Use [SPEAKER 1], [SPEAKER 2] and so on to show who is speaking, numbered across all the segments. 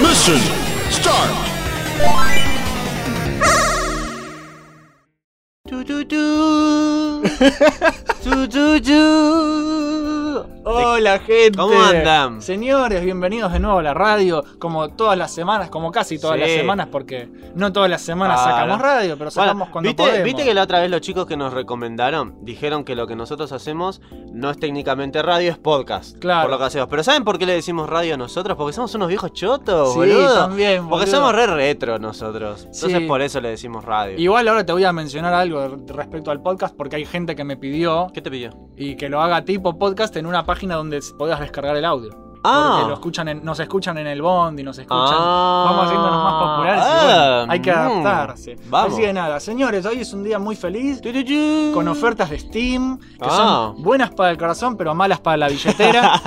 [SPEAKER 1] Mission start.
[SPEAKER 2] Tu, tu, tu. Tu, tu, tu. Hola gente.
[SPEAKER 3] ¿Cómo andan?
[SPEAKER 2] Señores, bienvenidos de nuevo a la radio, como todas las semanas, como casi todas
[SPEAKER 3] Sí.
[SPEAKER 2] las semanas, porque no todas las semanas
[SPEAKER 3] Claro.
[SPEAKER 2] sacamos radio, pero
[SPEAKER 3] Bueno,
[SPEAKER 2] sacamos cuando
[SPEAKER 3] ¿viste,
[SPEAKER 2] podemos.
[SPEAKER 3] viste que la otra vez los chicos que nos recomendaron dijeron que lo que nosotros hacemos no es técnicamente radio, es podcast.
[SPEAKER 2] Claro.
[SPEAKER 3] Por lo que hacemos. Pero ¿saben por qué le decimos radio a nosotros? Porque somos unos viejos chotos,
[SPEAKER 2] Sí,
[SPEAKER 3] boludo.
[SPEAKER 2] también,
[SPEAKER 3] Porque
[SPEAKER 2] boludo.
[SPEAKER 3] somos re retro nosotros. Entonces
[SPEAKER 2] Sí.
[SPEAKER 3] por eso le decimos radio.
[SPEAKER 2] Igual ahora te voy a mencionar algo respecto al podcast, porque hay gente que me pidió
[SPEAKER 3] ¿Qué te pidió?
[SPEAKER 2] y que lo haga tipo podcast en una página donde podías descargar el audio. Porque lo escuchan en- nos escuchan en el bondi, nos escuchan.
[SPEAKER 3] Ah.
[SPEAKER 2] Vamos haciéndonos más populares. y
[SPEAKER 3] Ah,
[SPEAKER 2] bueno, hay que
[SPEAKER 3] mm.
[SPEAKER 2] adaptarse.
[SPEAKER 3] Vamos.
[SPEAKER 2] Así de nada, señores, hoy es un día muy feliz.
[SPEAKER 3] Tu, tu, tu.
[SPEAKER 2] Con ofertas de Steam, que
[SPEAKER 3] Ah.
[SPEAKER 2] son buenas para el corazón, pero malas para la billetera.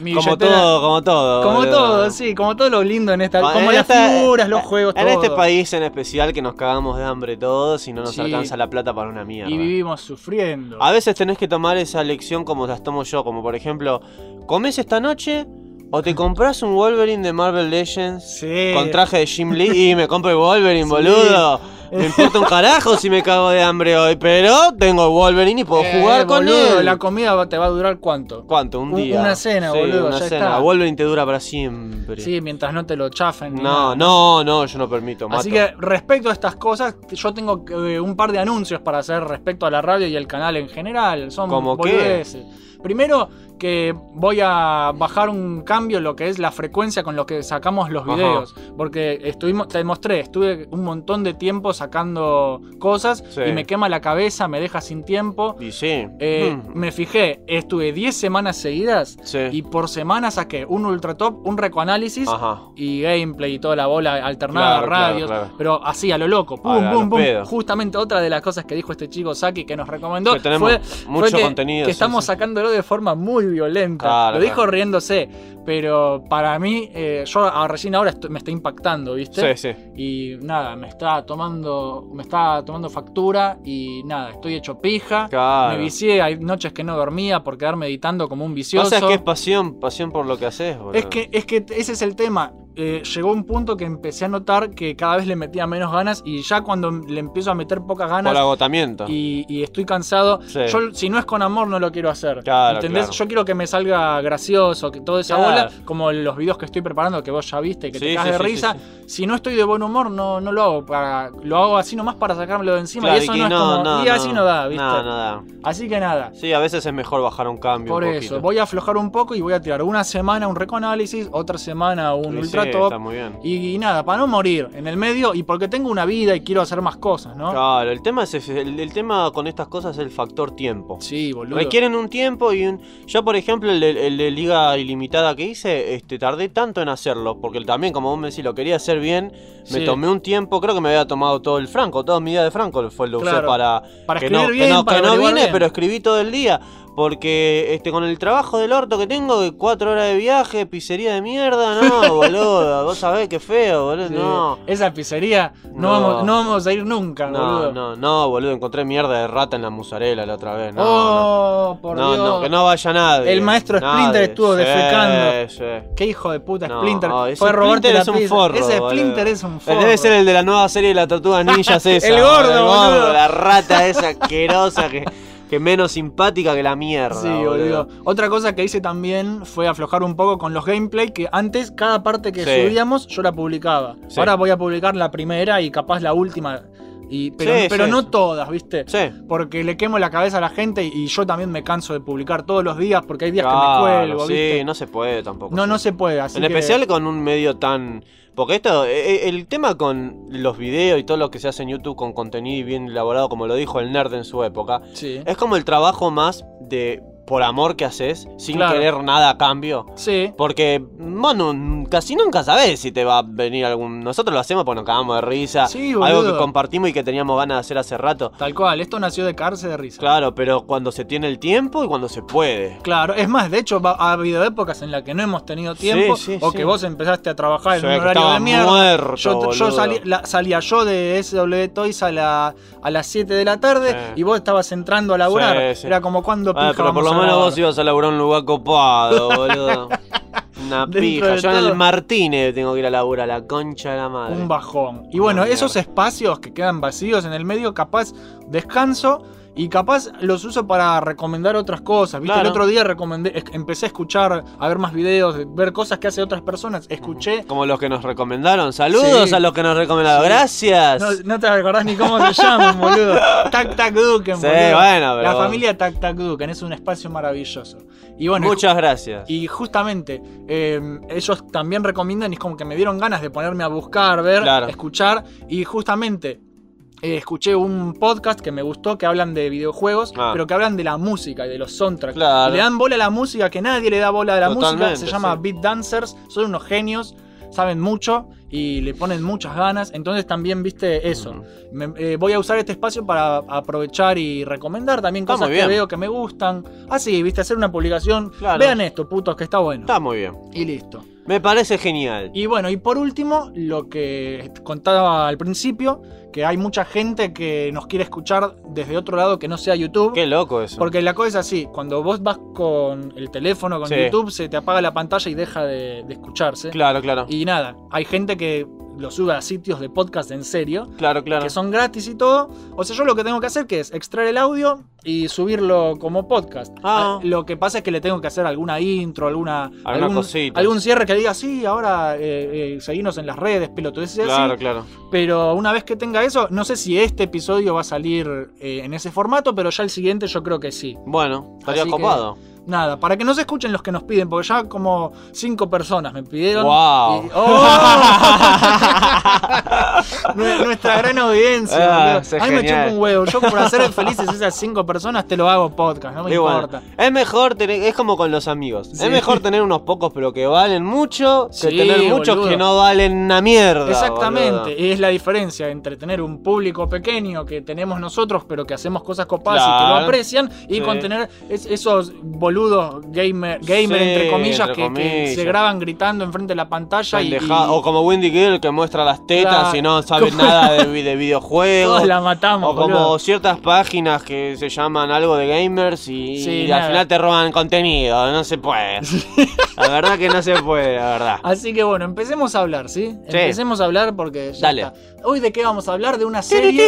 [SPEAKER 2] Mi
[SPEAKER 3] como
[SPEAKER 2] billetera-
[SPEAKER 3] todo, como todo.
[SPEAKER 2] Como
[SPEAKER 3] boludo.
[SPEAKER 2] todo, sí, como todo lo lindo en esta.
[SPEAKER 3] Bueno,
[SPEAKER 2] como
[SPEAKER 3] en
[SPEAKER 2] las
[SPEAKER 3] esta-
[SPEAKER 2] figuras, los juegos,
[SPEAKER 3] En
[SPEAKER 2] todo.
[SPEAKER 3] este país en especial que nos cagamos de hambre todos y no nos
[SPEAKER 2] Sí.
[SPEAKER 3] alcanza la plata para una mierda.
[SPEAKER 2] Y vivimos sufriendo.
[SPEAKER 3] A veces tenés que tomar esa lección como las tomo yo, como por ejemplo, ¿comes esta noche o te compras un Wolverine de Marvel Legends
[SPEAKER 2] Sí.
[SPEAKER 3] con traje de Jim Lee? Y me compro el Wolverine,
[SPEAKER 2] Sí.
[SPEAKER 3] boludo. Me importa un carajo si me cago de hambre hoy, pero tengo el Wolverine y puedo
[SPEAKER 2] Eh,
[SPEAKER 3] jugar con
[SPEAKER 2] boludo,
[SPEAKER 3] él.
[SPEAKER 2] La comida va- te va a durar cuánto.
[SPEAKER 3] ¿Cuánto? ¿Un
[SPEAKER 2] Un-
[SPEAKER 3] día?
[SPEAKER 2] una cena,
[SPEAKER 3] Sí,
[SPEAKER 2] boludo,
[SPEAKER 3] Una
[SPEAKER 2] ya
[SPEAKER 3] cena.
[SPEAKER 2] está.
[SPEAKER 3] Wolverine te dura para siempre.
[SPEAKER 2] Sí, mientras no te lo chafen. ni
[SPEAKER 3] no,
[SPEAKER 2] nada.
[SPEAKER 3] no, no, yo no permito. Mato.
[SPEAKER 2] Así que respecto a estas cosas, yo tengo eh, un par de anuncios para hacer respecto a la radio y el canal en general. Son
[SPEAKER 3] ¿Cómo qué?
[SPEAKER 2] boludeces. Primero, que voy a bajar un cambio en lo que es la frecuencia con lo que sacamos los
[SPEAKER 3] Ajá.
[SPEAKER 2] videos. Porque estuvimos, te mostré, estuve un montón de tiempo sacando cosas
[SPEAKER 3] Sí.
[SPEAKER 2] y me quema la cabeza, me deja sin tiempo.
[SPEAKER 3] Y sí.
[SPEAKER 2] Eh,
[SPEAKER 3] Mm.
[SPEAKER 2] Me fijé, estuve 10 semanas seguidas
[SPEAKER 3] Sí.
[SPEAKER 2] y por semana saqué un ultra top, un recoanálisis
[SPEAKER 3] Ajá.
[SPEAKER 2] y gameplay y toda la bola alternada,
[SPEAKER 3] Claro, claro,
[SPEAKER 2] radios,
[SPEAKER 3] claro.
[SPEAKER 2] pero así a lo loco, pum,
[SPEAKER 3] A la- a
[SPEAKER 2] pum,
[SPEAKER 3] los
[SPEAKER 2] pum.
[SPEAKER 3] pedos.
[SPEAKER 2] Justamente otra de las cosas que dijo este chico Saki que nos recomendó
[SPEAKER 3] Que tenemos
[SPEAKER 2] fue,
[SPEAKER 3] mucho
[SPEAKER 2] fue que,
[SPEAKER 3] contenido, sí,
[SPEAKER 2] que estamos
[SPEAKER 3] sí.
[SPEAKER 2] sacándolo de forma muy violenta.
[SPEAKER 3] Claro,
[SPEAKER 2] lo dijo
[SPEAKER 3] claro.
[SPEAKER 2] riéndose, pero para mí, eh, yo a- recién ahora esto- me está impactando,
[SPEAKER 3] Sí,
[SPEAKER 2] ¿viste?
[SPEAKER 3] sí.
[SPEAKER 2] Y nada, me está tomando, me está tomando factura y nada, estoy hecho pija.
[SPEAKER 3] Claro.
[SPEAKER 2] Me vicié, hay noches que no dormía por quedarme editando como un vicioso.
[SPEAKER 3] Pasa que es pasión, pasión por lo que haces, boludo.
[SPEAKER 2] Es que, es que ese es el tema. Eh, llegó un punto que empecé a notar que cada vez le metía menos ganas y ya cuando le empiezo a meter pocas
[SPEAKER 3] Por
[SPEAKER 2] ganas
[SPEAKER 3] agotamiento.
[SPEAKER 2] y, y estoy cansado,
[SPEAKER 3] Sí.
[SPEAKER 2] yo si no es con amor no lo quiero hacer.
[SPEAKER 3] Claro,
[SPEAKER 2] ¿Entendés?
[SPEAKER 3] claro.
[SPEAKER 2] Yo quiero que me salga gracioso, que toda esa
[SPEAKER 3] Claro.
[SPEAKER 2] bola, como los videos que estoy preparando que vos ya viste, que te
[SPEAKER 3] Sí,
[SPEAKER 2] cagas
[SPEAKER 3] sí,
[SPEAKER 2] de
[SPEAKER 3] sí,
[SPEAKER 2] risa.
[SPEAKER 3] sí,
[SPEAKER 2] Si no estoy de buen humor, no, no lo hago. Para, lo hago así nomás para sacármelo de encima
[SPEAKER 3] Claro,
[SPEAKER 2] y eso
[SPEAKER 3] que
[SPEAKER 2] no, es como. y así no da, ¿viste?
[SPEAKER 3] No, no da.
[SPEAKER 2] Así que nada.
[SPEAKER 3] Sí, a veces es mejor bajar un cambio.
[SPEAKER 2] Por
[SPEAKER 3] un
[SPEAKER 2] eso,
[SPEAKER 3] poquito.
[SPEAKER 2] voy a aflojar un poco y voy a tirar una semana un recoanálisis, otra semana un
[SPEAKER 3] Sí,
[SPEAKER 2] ultra
[SPEAKER 3] sí,
[SPEAKER 2] top.
[SPEAKER 3] Está muy bien.
[SPEAKER 2] Y, y nada, para no morir en el medio y porque tengo una vida y quiero hacer más cosas, ¿no?
[SPEAKER 3] Claro, el tema, es, ese, el, el tema con estas cosas es el factor tiempo.
[SPEAKER 2] Sí, boludo.
[SPEAKER 3] Requieren un tiempo y un... Yo, por ejemplo, el de, el de Liga Ilimitada que hice, este, tardé tanto en hacerlo, porque también, como vos me decís, lo quería hacer bien, me
[SPEAKER 2] Sí.
[SPEAKER 3] tomé un tiempo, creo que me había tomado todo el Franco, toda mi día de Franco fue lo usé
[SPEAKER 2] Claro.
[SPEAKER 3] para...
[SPEAKER 2] Para
[SPEAKER 3] que
[SPEAKER 2] escribir
[SPEAKER 3] no,
[SPEAKER 2] bien,
[SPEAKER 3] que no,
[SPEAKER 2] para
[SPEAKER 3] que no
[SPEAKER 2] averiguar
[SPEAKER 3] vine,
[SPEAKER 2] bien.
[SPEAKER 3] pero escribí todo el día, porque este con el trabajo del orto que tengo, de cuatro horas de viaje, pizzería de mierda, no, boludo, vos sabés qué feo, boludo,
[SPEAKER 2] Sí.
[SPEAKER 3] no.
[SPEAKER 2] Esa pizzería no,
[SPEAKER 3] No.
[SPEAKER 2] Vamos, no vamos a ir nunca,
[SPEAKER 3] No,
[SPEAKER 2] boludo.
[SPEAKER 3] no, no, boludo, encontré mierda de rata en la musarela la otra vez. No, no.
[SPEAKER 2] oh, por
[SPEAKER 3] no,
[SPEAKER 2] Dios.
[SPEAKER 3] no, que no vaya nadie.
[SPEAKER 2] El maestro Splinter
[SPEAKER 3] Nadie.
[SPEAKER 2] estuvo
[SPEAKER 3] Sí,
[SPEAKER 2] defecando.
[SPEAKER 3] sí.
[SPEAKER 2] Qué hijo de puta
[SPEAKER 3] No,
[SPEAKER 2] Splinter.
[SPEAKER 3] no, ese
[SPEAKER 2] Fue a robarte
[SPEAKER 3] Splinter
[SPEAKER 2] la
[SPEAKER 3] es un
[SPEAKER 2] pizza.
[SPEAKER 3] forro,
[SPEAKER 2] Ese
[SPEAKER 3] boludo.
[SPEAKER 2] Splinter es un forro.
[SPEAKER 3] Debe ser el de la nueva serie de la Tortuga Ninja es esa.
[SPEAKER 2] El gordo, boludo.
[SPEAKER 3] La rata esa asquerosa que, que menos simpática que la mierda.
[SPEAKER 2] Sí, boludo. Otra cosa que hice también fue aflojar un poco con los gameplay, que antes cada parte que
[SPEAKER 3] Sí.
[SPEAKER 2] subíamos yo la publicaba.
[SPEAKER 3] Sí.
[SPEAKER 2] Ahora voy a publicar la primera y capaz la última. Y, pero
[SPEAKER 3] Sí,
[SPEAKER 2] pero
[SPEAKER 3] sí.
[SPEAKER 2] no todas, ¿viste?
[SPEAKER 3] Sí.
[SPEAKER 2] Porque le quemo la cabeza a la gente y yo también me canso de publicar todos los días porque hay días
[SPEAKER 3] Claro,
[SPEAKER 2] que me cuelgo,
[SPEAKER 3] sí,
[SPEAKER 2] ¿viste?
[SPEAKER 3] no se puede tampoco.
[SPEAKER 2] no,
[SPEAKER 3] sí.
[SPEAKER 2] no se puede. Así
[SPEAKER 3] En
[SPEAKER 2] que-
[SPEAKER 3] especial con un medio tan. Porque esto, e- e- el tema con los videos y todo lo que se hace en YouTube con contenido bien elaborado, como lo dijo el nerd en su época,
[SPEAKER 2] Sí.
[SPEAKER 3] es como el trabajo más de por amor que haces, sin
[SPEAKER 2] Claro.
[SPEAKER 3] querer nada a cambio.
[SPEAKER 2] Sí.
[SPEAKER 3] Porque, mano, casi nunca sabes si te va a venir algún. Nosotros lo hacemos porque nos cagamos de risa.
[SPEAKER 2] Sí,
[SPEAKER 3] algo
[SPEAKER 2] boludo.
[SPEAKER 3] que compartimos y que teníamos ganas de hacer hace rato.
[SPEAKER 2] Tal cual. Esto nació de cárcel de risa.
[SPEAKER 3] Claro, pero cuando se tiene el tiempo y cuando se puede.
[SPEAKER 2] Claro, es más, de hecho va- ha habido épocas en las que no hemos tenido tiempo
[SPEAKER 3] Sí, sí,
[SPEAKER 2] o
[SPEAKER 3] sí.
[SPEAKER 2] que vos empezaste a trabajar en
[SPEAKER 3] Sí,
[SPEAKER 2] un
[SPEAKER 3] que
[SPEAKER 2] horario de
[SPEAKER 3] estabas
[SPEAKER 2] mierda.
[SPEAKER 3] muerto,
[SPEAKER 2] yo yo
[SPEAKER 3] boludo.
[SPEAKER 2] salí- la- salía yo de SW Toys a, la, a las 7 de la tarde
[SPEAKER 3] Sí.
[SPEAKER 2] y vos estabas entrando a laburar.
[SPEAKER 3] Sí, sí.
[SPEAKER 2] Era como cuando
[SPEAKER 3] Ah,
[SPEAKER 2] pija
[SPEAKER 3] pero por lo
[SPEAKER 2] vamos a
[SPEAKER 3] menos
[SPEAKER 2] laburar?
[SPEAKER 3] vos ibas a laburar un lugar copado, boludo. Una
[SPEAKER 2] Dentro
[SPEAKER 3] pija.
[SPEAKER 2] de
[SPEAKER 3] Yo en
[SPEAKER 2] todo-
[SPEAKER 3] el Martínez tengo que ir a laburar, la concha de la madre.
[SPEAKER 2] Un bajón. Y bueno,
[SPEAKER 3] Una mierda.
[SPEAKER 2] esos espacios que quedan vacíos en el medio, capaz descanso y capaz los uso para recomendar otras cosas. ¿Viste? El
[SPEAKER 3] Claro.
[SPEAKER 2] otro día recomendé, es- empecé a escuchar, a ver más videos, ver cosas que hacen otras personas. Escuché.
[SPEAKER 3] Como los que nos recomendaron. Saludos
[SPEAKER 2] Sí.
[SPEAKER 3] a los que nos recomendaron.
[SPEAKER 2] Sí.
[SPEAKER 3] Gracias.
[SPEAKER 2] No, no te acordás ni cómo se llaman, boludo. Tac Tac Duken,
[SPEAKER 3] Sí,
[SPEAKER 2] boludo.
[SPEAKER 3] bueno, pero-
[SPEAKER 2] La familia Tac Tac Duken es un espacio maravilloso. Y bueno,
[SPEAKER 3] Muchas gracias.
[SPEAKER 2] Y justamente, eh, ellos también recomiendan y es como que me dieron ganas de ponerme a buscar, ver,
[SPEAKER 3] Claro.
[SPEAKER 2] escuchar. Y justamente eh, escuché un podcast que me gustó que hablan de videojuegos,
[SPEAKER 3] Ah.
[SPEAKER 2] pero que hablan de la música y de los soundtracks.
[SPEAKER 3] Claro.
[SPEAKER 2] Y le dan bola a la música que nadie le da bola a la música.
[SPEAKER 3] Totalmente,
[SPEAKER 2] Se llama
[SPEAKER 3] sí.
[SPEAKER 2] Beat Dancers, son unos genios. Saben mucho y le ponen muchas ganas. Entonces también viste eso.
[SPEAKER 3] Ujú.
[SPEAKER 2] Me- eh, voy a usar este espacio para aprovechar y recomendar también
[SPEAKER 3] Está
[SPEAKER 2] cosas
[SPEAKER 3] muy
[SPEAKER 2] que
[SPEAKER 3] bien.
[SPEAKER 2] veo que me gustan. Así, viste, hacer una publicación.
[SPEAKER 3] Claro.
[SPEAKER 2] Vean esto, putos, que está bueno.
[SPEAKER 3] Está muy bien.
[SPEAKER 2] Y listo.
[SPEAKER 3] Me parece genial.
[SPEAKER 2] Y bueno, y por último, lo que contaba al principio, que hay mucha gente que nos quiere escuchar desde otro lado que no sea YouTube.
[SPEAKER 3] Qué loco eso.
[SPEAKER 2] Porque la cosa es así, cuando vos vas con el teléfono, con
[SPEAKER 3] Sí.
[SPEAKER 2] YouTube, se te apaga la pantalla y deja de, de escucharse.
[SPEAKER 3] Claro, claro.
[SPEAKER 2] Y nada, hay gente que lo sube a sitios de podcast en serio
[SPEAKER 3] Claro, claro.
[SPEAKER 2] que son gratis y todo. O sea, yo lo que tengo que hacer que es extraer el audio y subirlo como podcast.
[SPEAKER 3] Ah.
[SPEAKER 2] Ah, Lo que pasa es que le tengo que hacer alguna intro, alguna,
[SPEAKER 3] Alguna
[SPEAKER 2] algún,
[SPEAKER 3] cosita.
[SPEAKER 2] algún cierre que diga, sí, ahora eh, eh, seguinos en las redes, pelotudeces así".
[SPEAKER 3] Claro, claro.
[SPEAKER 2] Pero una vez que tenga eso, no sé si este episodio va a salir eh, en ese formato, pero ya el siguiente yo creo que sí.
[SPEAKER 3] Bueno, estaría
[SPEAKER 2] Así que-
[SPEAKER 3] copado.
[SPEAKER 2] Nada, para que no se escuchen los que nos piden, porque ya como cinco personas me pidieron.
[SPEAKER 3] Wow.
[SPEAKER 2] Y- ¡Oh! Nue- Nuestra gran audiencia.
[SPEAKER 3] Ah,
[SPEAKER 2] boludo.
[SPEAKER 3] eso es
[SPEAKER 2] a mí me
[SPEAKER 3] genial.
[SPEAKER 2] chupa un huevo. Yo por hacer felices esas cinco personas te lo hago podcast, no me
[SPEAKER 3] Y bueno,
[SPEAKER 2] importa.
[SPEAKER 3] es mejor tener, es como con los amigos.
[SPEAKER 2] Sí.
[SPEAKER 3] Es mejor tener unos pocos pero que valen mucho que
[SPEAKER 2] Sí,
[SPEAKER 3] tener muchos
[SPEAKER 2] boludo.
[SPEAKER 3] que no valen una mierda.
[SPEAKER 2] Exactamente,
[SPEAKER 3] boludo.
[SPEAKER 2] y es la diferencia entre tener un público pequeño que tenemos nosotros, pero que hacemos cosas copadas y que
[SPEAKER 3] Claro.
[SPEAKER 2] lo aprecian, y
[SPEAKER 3] Sí.
[SPEAKER 2] con tener es- esos boludos gamer, gamer
[SPEAKER 3] Sí,
[SPEAKER 2] entre comillas,
[SPEAKER 3] entre
[SPEAKER 2] que- que,
[SPEAKER 3] comillas.
[SPEAKER 2] se graban gritando enfrente de la pantalla y,
[SPEAKER 3] Pendeja-
[SPEAKER 2] y
[SPEAKER 3] O como Wendy Girl que muestra las tetas
[SPEAKER 2] Claro.
[SPEAKER 3] y no sabe
[SPEAKER 2] Como-
[SPEAKER 3] nada de, vi- de videojuegos.
[SPEAKER 2] todos la matamos.
[SPEAKER 3] O como
[SPEAKER 2] boludo.
[SPEAKER 3] ciertas páginas que se llaman algo de gamers y,
[SPEAKER 2] Sí,
[SPEAKER 3] y
[SPEAKER 2] nada.
[SPEAKER 3] al final te roban contenido. No se puede. La verdad que no se puede, la verdad.
[SPEAKER 2] Así que bueno, empecemos a hablar, ¿sí?
[SPEAKER 3] Sí.
[SPEAKER 2] Empecemos a hablar porque ya
[SPEAKER 3] Dale.
[SPEAKER 2] está. Hoy de qué vamos a hablar? De una serie,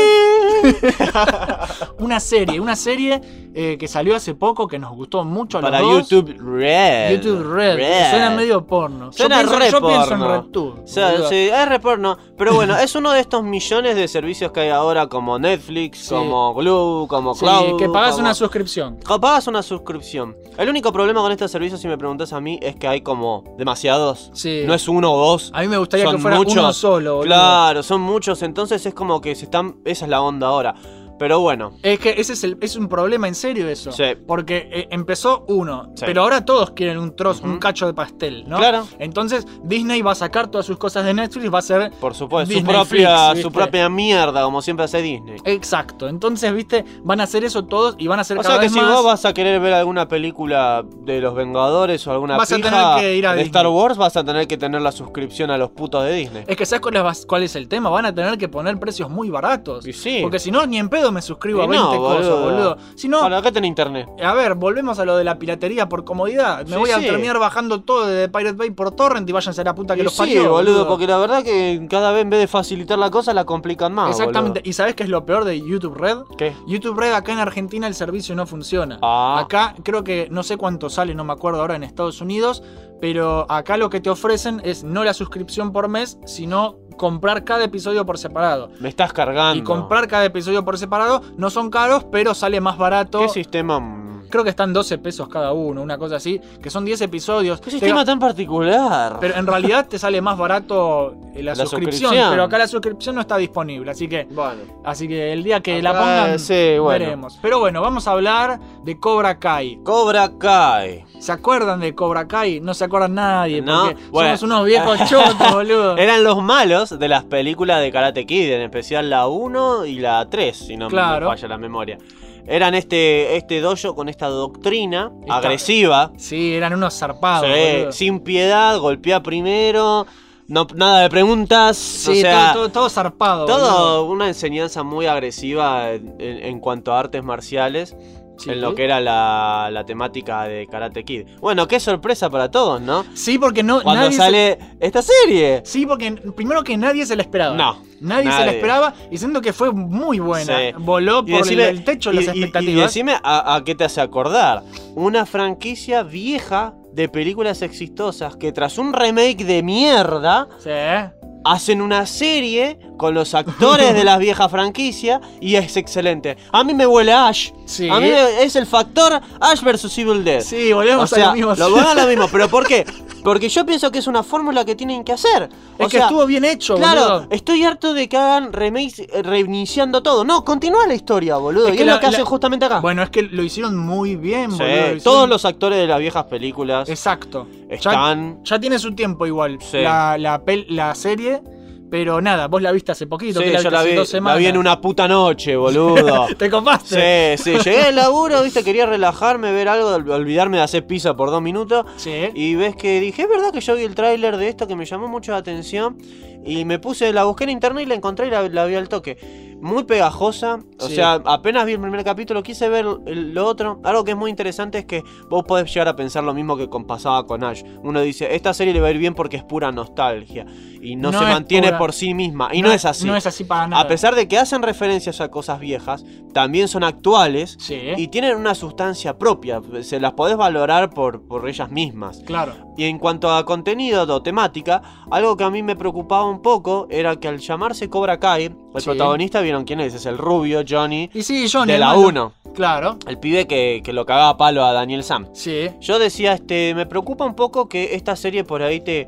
[SPEAKER 2] una serie, una serie eh, que salió hace poco que nos gustó mucho a los
[SPEAKER 3] Para
[SPEAKER 2] dos.
[SPEAKER 3] YouTube Red.
[SPEAKER 2] YouTube Red, suena medio porno.
[SPEAKER 3] Suena
[SPEAKER 2] yo pienso,
[SPEAKER 3] re
[SPEAKER 2] yo pienso
[SPEAKER 3] porno.
[SPEAKER 2] en RedTube.
[SPEAKER 3] O sea,
[SPEAKER 2] boludo.
[SPEAKER 3] sí, es reporno, pero bueno, es uno de estos millones de servicios que hay ahora como Netflix,
[SPEAKER 2] Sí.
[SPEAKER 3] como Glue, como
[SPEAKER 2] Sí,
[SPEAKER 3] Cloud.
[SPEAKER 2] que pagas
[SPEAKER 3] como-
[SPEAKER 2] una suscripción.
[SPEAKER 3] Co- Pagas una suscripción. El único problema con estos servicios, si me preguntas a mí, es que hay como demasiados.
[SPEAKER 2] Sí.
[SPEAKER 3] No es uno o dos.
[SPEAKER 2] A mí me gustaría
[SPEAKER 3] son
[SPEAKER 2] que fuera uno
[SPEAKER 3] muchos.
[SPEAKER 2] solo. boludo.
[SPEAKER 3] Claro, son muchos. Entonces es como que se están. Esa es la onda ahora. Pero bueno,
[SPEAKER 2] Es que ese es, el- es un problema en serio eso.
[SPEAKER 3] Sí.
[SPEAKER 2] Porque eh, empezó uno,
[SPEAKER 3] Sí.
[SPEAKER 2] pero ahora todos quieren un trozo, un
[SPEAKER 3] Ujú.
[SPEAKER 2] cacho de pastel, ¿no?
[SPEAKER 3] Claro.
[SPEAKER 2] Entonces Disney va a sacar todas sus cosas de Netflix, va a ser
[SPEAKER 3] por supuesto, su
[SPEAKER 2] Disney
[SPEAKER 3] propia,
[SPEAKER 2] Flix,
[SPEAKER 3] su
[SPEAKER 2] ¿viste?
[SPEAKER 3] propia mierda, como siempre hace Disney.
[SPEAKER 2] Exacto, entonces, viste, van a hacer eso todos y van a hacer
[SPEAKER 3] O
[SPEAKER 2] cada
[SPEAKER 3] sea que
[SPEAKER 2] vez
[SPEAKER 3] si
[SPEAKER 2] más.
[SPEAKER 3] vos vas a querer ver alguna película de los Vengadores o alguna
[SPEAKER 2] Vas a
[SPEAKER 3] pija
[SPEAKER 2] tener que ir a
[SPEAKER 3] de
[SPEAKER 2] Disney.
[SPEAKER 3] Star Wars, vas a tener que tener la suscripción a los putos de Disney.
[SPEAKER 2] Es que ¿sabes cuál es, cuál es el tema? Van a tener que poner precios muy baratos.
[SPEAKER 3] Y sí.
[SPEAKER 2] Porque si no, ni en pedo me suscribo
[SPEAKER 3] Y
[SPEAKER 2] a 20
[SPEAKER 3] no,
[SPEAKER 2] cosas,
[SPEAKER 3] boludo.
[SPEAKER 2] boludo. Si no,
[SPEAKER 3] Bueno, acá tenés internet.
[SPEAKER 2] a ver, volvemos a lo de la piratería por comodidad. Me
[SPEAKER 3] Sí,
[SPEAKER 2] voy a
[SPEAKER 3] sí.
[SPEAKER 2] terminar bajando todo de Pirate Bay por Torrent y váyanse a la puta que
[SPEAKER 3] Y
[SPEAKER 2] los
[SPEAKER 3] sí,
[SPEAKER 2] parió,
[SPEAKER 3] boludo, porque la verdad que cada vez en vez de facilitar la cosa la complican más.
[SPEAKER 2] Exactamente. ¿Y sabes qué es lo peor de YouTube Red?
[SPEAKER 3] boludo. ¿Qué?
[SPEAKER 2] YouTube Red acá en Argentina el servicio no funciona.
[SPEAKER 3] Ah.
[SPEAKER 2] Acá creo que no sé cuánto sale, no me acuerdo ahora en Estados Unidos, pero acá lo que te ofrecen es no la suscripción por mes, sino comprar cada episodio por separado.
[SPEAKER 3] Me estás cargando.
[SPEAKER 2] Y comprar cada episodio por separado no son caros, pero sale más barato.
[SPEAKER 3] ¿Qué sistema? mm,
[SPEAKER 2] Creo que están 12 pesos cada uno, una cosa así, que son 10 episodios.
[SPEAKER 3] ¿Qué
[SPEAKER 2] Te-
[SPEAKER 3] sistema tan particular?
[SPEAKER 2] Pero en realidad te sale más barato eh, la,
[SPEAKER 3] La
[SPEAKER 2] suscripción,
[SPEAKER 3] suscripción.
[SPEAKER 2] pero acá la suscripción no está disponible, así que
[SPEAKER 3] Bueno.
[SPEAKER 2] así que el día que la
[SPEAKER 3] Acá,
[SPEAKER 2] pongan
[SPEAKER 3] Ah, sí, bueno.
[SPEAKER 2] veremos. Pero bueno, vamos a hablar de Cobra Kai.
[SPEAKER 3] Cobra Kai.
[SPEAKER 2] ¿Se acuerdan de Cobra Kai? No se acuerdan nadie,
[SPEAKER 3] No,
[SPEAKER 2] porque
[SPEAKER 3] bueno.
[SPEAKER 2] somos unos viejos chotos, boludo.
[SPEAKER 3] Eran los malos de las películas de Karate Kid, en especial la 1 y la 3, si no
[SPEAKER 2] Claro.
[SPEAKER 3] me falla la memoria. Eran este, este dojo con esta doctrina
[SPEAKER 2] Esta-
[SPEAKER 3] agresiva,
[SPEAKER 2] Sí, eran unos zarpados,
[SPEAKER 3] sí,
[SPEAKER 2] boludo.
[SPEAKER 3] sin piedad, golpea primero, no, nada de preguntas,
[SPEAKER 2] Sí,
[SPEAKER 3] o sea,
[SPEAKER 2] todo, todo, todo zarpado.
[SPEAKER 3] todo
[SPEAKER 2] boludo.
[SPEAKER 3] una enseñanza muy agresiva en, en- en cuanto a artes marciales.
[SPEAKER 2] Sí.
[SPEAKER 3] en lo que era la, la temática de Karate Kid. Bueno, qué sorpresa para todos, ¿no?
[SPEAKER 2] Sí, porque no.
[SPEAKER 3] Cuando
[SPEAKER 2] nadie se-
[SPEAKER 3] sale esta serie.
[SPEAKER 2] Sí, porque n- primero que nadie se la esperaba.
[SPEAKER 3] No,
[SPEAKER 2] Nadie, se la
[SPEAKER 3] nadie.
[SPEAKER 2] esperaba y siento que fue muy buena.
[SPEAKER 3] Sí.
[SPEAKER 2] Voló por
[SPEAKER 3] decime-
[SPEAKER 2] el, el techo
[SPEAKER 3] y-
[SPEAKER 2] las
[SPEAKER 3] y- y
[SPEAKER 2] expectativas.
[SPEAKER 3] decime a, a qué te hace acordar. Una franquicia vieja de películas exitosas que tras un remake de mierda
[SPEAKER 2] Sí. ¿eh?
[SPEAKER 3] hacen una serie con los actores de las viejas franquicias y es excelente. A mí me huele a Ash.
[SPEAKER 2] Sí.
[SPEAKER 3] A mí me- es el factor Ash vs Evil Dead.
[SPEAKER 2] Sí,
[SPEAKER 3] O
[SPEAKER 2] volvemos a
[SPEAKER 3] sea,
[SPEAKER 2] lo mismo.
[SPEAKER 3] lo van a lo mismo, pero ¿por qué? Porque yo pienso que es una fórmula que tienen que hacer. O
[SPEAKER 2] es que
[SPEAKER 3] sea,
[SPEAKER 2] estuvo bien hecho,
[SPEAKER 3] Claro,
[SPEAKER 2] boludo.
[SPEAKER 3] estoy harto de que hagan remakes eh, reiniciando todo. No, continúa la historia, boludo.
[SPEAKER 2] Es
[SPEAKER 3] y
[SPEAKER 2] que
[SPEAKER 3] es
[SPEAKER 2] la-
[SPEAKER 3] lo que hacen
[SPEAKER 2] la-
[SPEAKER 3] justamente acá.
[SPEAKER 2] Bueno, es que lo hicieron muy bien,
[SPEAKER 3] Ah. Sí,
[SPEAKER 2] boludo. lo hicieron-
[SPEAKER 3] todos los actores de las viejas películas
[SPEAKER 2] Exacto. Ya-
[SPEAKER 3] están.
[SPEAKER 2] Ya, tiene su tiempo igual.
[SPEAKER 3] Sí.
[SPEAKER 2] La, la pel- la serie. Pero nada, vos la viste hace poquito.
[SPEAKER 3] Sí,
[SPEAKER 2] que la
[SPEAKER 3] yo
[SPEAKER 2] viste
[SPEAKER 3] la
[SPEAKER 2] hace
[SPEAKER 3] vi,
[SPEAKER 2] dos
[SPEAKER 3] la
[SPEAKER 2] semanas.
[SPEAKER 3] vi en una puta noche, boludo.
[SPEAKER 2] Te copaste.
[SPEAKER 3] sí, sí, llegué al laburo, viste, quería relajarme, ver algo, ol- olvidarme de hacer pizza por dos minutos.
[SPEAKER 2] Sí.
[SPEAKER 3] Y ves que dije, es verdad que yo vi el tráiler de esto que me llamó mucho la atención. Y me puse, la busqué en internet y la encontré y la, la vi al toque. Muy pegajosa. O
[SPEAKER 2] Sí.
[SPEAKER 3] sea, apenas vi el primer capítulo, quise ver el- lo otro. Algo que es muy interesante es que vos podés llegar a pensar lo mismo que con, pasaba con Ash. Uno dice, esta serie le va a ir bien porque es pura nostalgia. Y no,
[SPEAKER 2] No
[SPEAKER 3] se
[SPEAKER 2] es
[SPEAKER 3] mantiene
[SPEAKER 2] pura.
[SPEAKER 3] por sí misma. Y no, es así.
[SPEAKER 2] No es así para nada.
[SPEAKER 3] a pesar de que hacen referencias a cosas viejas, también son actuales.
[SPEAKER 2] Sí.
[SPEAKER 3] Y tienen una sustancia propia, se las podés valorar por, por ellas mismas.
[SPEAKER 2] Claro.
[SPEAKER 3] Y en cuanto a contenido o temática, algo que a mí me preocupaba un poco era que al llamarse Cobra Kai, el
[SPEAKER 2] Sí.
[SPEAKER 3] protagonista, vieron quién es, es el rubio Johnny
[SPEAKER 2] Y sí, Johnny.
[SPEAKER 3] de
[SPEAKER 2] el
[SPEAKER 3] la
[SPEAKER 2] malo.
[SPEAKER 3] 1,
[SPEAKER 2] Claro.
[SPEAKER 3] el pibe que, que lo cagaba a palo a Daniel Sam.
[SPEAKER 2] Sí.
[SPEAKER 3] Yo decía, este, me preocupa un poco que esta serie por ahí te,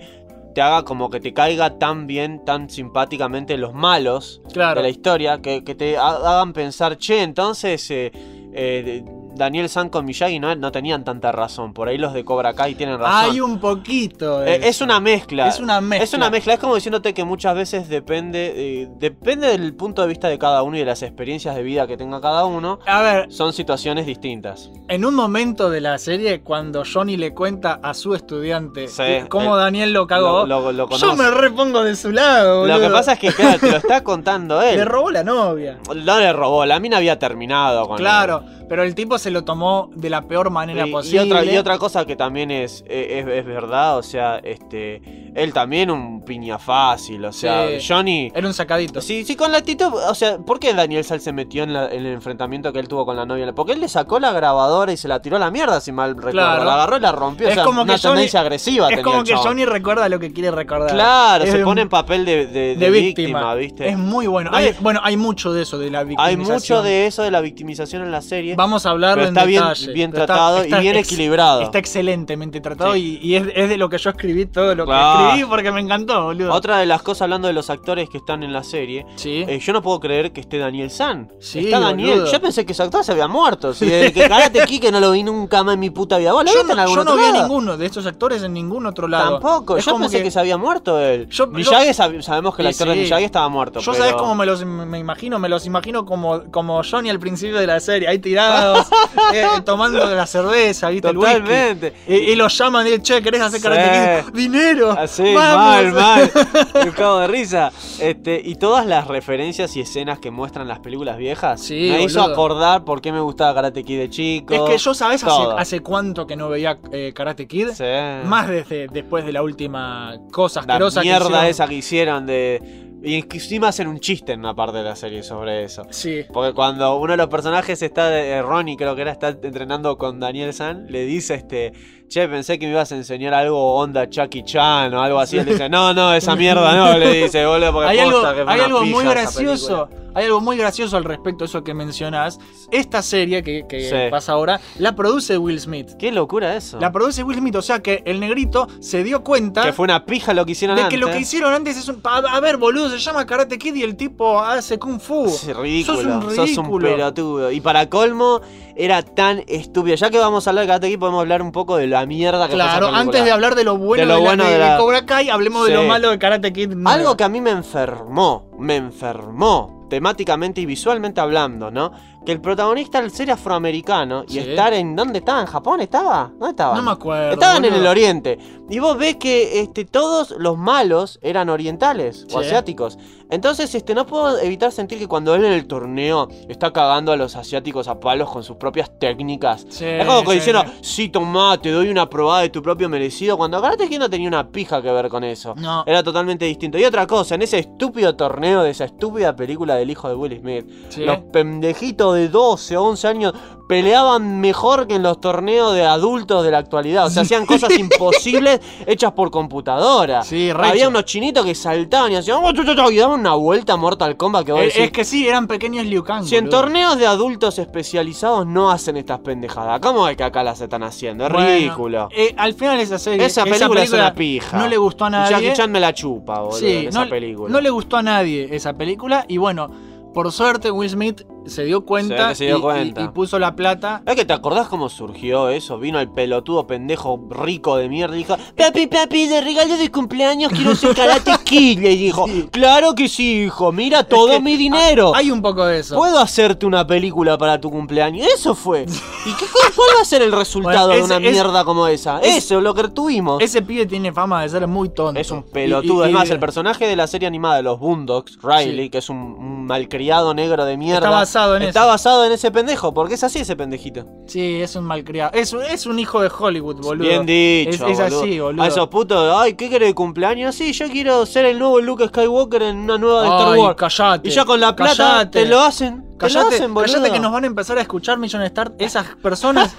[SPEAKER 3] te haga como que te caiga tan bien, tan simpáticamente los malos
[SPEAKER 2] Claro.
[SPEAKER 3] de la historia, que, que te ha- hagan pensar, che, entonces eh, eh, Daniel San con Miyagi no, no tenían tanta razón, por ahí los de Cobra Kai tienen razón.
[SPEAKER 2] Hay un poquito. de
[SPEAKER 3] Eh, es
[SPEAKER 2] eso.
[SPEAKER 3] una mezcla.
[SPEAKER 2] Es una mezcla.
[SPEAKER 3] Es una mezcla. Es como diciéndote que muchas veces depende, eh, depende del punto de vista de cada uno y de las experiencias de vida que tenga cada uno.
[SPEAKER 2] A ver,
[SPEAKER 3] Son situaciones distintas.
[SPEAKER 2] en un momento de la serie, cuando Johnny le cuenta a su estudiante
[SPEAKER 3] Sí,
[SPEAKER 2] eh, cómo
[SPEAKER 3] eh,
[SPEAKER 2] Daniel lo
[SPEAKER 3] Lo,
[SPEAKER 2] cagó,
[SPEAKER 3] lo- lo conoce.
[SPEAKER 2] yo me repongo de su lado.
[SPEAKER 3] Lo que
[SPEAKER 2] boludo.
[SPEAKER 3] pasa es que, claro, te lo está contando él.
[SPEAKER 2] Le robó la novia.
[SPEAKER 3] no le robó, la mina había terminado con él.
[SPEAKER 2] Claro, pero el tipo se lo tomó de la peor manera
[SPEAKER 3] Y- Y,
[SPEAKER 2] posible.
[SPEAKER 3] otra, y otra cosa que también es, eh, es, es verdad, o sea, este, él también un piña fácil, o sea,
[SPEAKER 2] Sí.
[SPEAKER 3] Johnny...
[SPEAKER 2] Era un sacadito.
[SPEAKER 3] Sí, sí, con la actitud, o sea, ¿por qué Daniel Sal se metió en, la- en el enfrentamiento que él tuvo con la novia? Porque él le sacó la grabadora y se la tiró a la mierda, si mal recuerdo.
[SPEAKER 2] Claro.
[SPEAKER 3] La agarró y la rompió, o
[SPEAKER 2] Es
[SPEAKER 3] sea,
[SPEAKER 2] como
[SPEAKER 3] una
[SPEAKER 2] que Johnny-
[SPEAKER 3] tendencia agresiva
[SPEAKER 2] es
[SPEAKER 3] tenía
[SPEAKER 2] como
[SPEAKER 3] el
[SPEAKER 2] que
[SPEAKER 3] chabón.
[SPEAKER 2] Johnny recuerda lo que quiere recordar.
[SPEAKER 3] Claro,
[SPEAKER 2] Es
[SPEAKER 3] se
[SPEAKER 2] un-
[SPEAKER 3] pone en papel de, de-
[SPEAKER 2] de,
[SPEAKER 3] de
[SPEAKER 2] víctima.
[SPEAKER 3] víctima, ¿viste?
[SPEAKER 2] Es muy bueno.
[SPEAKER 3] No,
[SPEAKER 2] Hay-
[SPEAKER 3] es-
[SPEAKER 2] Bueno, hay mucho de eso de la
[SPEAKER 3] Hay
[SPEAKER 2] victimización.
[SPEAKER 3] mucho de eso de la victimización en la serie.
[SPEAKER 2] Vamos a hablarlo
[SPEAKER 3] pero
[SPEAKER 2] en
[SPEAKER 3] está bien,
[SPEAKER 2] detalle.
[SPEAKER 3] bien
[SPEAKER 2] Pero está-
[SPEAKER 3] tratado
[SPEAKER 2] está
[SPEAKER 3] y bien
[SPEAKER 2] ex-
[SPEAKER 3] equilibrado.
[SPEAKER 2] Está excelentemente tratado
[SPEAKER 3] Sí.
[SPEAKER 2] y, y es, es de lo que yo escribí todo lo
[SPEAKER 3] Claro.
[SPEAKER 2] que escribí porque me encantó, boludo.
[SPEAKER 3] Otra de las cosas hablando de los actores que están en la serie,
[SPEAKER 2] Sí.
[SPEAKER 3] eh, yo no puedo creer que esté Daniel San.
[SPEAKER 2] Sí,
[SPEAKER 3] Está Daniel.
[SPEAKER 2] boludo.
[SPEAKER 3] Yo pensé que ese actor se había muerto. Si desde que Karate Kid que no lo vi nunca más en mi puta vida. ¿Vos lo
[SPEAKER 2] yo
[SPEAKER 3] viste en
[SPEAKER 2] no,
[SPEAKER 3] algún
[SPEAKER 2] yo no
[SPEAKER 3] otro
[SPEAKER 2] vi a
[SPEAKER 3] lado?
[SPEAKER 2] ninguno de estos actores en ningún otro lado.
[SPEAKER 3] Tampoco,
[SPEAKER 2] Es
[SPEAKER 3] yo
[SPEAKER 2] como
[SPEAKER 3] pensé que... se había muerto él.
[SPEAKER 2] Yo-
[SPEAKER 3] Miyagi sabe- sabemos que el
[SPEAKER 2] Y
[SPEAKER 3] actor de
[SPEAKER 2] sí.
[SPEAKER 3] Miyagi estaba muerto.
[SPEAKER 2] Yo
[SPEAKER 3] pero-
[SPEAKER 2] sabes cómo me los me imagino, me los imagino como, como Johnny al principio de la serie, ahí tirados, eh, tomando la cerveza, viste, el whisky.
[SPEAKER 3] Totalmente.
[SPEAKER 2] Y, y los llaman y dicen, che, ¿querés hacer
[SPEAKER 3] Sí.
[SPEAKER 2] karate Kid?". ¡Dinero!
[SPEAKER 3] Así, mal,
[SPEAKER 2] ¡Vamos! eh".
[SPEAKER 3] mal. Me cago de risa. Este, y todas las referencias y escenas que muestran las películas viejas
[SPEAKER 2] Sí,
[SPEAKER 3] me hizo
[SPEAKER 2] boludo.
[SPEAKER 3] acordar por qué me gustaba Karate Kid de chico.
[SPEAKER 2] Es que yo, ¿sabes hace,
[SPEAKER 3] todo.
[SPEAKER 2] hace cuánto que no veía eh, Karate Kid?
[SPEAKER 3] Sí.
[SPEAKER 2] Más desde después de la última cosa
[SPEAKER 3] la
[SPEAKER 2] asquerosa que
[SPEAKER 3] mierda
[SPEAKER 2] hicieron.
[SPEAKER 3] esa que hicieron de. Y que encima hacen un chiste en una parte de la serie sobre eso.
[SPEAKER 2] Sí.
[SPEAKER 3] Porque cuando uno de los personajes está, de- eh, Ronnie creo que era, está entrenando con Daniel San, le dice este, che, pensé que me ibas a enseñar algo onda Chucky Chan o algo así. Él dice, no, no, esa mierda no, le dice, boludo, porque
[SPEAKER 2] Hay algo,
[SPEAKER 3] posta que fue
[SPEAKER 2] hay
[SPEAKER 3] una
[SPEAKER 2] algo
[SPEAKER 3] pija
[SPEAKER 2] muy
[SPEAKER 3] esa
[SPEAKER 2] gracioso. Hay algo muy gracioso al respecto de eso que mencionás. Esta serie que, que
[SPEAKER 3] Sí.
[SPEAKER 2] pasa ahora la produce Will Smith.
[SPEAKER 3] película. Qué locura eso.
[SPEAKER 2] La produce Will Smith, o sea que el negrito se dio cuenta
[SPEAKER 3] que fue una pija lo que hicieron
[SPEAKER 2] de
[SPEAKER 3] antes.
[SPEAKER 2] que lo que hicieron antes es un. A, a ver, boludo, se llama Karate Kid y el tipo hace Kung Fu.
[SPEAKER 3] Es ridículo,
[SPEAKER 2] Uh, Sos un ridículo.
[SPEAKER 3] pelotudo. Y para colmo, era tan estúpido. Ya que vamos a hablar de Karate Kid, podemos hablar un poco de la mierda que fue esa
[SPEAKER 2] Claro,
[SPEAKER 3] película.
[SPEAKER 2] antes de hablar de lo bueno
[SPEAKER 3] De
[SPEAKER 2] de,
[SPEAKER 3] lo
[SPEAKER 2] la-
[SPEAKER 3] bueno
[SPEAKER 2] de-
[SPEAKER 3] de
[SPEAKER 2] de
[SPEAKER 3] la-
[SPEAKER 2] Cobra Kai, hablemos
[SPEAKER 3] Sí.
[SPEAKER 2] de lo malo de Karate Kid.
[SPEAKER 3] Algo que a mí me enfermó, me enfermó, temáticamente y visualmente hablando, ¿no? Que el protagonista al ser afroamericano y
[SPEAKER 2] Sí.
[SPEAKER 3] estar en. ¿Dónde estaba? ¿En Japón estaba? ¿Dónde estaba?
[SPEAKER 2] No me acuerdo.
[SPEAKER 3] Estaban en
[SPEAKER 2] boludo.
[SPEAKER 3] el oriente. Y vos ves que este, todos los malos eran orientales o
[SPEAKER 2] Sí.
[SPEAKER 3] asiáticos. Entonces, este, no puedo evitar sentir que cuando él en el torneo está cagando a los asiáticos a palos con sus propias técnicas.
[SPEAKER 2] Sí,
[SPEAKER 3] es como que
[SPEAKER 2] sí,
[SPEAKER 3] diciendo,
[SPEAKER 2] sí.
[SPEAKER 3] sí, tomá, te doy una probada de tu propio merecido. Cuando Karate Kid no tenía una pija que ver con eso.
[SPEAKER 2] No.
[SPEAKER 3] Era totalmente distinto. Y otra cosa, en ese estúpido torneo de esa estúpida película del hijo de Will Smith,
[SPEAKER 2] Sí.
[SPEAKER 3] los pendejitos de 12 o 11 años peleaban mejor que en los torneos de adultos de la actualidad. O sea, hacían cosas imposibles hechas por computadora.
[SPEAKER 2] Sí, recho.
[SPEAKER 3] Había unos chinitos que saltaban y hacían... "Oh, tu, tu, tu", Y daban una vuelta a Mortal Kombat que vos
[SPEAKER 2] Eh,
[SPEAKER 3] decís,
[SPEAKER 2] es que sí, eran pequeños Liu Kang.
[SPEAKER 3] Si en
[SPEAKER 2] boludo.
[SPEAKER 3] torneos de adultos especializados no hacen estas pendejadas, ¿cómo es que acá las están haciendo? Es
[SPEAKER 2] Bueno,
[SPEAKER 3] ridículo.
[SPEAKER 2] eh, al final esa serie.
[SPEAKER 3] Esa película es una pija.
[SPEAKER 2] No le gustó a nadie.
[SPEAKER 3] Jackie Chan me la chupa, boludo,
[SPEAKER 2] Sí,
[SPEAKER 3] en
[SPEAKER 2] no,
[SPEAKER 3] esa película.
[SPEAKER 2] no le gustó a nadie esa película. Y bueno, por suerte Will Smith se dio cuenta,
[SPEAKER 3] que se dio
[SPEAKER 2] y- y-
[SPEAKER 3] cuenta.
[SPEAKER 2] Y, puso la plata.
[SPEAKER 3] Es que te acordás cómo surgió eso. Vino el pelotudo pendejo rico de mierda y dijo: Papi, papi, de regalo de cumpleaños quiero ser karate kid. Le dijo: Claro que sí, hijo, mira todo
[SPEAKER 2] que ah,
[SPEAKER 3] mi dinero.
[SPEAKER 2] Hay un poco de eso.
[SPEAKER 3] Puedo hacerte una película para tu cumpleaños. Eso fue. ¿Y qué, cuál, cuál va a ser el resultado
[SPEAKER 2] Bueno,
[SPEAKER 3] de
[SPEAKER 2] ese-
[SPEAKER 3] una
[SPEAKER 2] es-
[SPEAKER 3] mierda como esa?
[SPEAKER 2] es-
[SPEAKER 3] eso, lo que tuvimos. Es,
[SPEAKER 2] Ese pibe tiene fama de ser muy tonto.
[SPEAKER 3] un pelotudo.
[SPEAKER 2] Y- y-
[SPEAKER 3] es más,
[SPEAKER 2] y-
[SPEAKER 3] el personaje de la serie animada de los Boondocks, Riley,
[SPEAKER 2] Sí.
[SPEAKER 3] que es un, un malcriado negro de mierda.
[SPEAKER 2] Está basado en
[SPEAKER 3] Está
[SPEAKER 2] eso.
[SPEAKER 3] basado en ese pendejo, porque es así ese pendejito.
[SPEAKER 2] Sí, es un malcriado. Es, un- es un hijo de Hollywood, boludo.
[SPEAKER 3] Bien dicho.
[SPEAKER 2] Es, es así, boludo.
[SPEAKER 3] A esos putos, ay, ¿qué querés de cumpleaños? Sí, yo quiero ser el nuevo Luke Skywalker en una nueva de Star
[SPEAKER 2] Ay,
[SPEAKER 3] Wars.
[SPEAKER 2] callate,
[SPEAKER 3] y ya con la plata
[SPEAKER 2] callate.
[SPEAKER 3] te lo hacen. Te lo
[SPEAKER 2] Callate,
[SPEAKER 3] hacen, boludo.
[SPEAKER 2] callate que nos van a empezar a escuchar Million Star. Esas personas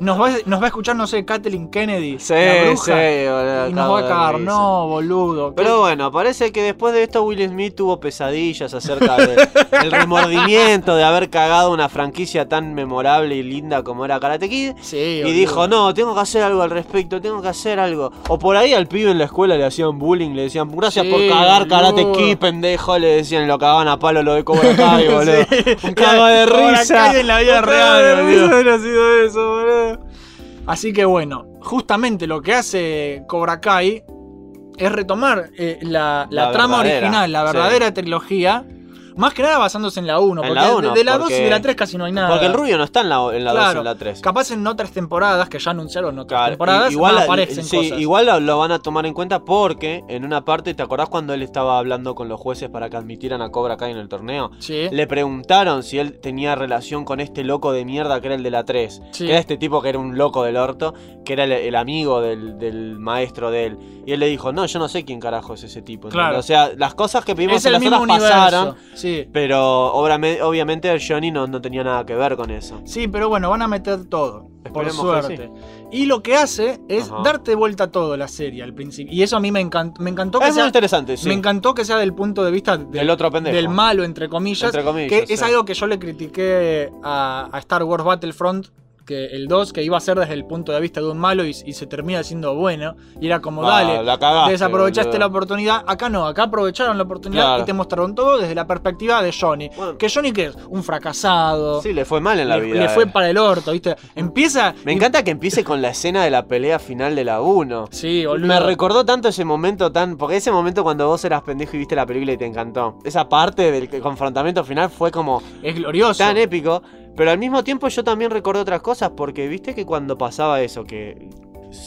[SPEAKER 2] nos, va, nos va a escuchar, no sé, Kathleen Kennedy.
[SPEAKER 3] Sí,
[SPEAKER 2] la
[SPEAKER 3] sí,
[SPEAKER 2] bruja,
[SPEAKER 3] boludo.
[SPEAKER 2] Y nos va a cagar.
[SPEAKER 3] cagar,
[SPEAKER 2] No, boludo.
[SPEAKER 3] Pero bueno, parece que después de esto Will Smith tuvo pesadillas acerca del el remordimiento de haber cagado una franquicia tan memorable y linda como era Karate Kid.
[SPEAKER 2] Sí,
[SPEAKER 3] Y
[SPEAKER 2] boludo.
[SPEAKER 3] dijo, no, tengo que hacer algo al respecto, tengo que hacer algo. O por ahí al pibe en la escuela le hacían bullying, le decían, gracias
[SPEAKER 2] Sí,
[SPEAKER 3] por cagar karate
[SPEAKER 2] boludo.
[SPEAKER 3] kid, pendejo, le decían, lo cagaban a palo lo de Cobra Kai, boludo.
[SPEAKER 2] Sí.
[SPEAKER 3] Un cago de
[SPEAKER 2] Cobra
[SPEAKER 3] risa.
[SPEAKER 2] Kai en la vida
[SPEAKER 3] Un cago de
[SPEAKER 2] real, boludo.
[SPEAKER 3] risa hubiera sido eso, boludo.
[SPEAKER 2] Así que bueno, justamente lo que hace Cobra Kai es retomar eh, la, la
[SPEAKER 3] La
[SPEAKER 2] trama
[SPEAKER 3] verdadera,
[SPEAKER 2] original, la
[SPEAKER 3] sí.
[SPEAKER 2] verdadera trilogía. Más que nada basándose en la 1,
[SPEAKER 3] En
[SPEAKER 2] porque
[SPEAKER 3] la
[SPEAKER 2] de-
[SPEAKER 3] uno,
[SPEAKER 2] de, la 2 y
[SPEAKER 3] porque-
[SPEAKER 2] de la 3 casi no hay nada.
[SPEAKER 3] Porque el rubio no está en la 2 en la, dos,
[SPEAKER 2] Claro.
[SPEAKER 3] en la 3.
[SPEAKER 2] Capaz en otras temporadas, que ya anunciaron otras
[SPEAKER 3] Claro,
[SPEAKER 2] temporadas,
[SPEAKER 3] i- igual,
[SPEAKER 2] ah,
[SPEAKER 3] la-
[SPEAKER 2] aparecen
[SPEAKER 3] sí,
[SPEAKER 2] cosas.
[SPEAKER 3] igual lo, lo van a tomar en cuenta porque en una parte, ¿te acordás cuando él estaba hablando con los jueces para que admitieran a Cobra Kai en el torneo?
[SPEAKER 2] Sí.
[SPEAKER 3] Le preguntaron si él tenía relación con este loco de mierda que era el de la 3.
[SPEAKER 2] Sí.
[SPEAKER 3] Que era este tipo que era un loco del orto, que era el, el amigo del, del maestro de él. Y él le dijo, no, yo no sé quién carajo es ese tipo. ¿entendés?
[SPEAKER 2] Claro.
[SPEAKER 3] O sea, las cosas que vimos
[SPEAKER 2] es
[SPEAKER 3] en
[SPEAKER 2] el
[SPEAKER 3] las
[SPEAKER 2] mismo
[SPEAKER 3] horas
[SPEAKER 2] universo.
[SPEAKER 3] pasaron.
[SPEAKER 2] Sí.
[SPEAKER 3] Pero obrame- obviamente Johnny no, no tenía nada que ver con eso.
[SPEAKER 2] Sí, pero bueno, van a meter todo. Por
[SPEAKER 3] Esperemos que
[SPEAKER 2] suerte. Y lo que hace es
[SPEAKER 3] Ajá.
[SPEAKER 2] darte vuelta a todo la serie al principio. Y eso a mí me, encantó me encantó que
[SPEAKER 3] Es muy
[SPEAKER 2] sea.
[SPEAKER 3] interesante, sí.
[SPEAKER 2] Me encantó que sea del punto de vista de-
[SPEAKER 3] Del otro pendejo.
[SPEAKER 2] del malo, entre comillas.
[SPEAKER 3] Entre comillas,
[SPEAKER 2] que es
[SPEAKER 3] sí.
[SPEAKER 2] algo que yo le critiqué a, a Star Wars Battlefront, que el 2, que iba a ser desde el punto de vista de un malo y, y se termina siendo bueno. Y era como,
[SPEAKER 3] Ah,
[SPEAKER 2] dale,
[SPEAKER 3] la cagaste,
[SPEAKER 2] desaprovechaste
[SPEAKER 3] boludo.
[SPEAKER 2] la oportunidad. Acá no, acá aprovecharon la oportunidad
[SPEAKER 3] Claro.
[SPEAKER 2] y te mostraron todo desde la perspectiva de Johnny.
[SPEAKER 3] Bueno.
[SPEAKER 2] que Johnny, que es? Un fracasado.
[SPEAKER 3] Sí, le fue mal en la
[SPEAKER 2] le,
[SPEAKER 3] vida.
[SPEAKER 2] le fue
[SPEAKER 3] eh.
[SPEAKER 2] para el orto, ¿viste? Empieza.
[SPEAKER 3] Me
[SPEAKER 2] y-
[SPEAKER 3] encanta que empiece con la escena de la pelea final de la 1.
[SPEAKER 2] Sí, boludo.
[SPEAKER 3] Me recordó tanto ese momento tan. Porque ese momento cuando vos eras pendejo y viste la película y te encantó. Esa parte del que- confrontamiento final fue como
[SPEAKER 2] Es glorioso.
[SPEAKER 3] tan eh, épico. Pero al mismo tiempo yo también recordé otras cosas. Porque viste que cuando pasaba eso, que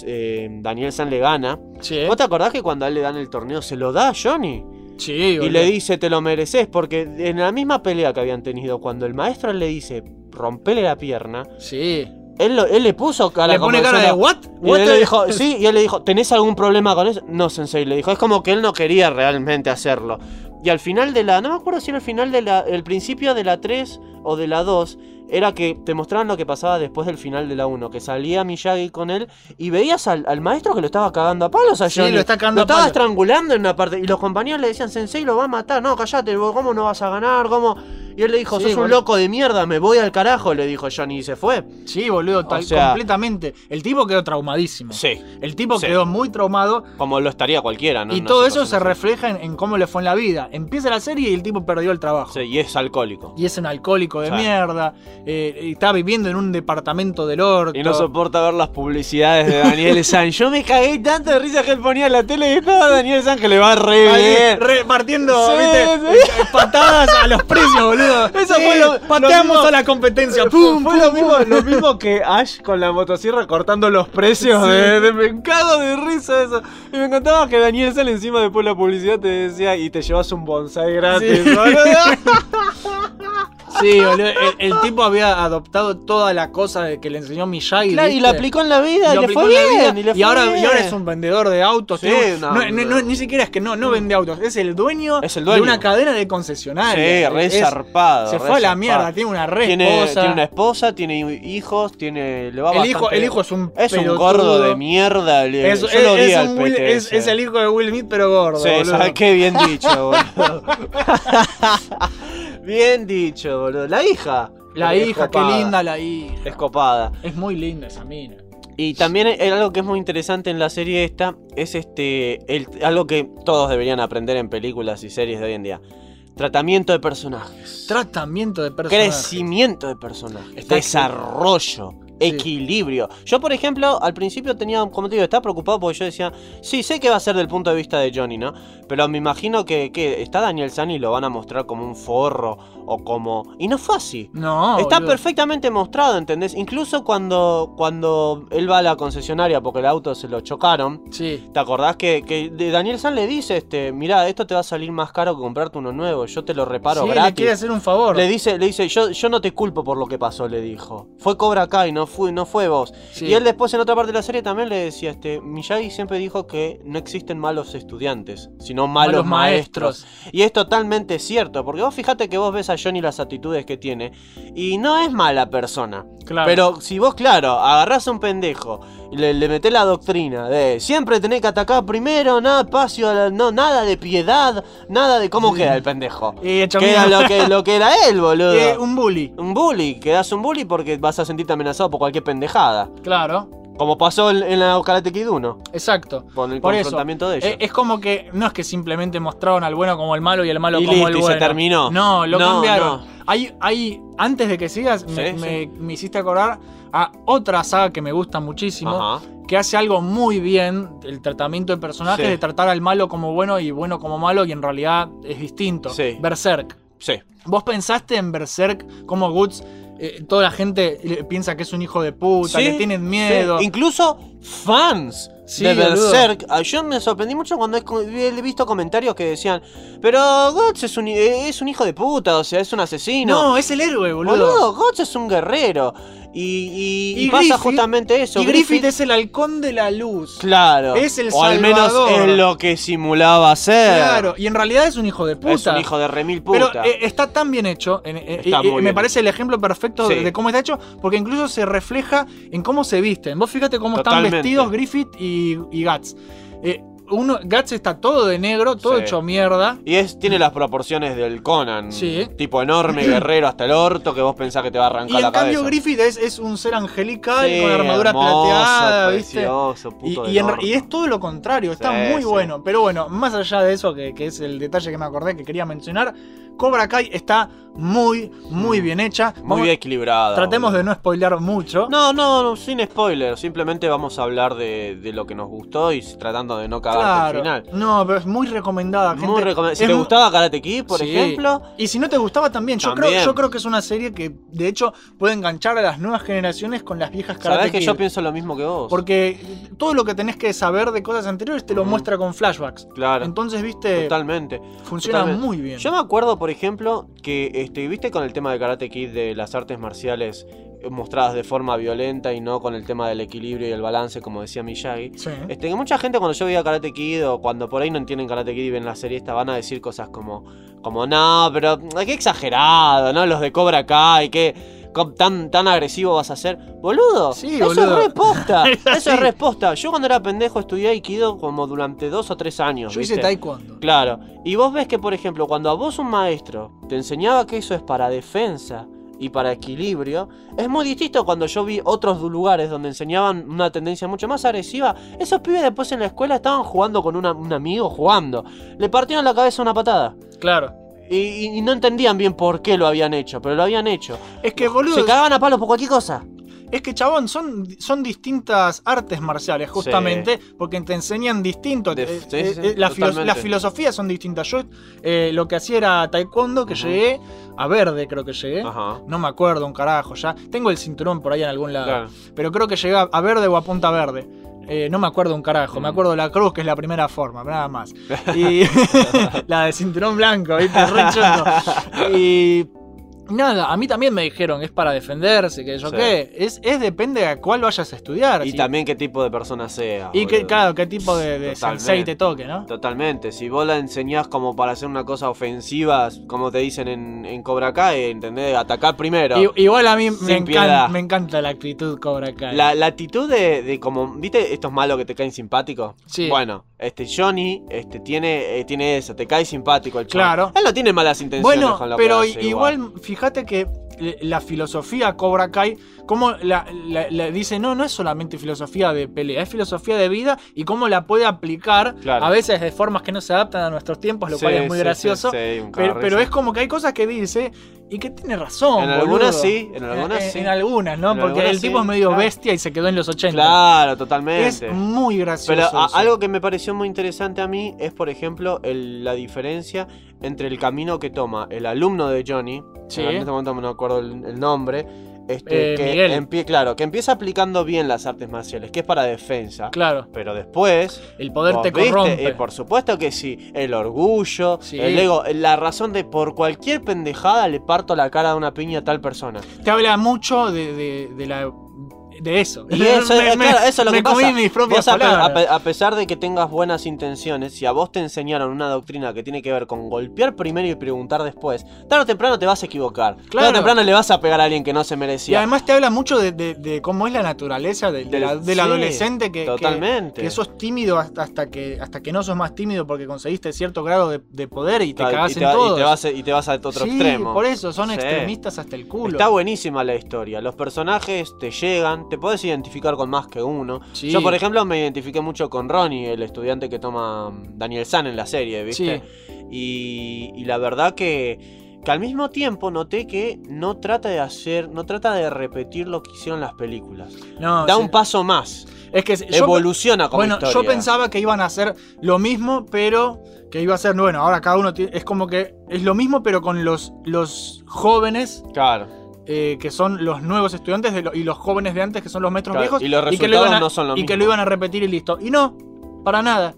[SPEAKER 3] eh, Daniel San le gana.
[SPEAKER 2] Sí, eh.
[SPEAKER 3] ¿Vos te acordás que cuando a él le dan el torneo se lo da a Johnny?
[SPEAKER 2] sí,
[SPEAKER 3] Y
[SPEAKER 2] boludo.
[SPEAKER 3] le dice, te lo mereces. Porque en la misma pelea que habían tenido, cuando el maestro le dice, rompele la pierna,
[SPEAKER 2] Sí.
[SPEAKER 3] él, lo- él le puso cara
[SPEAKER 2] Le
[SPEAKER 3] como
[SPEAKER 2] pone cara de
[SPEAKER 3] diciendo,
[SPEAKER 2] what?
[SPEAKER 3] y
[SPEAKER 2] What
[SPEAKER 3] él
[SPEAKER 2] the-"
[SPEAKER 3] le dijo, sí, y él le dijo, ¿tenés algún problema con eso? No, Sensei, le dijo. Es como que él no quería realmente hacerlo. Y al final de la, no me acuerdo si era el final de la, el principio de la 3 o de la 2, era que te mostraban lo que pasaba después del final de la 1, que salía Miyagi con él y veías al, al maestro que lo estaba cagando a palos a
[SPEAKER 2] Sí,
[SPEAKER 3] Johnny.
[SPEAKER 2] lo está cagando a
[SPEAKER 3] estaba
[SPEAKER 2] palos.
[SPEAKER 3] estrangulando en una parte. Y los compañeros le decían, Sensei lo va a matar, no, callate, vos, ¿cómo no vas a ganar? ¿Cómo? Y él le dijo,
[SPEAKER 2] Sí,
[SPEAKER 3] sos un
[SPEAKER 2] boludo.
[SPEAKER 3] loco de mierda, me voy al carajo, le dijo Johnny y se fue.
[SPEAKER 2] Sí, boludo, tal-
[SPEAKER 3] sea-
[SPEAKER 2] completamente. El tipo quedó traumadísimo. El tipo
[SPEAKER 3] Sí.
[SPEAKER 2] quedó muy traumado
[SPEAKER 3] como lo estaría cualquiera, ¿no?
[SPEAKER 2] y
[SPEAKER 3] En una
[SPEAKER 2] todo eso se
[SPEAKER 3] situación así.
[SPEAKER 2] refleja en, en cómo le fue en la vida. Empieza la serie y el tipo perdió el trabajo.
[SPEAKER 3] Sí, y es alcohólico.
[SPEAKER 2] Y es un alcohólico de
[SPEAKER 3] Sí.
[SPEAKER 2] mierda. eh, y está viviendo en un departamento del orto.
[SPEAKER 3] Y no soporta ver las publicidades de Daniel San. Yo me cagué tanto de risa que él ponía en la tele y estaba Daniel San que le va re
[SPEAKER 2] Ahí,
[SPEAKER 3] bien.
[SPEAKER 2] repartiendo
[SPEAKER 3] Sí,
[SPEAKER 2] ¿viste? patadas a los precios, boludo.
[SPEAKER 3] Eso fue lo- lo
[SPEAKER 2] pateamos
[SPEAKER 3] mismo-
[SPEAKER 2] a la competencia.
[SPEAKER 3] Fue-
[SPEAKER 2] Pum,
[SPEAKER 3] fue
[SPEAKER 2] pum,
[SPEAKER 3] lo,
[SPEAKER 2] pum.
[SPEAKER 3] mismo, lo mismo que Ash con la motosierra cortando los precios
[SPEAKER 2] Sí.
[SPEAKER 3] de, de- me cago de risa eso. Y me encantaba que Daniel San encima después la publicidad te decía y te llevas un bonsai gratis.
[SPEAKER 2] Sí.
[SPEAKER 3] boludo.
[SPEAKER 2] Sí, boludo. El, el tipo había adoptado toda la cosa de que le enseñó Miyagi.
[SPEAKER 3] Claro, y
[SPEAKER 2] ¿viste?
[SPEAKER 3] lo aplicó en la vida, y
[SPEAKER 2] Lo
[SPEAKER 3] le
[SPEAKER 2] aplicó
[SPEAKER 3] fue
[SPEAKER 2] en la vida.
[SPEAKER 3] bien. le
[SPEAKER 2] y,
[SPEAKER 3] fue
[SPEAKER 2] ahora, y
[SPEAKER 3] bien.
[SPEAKER 2] ahora es un vendedor de autos.
[SPEAKER 3] Sí,
[SPEAKER 2] tiene un-
[SPEAKER 3] no,
[SPEAKER 2] no, no,
[SPEAKER 3] boludo.
[SPEAKER 2] no, ni siquiera es que no, no vende autos. Es el dueño,
[SPEAKER 3] Es el dueño.
[SPEAKER 2] de una cadena de concesionarias.
[SPEAKER 3] Sí, re
[SPEAKER 2] eh, Es-
[SPEAKER 3] zarpado, re
[SPEAKER 2] Se fue a la
[SPEAKER 3] zarpado.
[SPEAKER 2] mierda. Tiene una re
[SPEAKER 3] tiene,
[SPEAKER 2] esposa.
[SPEAKER 3] tiene una esposa, tiene hijos, tiene. Le va
[SPEAKER 2] el, hijo,
[SPEAKER 3] bastante
[SPEAKER 2] el
[SPEAKER 3] bien.
[SPEAKER 2] hijo es un
[SPEAKER 3] Es un
[SPEAKER 2] pelotudo.
[SPEAKER 3] gordo de mierda. le-
[SPEAKER 2] Es,
[SPEAKER 3] yo
[SPEAKER 2] es-
[SPEAKER 3] lo odié
[SPEAKER 2] es
[SPEAKER 3] al
[SPEAKER 2] un Will-
[SPEAKER 3] PT
[SPEAKER 2] es-
[SPEAKER 3] ese.
[SPEAKER 2] es el hijo de Will Smith, pero gordo.
[SPEAKER 3] Sí,
[SPEAKER 2] boludo.
[SPEAKER 3] ¿sabes qué? Bien dicho, boludo. bien dicho, boludo. La hija.
[SPEAKER 2] La
[SPEAKER 3] Es
[SPEAKER 2] hija, qué
[SPEAKER 3] copada.
[SPEAKER 2] linda la hija.
[SPEAKER 3] Es copada.
[SPEAKER 2] Es muy linda esa mina.
[SPEAKER 3] Y también hay- hay algo que es muy interesante en la serie esta es este el- algo que todos deberían aprender en películas y series de hoy en día. Tratamiento de personajes.
[SPEAKER 2] Tratamiento de personajes.
[SPEAKER 3] Crecimiento de personajes.
[SPEAKER 2] Está-
[SPEAKER 3] Desarrollo. Equilibrio. Yo, por ejemplo, al principio tenía, como te digo, estaba preocupado porque yo decía, sí, sé que va a ser del punto de vista de Johnny, ¿no? Pero me imagino que, que está Daniel San y lo van a mostrar como un forro o como... Y no fue así.
[SPEAKER 2] No.
[SPEAKER 3] Está
[SPEAKER 2] boludo.
[SPEAKER 3] perfectamente mostrado, ¿entendés? Incluso cuando, cuando él va a la concesionaria porque el auto se lo chocaron,
[SPEAKER 2] Sí.
[SPEAKER 3] ¿Te acordás que, que de- Daniel San le dice, este, mirá, esto te va a salir más caro que comprarte uno nuevo, yo te lo reparo
[SPEAKER 2] Sí, le
[SPEAKER 3] gratis?
[SPEAKER 2] quiere hacer un favor.
[SPEAKER 3] Le dice, le dice, yo, yo no te culpo por lo que pasó, le dijo. Fue Cobra Kai, no fui, no fue vos.
[SPEAKER 2] Sí.
[SPEAKER 3] Y él después en otra parte de la serie también le decía, este, Miyagi siempre dijo que no existen malos estudiantes, sino malos,
[SPEAKER 2] Malos
[SPEAKER 3] maestros.
[SPEAKER 2] maestros.
[SPEAKER 3] Y es totalmente cierto, porque vos fijate que vos ves a Johnny las actitudes que tiene, y no es mala persona.
[SPEAKER 2] Claro.
[SPEAKER 3] Pero si vos, claro, agarrás a un pendejo y le, le metés la doctrina de siempre tenés que atacar primero, nada espacio, a la- no, nada de piedad, nada de cómo queda el pendejo.
[SPEAKER 2] Y hecho
[SPEAKER 3] Queda
[SPEAKER 2] mierda.
[SPEAKER 3] lo que, lo que era él, boludo.
[SPEAKER 2] Eh, un bully.
[SPEAKER 3] Un bully, quedás un bully porque vas a sentirte amenazado por cualquier pendejada.
[SPEAKER 2] Claro.
[SPEAKER 3] Como pasó en, en la Karate Kid 1,
[SPEAKER 2] Exacto.
[SPEAKER 3] con el
[SPEAKER 2] Por eso,
[SPEAKER 3] confrontamiento de ellos.
[SPEAKER 2] Eh, es como que no es que simplemente mostraron al bueno como el malo y el malo
[SPEAKER 3] Y
[SPEAKER 2] como
[SPEAKER 3] listo,
[SPEAKER 2] el
[SPEAKER 3] y se
[SPEAKER 2] bueno.
[SPEAKER 3] terminó.
[SPEAKER 2] No, lo
[SPEAKER 3] No,
[SPEAKER 2] cambiaron.
[SPEAKER 3] no.
[SPEAKER 2] Hay, hay, antes de que sigas, me,
[SPEAKER 3] Sí,
[SPEAKER 2] me- me hiciste acordar a otra saga que me gusta muchísimo,
[SPEAKER 3] Ajá.
[SPEAKER 2] que hace algo muy bien, el tratamiento de personajes,
[SPEAKER 3] Sí.
[SPEAKER 2] de tratar al malo como bueno y bueno como malo, y en realidad es distinto.
[SPEAKER 3] Sí.
[SPEAKER 2] Berserk.
[SPEAKER 3] Sí.
[SPEAKER 2] ¿Vos pensaste en Berserk como Guts? eh, toda la gente eh, piensa que es un hijo de puta, que
[SPEAKER 3] Sí,
[SPEAKER 2] tienen miedo.
[SPEAKER 3] sí. Incluso fans
[SPEAKER 2] Sí,
[SPEAKER 3] de
[SPEAKER 2] boludo.
[SPEAKER 3] Berserk. Ah, Yo me sorprendí mucho cuando he he visto comentarios que decían, pero Guts es un, eh, es un hijo de puta, o sea, es un asesino.
[SPEAKER 2] no, es el héroe,
[SPEAKER 3] boludo.
[SPEAKER 2] boludo.
[SPEAKER 3] Guts es un guerrero. Y, y-
[SPEAKER 2] Y
[SPEAKER 3] y pasa
[SPEAKER 2] Griffith-
[SPEAKER 3] justamente eso.
[SPEAKER 2] Y Griffith es el halcón de la luz.
[SPEAKER 3] Claro.
[SPEAKER 2] es el
[SPEAKER 3] o al menos
[SPEAKER 2] salvador.
[SPEAKER 3] es lo que simulaba ser.
[SPEAKER 2] Claro, y en realidad es un hijo de puta.
[SPEAKER 3] Es un hijo de remil puta.
[SPEAKER 2] Pero eh, está tan bien hecho, en- eh,
[SPEAKER 3] Está
[SPEAKER 2] y- y
[SPEAKER 3] muy
[SPEAKER 2] me
[SPEAKER 3] bien
[SPEAKER 2] parece el ejemplo perfecto
[SPEAKER 3] Sí.
[SPEAKER 2] de, de cómo está hecho, porque incluso se refleja en cómo se visten. Vos fíjate cómo
[SPEAKER 3] Totalmente.
[SPEAKER 2] están vestidos Griffith y, y Guts. Eh, uno, Guts está todo de negro, todo
[SPEAKER 3] Sí.
[SPEAKER 2] hecho mierda.
[SPEAKER 3] Y es, tiene las proporciones del Conan.
[SPEAKER 2] Sí.
[SPEAKER 3] Tipo enorme, guerrero hasta el orto, que vos pensás que te va a arrancar
[SPEAKER 2] Y en
[SPEAKER 3] la
[SPEAKER 2] cambio
[SPEAKER 3] cabeza.
[SPEAKER 2] Griffith es, es un ser angelical
[SPEAKER 3] Sí,
[SPEAKER 2] con armadura
[SPEAKER 3] hermoso,
[SPEAKER 2] plateada, ¿viste?
[SPEAKER 3] precioso,
[SPEAKER 2] Y,
[SPEAKER 3] puto
[SPEAKER 2] y
[SPEAKER 3] de
[SPEAKER 2] en re-
[SPEAKER 3] orto.
[SPEAKER 2] y es todo lo contrario, está
[SPEAKER 3] Sí,
[SPEAKER 2] muy
[SPEAKER 3] sí.
[SPEAKER 2] bueno. Pero bueno, más allá de eso, que, que es el detalle que me acordé que quería mencionar, Cobra Kai está muy, muy
[SPEAKER 3] Mm.
[SPEAKER 2] bien hecha.
[SPEAKER 3] Muy
[SPEAKER 2] Vamos-
[SPEAKER 3] bien equilibrada.
[SPEAKER 2] Tratemos
[SPEAKER 3] boludo.
[SPEAKER 2] de no spoilear mucho.
[SPEAKER 3] No, no, no, sin spoiler. Simplemente vamos a hablar de, de lo que nos gustó y tratando de no cagar al final.
[SPEAKER 2] No, pero es muy recomendada, gente.
[SPEAKER 3] Muy recomendable. Si
[SPEAKER 2] Es
[SPEAKER 3] te
[SPEAKER 2] mu-
[SPEAKER 3] gustaba Karate Kid, por
[SPEAKER 2] Sí.
[SPEAKER 3] ejemplo,
[SPEAKER 2] Y si no te gustaba también, yo,
[SPEAKER 3] También.
[SPEAKER 2] Creo, yo creo que es una serie que de hecho puede enganchar a las nuevas generaciones con las viejas
[SPEAKER 3] sabés
[SPEAKER 2] Karate
[SPEAKER 3] que
[SPEAKER 2] Kid.
[SPEAKER 3] yo pienso lo mismo que vos.
[SPEAKER 2] Porque todo lo que tenés que saber de cosas anteriores te lo
[SPEAKER 3] Ujú.
[SPEAKER 2] muestra con flashbacks.
[SPEAKER 3] Claro,
[SPEAKER 2] Entonces, viste,
[SPEAKER 3] totalmente.
[SPEAKER 2] funciona
[SPEAKER 3] totalmente.
[SPEAKER 2] muy bien.
[SPEAKER 3] Yo me acuerdo, por ejemplo, que este, viste con el tema de Karate Kid de las artes marciales eh, mostradas de forma violenta y no con el tema del equilibrio y el balance, como decía Miyagi.
[SPEAKER 2] Sí.
[SPEAKER 3] Este, que mucha gente cuando yo veía Karate Kid o cuando por ahí no entienden Karate Kid y ven la serie esta van a decir cosas como, como no, pero mm, qué exagerado, ¿no? Los de Cobra Kai, que com- tan, tan agresivo vas a ser. Boludo,
[SPEAKER 2] Sí,
[SPEAKER 3] eso
[SPEAKER 2] boludo.
[SPEAKER 3] es resposta.
[SPEAKER 2] Es
[SPEAKER 3] eso
[SPEAKER 2] así.
[SPEAKER 3] es resposta. Yo cuando era pendejo estudié Aikido como durante dos o tres años.
[SPEAKER 2] Yo hice
[SPEAKER 3] ¿viste?
[SPEAKER 2] taekwondo.
[SPEAKER 3] Claro. Y vos ves que, por ejemplo, cuando a vos un maestro te enseñaba que eso es para defensa y para equilibrio, es muy distinto cuando yo vi otros du- lugares donde enseñaban una tendencia mucho más agresiva. Esos pibes después en la escuela estaban jugando con una- un amigo, jugando. Le partieron la cabeza una patada.
[SPEAKER 2] Claro.
[SPEAKER 3] Y, y no entendían bien por qué lo habían hecho, pero lo habían hecho.
[SPEAKER 2] Es que, boludo,
[SPEAKER 3] Se cagaban a palos por cualquier cosa.
[SPEAKER 2] es que, chabón, son, son distintas artes marciales, justamente, porque te enseñan distinto.
[SPEAKER 3] De-
[SPEAKER 2] Eh,
[SPEAKER 3] sí, sí,
[SPEAKER 2] eh,
[SPEAKER 3] sí,
[SPEAKER 2] eh, la filo-
[SPEAKER 3] totalmente.
[SPEAKER 2] las filosofías son distintas. Yo eh, lo que hacía era taekwondo, que
[SPEAKER 3] Ujú.
[SPEAKER 2] llegué a verde, creo que llegué.
[SPEAKER 3] Ajá.
[SPEAKER 2] No me acuerdo un carajo ya. Tengo el cinturón por ahí en algún lado.
[SPEAKER 3] Claro.
[SPEAKER 2] Pero creo que llegué a- a verde o a punta verde. Eh, no me acuerdo un carajo. Me
[SPEAKER 3] Mm.
[SPEAKER 2] acuerdo de la cruz, que es la primera forma, nada más. Y la de cinturón blanco, ¿viste? Re choto. Y nada, a mí también me dijeron, es para defenderse, que yo
[SPEAKER 3] Sí.
[SPEAKER 2] qué. Es, es depende a cuál vayas a estudiar.
[SPEAKER 3] Y
[SPEAKER 2] si-
[SPEAKER 3] también qué tipo de persona sea.
[SPEAKER 2] y que,
[SPEAKER 3] boludo.
[SPEAKER 2] claro, qué tipo de, de
[SPEAKER 3] Totalmente.
[SPEAKER 2] sensei te toque, ¿no?
[SPEAKER 3] Totalmente, si vos la enseñás como para hacer una cosa ofensiva, como te dicen en, en Cobra Kai, ¿entendés? Atacar primero.
[SPEAKER 2] I- Igual a mí
[SPEAKER 3] Sin
[SPEAKER 2] me, encan-
[SPEAKER 3] piedad.
[SPEAKER 2] me encanta la actitud Cobra Kai.
[SPEAKER 3] La, la actitud de, de como, ¿viste estos malos que te caen simpáticos?
[SPEAKER 2] Sí.
[SPEAKER 3] Bueno, este Johnny este, tiene, eh, tiene eso, te cae simpático el chabón.
[SPEAKER 2] Claro.
[SPEAKER 3] Él no tiene malas intenciones
[SPEAKER 2] Bueno,
[SPEAKER 3] con lo que
[SPEAKER 2] pero
[SPEAKER 3] hace,
[SPEAKER 2] i- igual, fíjate que le- la filosofía Cobra Kai, como la, la- la dice, no, no es solamente filosofía de pelea, es filosofía de vida y cómo la puede aplicar
[SPEAKER 3] Claro.
[SPEAKER 2] a veces de formas que no se adaptan a nuestros tiempos, lo cual
[SPEAKER 3] Sí,
[SPEAKER 2] es muy
[SPEAKER 3] sí,
[SPEAKER 2] gracioso.
[SPEAKER 3] sí, sí, un
[SPEAKER 2] Pero,
[SPEAKER 3] cagarrizo.
[SPEAKER 2] pero es como que hay cosas que dice y que tiene razón.
[SPEAKER 3] En
[SPEAKER 2] boludo. Eh,
[SPEAKER 3] algunas sí, en algunas
[SPEAKER 2] En-
[SPEAKER 3] sí.
[SPEAKER 2] en algunas, ¿no?
[SPEAKER 3] En
[SPEAKER 2] Porque
[SPEAKER 3] algunas
[SPEAKER 2] el tipo
[SPEAKER 3] sí,
[SPEAKER 2] es medio
[SPEAKER 3] claro.
[SPEAKER 2] bestia y se quedó en los 80.
[SPEAKER 3] Claro,
[SPEAKER 2] Es
[SPEAKER 3] totalmente.
[SPEAKER 2] muy gracioso.
[SPEAKER 3] Pero a-
[SPEAKER 2] eso.
[SPEAKER 3] algo que me pareció muy interesante a mí es, por ejemplo, el- la diferencia entre el camino que toma el alumno de Johnny,
[SPEAKER 2] Sí.
[SPEAKER 3] en este momento no acuerdo el, el nombre, este,
[SPEAKER 2] Eh, Miguel.
[SPEAKER 3] que empie- claro, que empieza aplicando bien las artes marciales, que es para defensa.
[SPEAKER 2] Claro,
[SPEAKER 3] Pero después,
[SPEAKER 2] el poder
[SPEAKER 3] vos
[SPEAKER 2] te
[SPEAKER 3] viste,
[SPEAKER 2] corrompe.
[SPEAKER 3] eh, por supuesto que sí, el orgullo,
[SPEAKER 2] Sí.
[SPEAKER 3] el ego, la razón de por cualquier pendejada le parto la cara de una piña a tal persona.
[SPEAKER 2] te habla mucho de, de, de la de eso.
[SPEAKER 3] Y eso,
[SPEAKER 2] Me-
[SPEAKER 3] eh,
[SPEAKER 2] me-
[SPEAKER 3] claro, eso es lo
[SPEAKER 2] me
[SPEAKER 3] que pasa.
[SPEAKER 2] comí mis
[SPEAKER 3] Vos
[SPEAKER 2] propias
[SPEAKER 3] a, pe- a
[SPEAKER 2] palabras.
[SPEAKER 3] pe- a pesar de que tengas buenas intenciones, si a vos te enseñaron una doctrina que tiene que ver con golpear primero y preguntar después, tarde o temprano te vas a equivocar. Tarde
[SPEAKER 2] Claro.
[SPEAKER 3] o temprano le vas a pegar a alguien que no se
[SPEAKER 2] Y
[SPEAKER 3] merecía.
[SPEAKER 2] además te habla mucho de, de- de cómo es la naturaleza del,
[SPEAKER 3] Del-
[SPEAKER 2] del- del
[SPEAKER 3] sí,
[SPEAKER 2] adolescente que, que-
[SPEAKER 3] Totalmente.
[SPEAKER 2] que, sos tímido hasta, hasta que hasta que no sos más tímido porque conseguiste cierto grado de, de poder y te
[SPEAKER 3] Tal-
[SPEAKER 2] cagás
[SPEAKER 3] y, te
[SPEAKER 2] en
[SPEAKER 3] va- y
[SPEAKER 2] todo.
[SPEAKER 3] te vas, a- y te vas a otro
[SPEAKER 2] sí,
[SPEAKER 3] extremo.
[SPEAKER 2] Por eso, son
[SPEAKER 3] Sí.
[SPEAKER 2] extremistas hasta el culo.
[SPEAKER 3] Está buenísima la historia. Los personajes te llegan, te podés identificar con más que uno.
[SPEAKER 2] Sí.
[SPEAKER 3] Yo, por ejemplo, me identifiqué mucho con Ronnie, el estudiante que toma mm, Daniel San en la serie, ¿viste? Y, y la verdad que, que al mismo tiempo noté que no trata de hacer, no trata de repetir lo que hicieron las películas.
[SPEAKER 2] No,
[SPEAKER 3] da
[SPEAKER 2] sí.
[SPEAKER 3] un paso más,
[SPEAKER 2] Es que yo-
[SPEAKER 3] evoluciona como
[SPEAKER 2] bueno, yo
[SPEAKER 3] historia.
[SPEAKER 2] pensaba que iban a hacer lo mismo, pero que iba a ser, bueno, ahora cada uno tiene- es como que es lo mismo, pero con los, los jóvenes
[SPEAKER 3] Claro,
[SPEAKER 2] eh, que son los nuevos estudiantes de lo- y los jóvenes de antes, que son los metros
[SPEAKER 3] claro,
[SPEAKER 2] viejos,
[SPEAKER 3] y los
[SPEAKER 2] que lo
[SPEAKER 3] resultados
[SPEAKER 2] iban a,
[SPEAKER 3] no son los
[SPEAKER 2] y que lo iban a repetir y listo. Y no, para nada.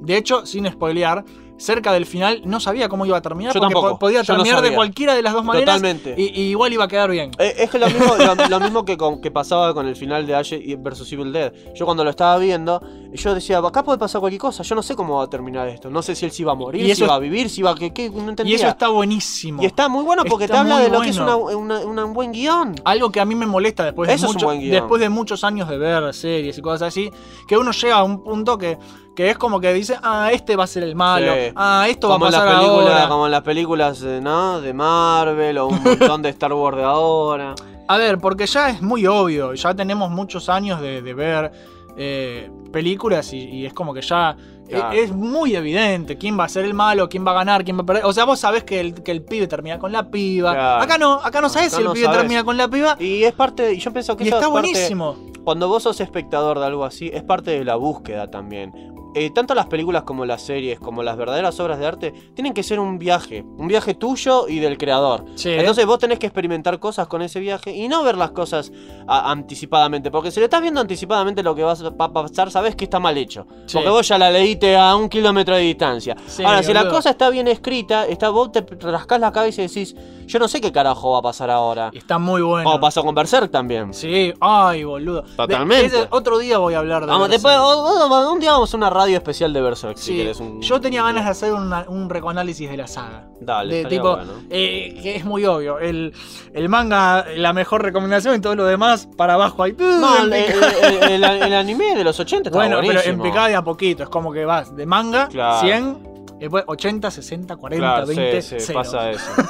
[SPEAKER 2] De hecho, sin spoilear, cerca del final no sabía cómo iba a terminar,
[SPEAKER 3] Yo
[SPEAKER 2] porque po-
[SPEAKER 3] tampoco,
[SPEAKER 2] podía
[SPEAKER 3] yo no
[SPEAKER 2] terminar de
[SPEAKER 3] sabía.
[SPEAKER 2] cualquiera de las dos maneras
[SPEAKER 3] Totalmente.
[SPEAKER 2] y, y igual iba a quedar bien.
[SPEAKER 3] Eh, Es que lo mismo, lo, lo mismo que, con- que pasaba con el final de Ash versus Evil Dead. Yo cuando lo estaba viendo, yo decía, acá puede pasar cualquier cosa, yo no sé cómo va a terminar esto. No sé si él sí va a morir,
[SPEAKER 2] Y eso
[SPEAKER 3] si
[SPEAKER 2] es-
[SPEAKER 3] va a vivir, si va a... que que- no entendía.
[SPEAKER 2] Y eso está buenísimo.
[SPEAKER 3] Y está muy bueno porque te
[SPEAKER 2] Está
[SPEAKER 3] habla
[SPEAKER 2] muy
[SPEAKER 3] de lo que es una,
[SPEAKER 2] bueno.
[SPEAKER 3] una- una- un buen guión.
[SPEAKER 2] Algo que a mí me molesta después de,
[SPEAKER 3] Eso es un
[SPEAKER 2] mucho-
[SPEAKER 3] buen guión.
[SPEAKER 2] después de muchos años de ver series y cosas así, que uno llega a un punto que, que es como que dice, ah, este va a ser el malo,
[SPEAKER 3] Sí.
[SPEAKER 2] ah, esto va a
[SPEAKER 3] Como en, las
[SPEAKER 2] pasar
[SPEAKER 3] películas,
[SPEAKER 2] ahora.
[SPEAKER 3] como en las películas, eh, ¿no? De Marvel o un montón de Star Wars de ahora.
[SPEAKER 2] A ver, porque ya es muy obvio, ya tenemos muchos años de, de ver eh, películas y, y es como que ya e-
[SPEAKER 3] Claro.
[SPEAKER 2] es, muy evidente quién va a ser el malo, quién va a ganar, quién va a perder. O sea, vos sabés que el, que el pibe termina con la piba.
[SPEAKER 3] Claro.
[SPEAKER 2] Acá no, acá no sabés
[SPEAKER 3] Acá
[SPEAKER 2] si el
[SPEAKER 3] no
[SPEAKER 2] pibe
[SPEAKER 3] sabés.
[SPEAKER 2] termina con la piba.
[SPEAKER 3] Y es parte, y yo pienso que
[SPEAKER 2] Y
[SPEAKER 3] eso
[SPEAKER 2] está
[SPEAKER 3] es parte-
[SPEAKER 2] buenísimo.
[SPEAKER 3] Cuando vos sos espectador de algo así, es parte de la búsqueda también. Eh, tanto las películas como las series, como las verdaderas obras de arte, tienen que ser un viaje. Un viaje tuyo y del creador.
[SPEAKER 2] Sí.
[SPEAKER 3] Entonces vos tenés que experimentar cosas con ese viaje y no ver las cosas a- anticipadamente. Porque si le estás viendo anticipadamente lo que vas a pa- pasar, sabes que está mal hecho.
[SPEAKER 2] Sí.
[SPEAKER 3] Porque vos ya la leíste a un kilómetro de distancia.
[SPEAKER 2] Sí,
[SPEAKER 3] Ahora, si la
[SPEAKER 2] boludo.
[SPEAKER 3] cosa está bien escrita, está, vos te rascás la cabeza y decís, yo no sé qué carajo va a pasar ahora.
[SPEAKER 2] Está muy bueno.
[SPEAKER 3] O pasó con Berserk también.
[SPEAKER 2] Sí, ay, boludo. De-
[SPEAKER 3] Totalmente.
[SPEAKER 2] ese- otro día voy a hablar de
[SPEAKER 3] Vamos,
[SPEAKER 2] Berserk.
[SPEAKER 3] después, o- o- un día vamos a una radio especial de Berserk, si
[SPEAKER 2] Sí,
[SPEAKER 3] querés un-
[SPEAKER 2] Yo tenía ganas de hacer una- un recoanálisis de la saga.
[SPEAKER 3] Dale,
[SPEAKER 2] de
[SPEAKER 3] estaría
[SPEAKER 2] tipo,
[SPEAKER 3] bueno.
[SPEAKER 2] eh, que es muy obvio. El, el manga, la mejor recomendación y todo lo demás para abajo ahí.
[SPEAKER 3] No,
[SPEAKER 2] en
[SPEAKER 3] el,
[SPEAKER 2] picada.
[SPEAKER 3] el- el- el anime de los 80 estaba
[SPEAKER 2] bueno, pero en
[SPEAKER 3] eh, buenísimo.
[SPEAKER 2] picada de a poquito. Es como que vas de manga,
[SPEAKER 3] Claro.
[SPEAKER 2] 100, después 80, 60, 40,
[SPEAKER 3] Claro,
[SPEAKER 2] 20,
[SPEAKER 3] sí, sí,
[SPEAKER 2] cero.
[SPEAKER 3] pasa eso. Sí,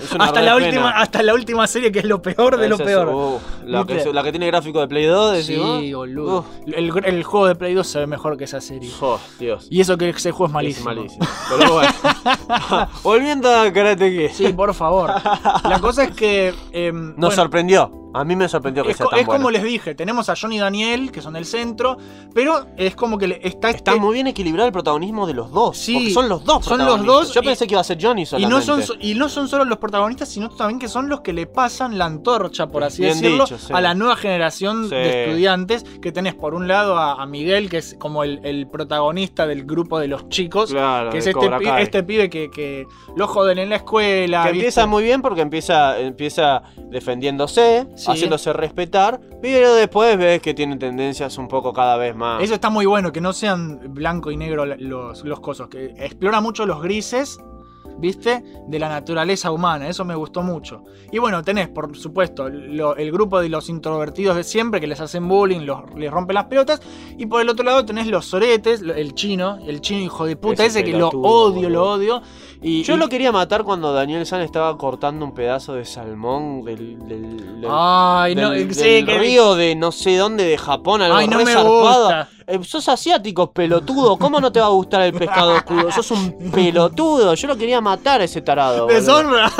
[SPEAKER 3] es una
[SPEAKER 2] hasta,
[SPEAKER 3] re
[SPEAKER 2] la
[SPEAKER 3] pena.
[SPEAKER 2] última, hasta la última serie que es lo peor de lo
[SPEAKER 3] Esa es-
[SPEAKER 2] peor.
[SPEAKER 3] uh, la, que,
[SPEAKER 2] ¿Viste?
[SPEAKER 3] la que tiene gráfico de Play 2, decís vos.
[SPEAKER 2] sí, boludo.
[SPEAKER 3] Uf.
[SPEAKER 2] El, el juego de Play 2 se ve mejor que esa serie.
[SPEAKER 3] Oh, Dios.
[SPEAKER 2] Y eso que ese juego es malísimo.
[SPEAKER 3] Es malísimo. Pero bueno. Volviendo a Karate Kid.
[SPEAKER 2] Sí, por favor. La cosa es que. em,
[SPEAKER 3] Nos
[SPEAKER 2] bueno,
[SPEAKER 3] sorprendió. A mí me sorprendió que
[SPEAKER 2] es,
[SPEAKER 3] sea
[SPEAKER 2] co-
[SPEAKER 3] tan
[SPEAKER 2] es como
[SPEAKER 3] bueno.
[SPEAKER 2] les dije, tenemos a Johnny y Daniel, que son el centro, pero es como que le- está,
[SPEAKER 3] Está
[SPEAKER 2] este-
[SPEAKER 3] muy bien equilibrado el protagonismo de los dos.
[SPEAKER 2] Sí.
[SPEAKER 3] porque son los dos
[SPEAKER 2] Son los
[SPEAKER 3] protagonistas.
[SPEAKER 2] dos
[SPEAKER 3] Yo
[SPEAKER 2] y-
[SPEAKER 3] pensé que iba a ser Johnny
[SPEAKER 2] y
[SPEAKER 3] solamente.
[SPEAKER 2] no, son, so- y no son solo los protagonistas, sino también que son los que le pasan la antorcha, por así
[SPEAKER 3] Bien
[SPEAKER 2] decirlo,
[SPEAKER 3] dicho, sí.
[SPEAKER 2] a la nueva generación
[SPEAKER 3] Sí.
[SPEAKER 2] de estudiantes. Que tenés por un lado a, a Miguel, que es como el, el protagonista del grupo de los chicos,
[SPEAKER 3] Claro,
[SPEAKER 2] que es
[SPEAKER 3] de
[SPEAKER 2] este,
[SPEAKER 3] Cobra
[SPEAKER 2] pi-
[SPEAKER 3] Kai.
[SPEAKER 2] este pibe que, que lo joden en la escuela.
[SPEAKER 3] Que
[SPEAKER 2] ¿viste?
[SPEAKER 3] empieza muy bien porque empieza, empieza defendiéndose,
[SPEAKER 2] Sí.
[SPEAKER 3] haciéndose respetar, pero después ves que tiene tendencias un poco cada vez más.
[SPEAKER 2] Eso está muy bueno, que no sean blanco y negro la- los, los cosos, que explora mucho los grises, ¿viste? De la naturaleza humana, eso me gustó mucho. Y bueno, tenés, por supuesto, lo- el grupo de los introvertidos de siempre, que les hacen bullying, los, les rompen las pelotas, y por el otro lado tenés los soretes, lo- el chino, el chino hijo de puta
[SPEAKER 3] Ese
[SPEAKER 2] ese, que lo
[SPEAKER 3] pelotudo,
[SPEAKER 2] odio, lo
[SPEAKER 3] boludo.
[SPEAKER 2] odio. Y,
[SPEAKER 3] Yo
[SPEAKER 2] y-
[SPEAKER 3] lo quería matar cuando Daniel San estaba cortando un pedazo de salmón del, del- del-
[SPEAKER 2] Ay, no, eh,
[SPEAKER 3] del-
[SPEAKER 2] sí,
[SPEAKER 3] del
[SPEAKER 2] que-
[SPEAKER 3] río de no sé dónde, de Japón, algo
[SPEAKER 2] Ay, no
[SPEAKER 3] re
[SPEAKER 2] me
[SPEAKER 3] zarpado.
[SPEAKER 2] gusta.
[SPEAKER 3] Eh, sos asiático, pelotudo. ¿Cómo no te va a gustar el pescado crudo? Sos un pelotudo. Yo lo quería matar a ese tarado. boludo.
[SPEAKER 2] Deshonra.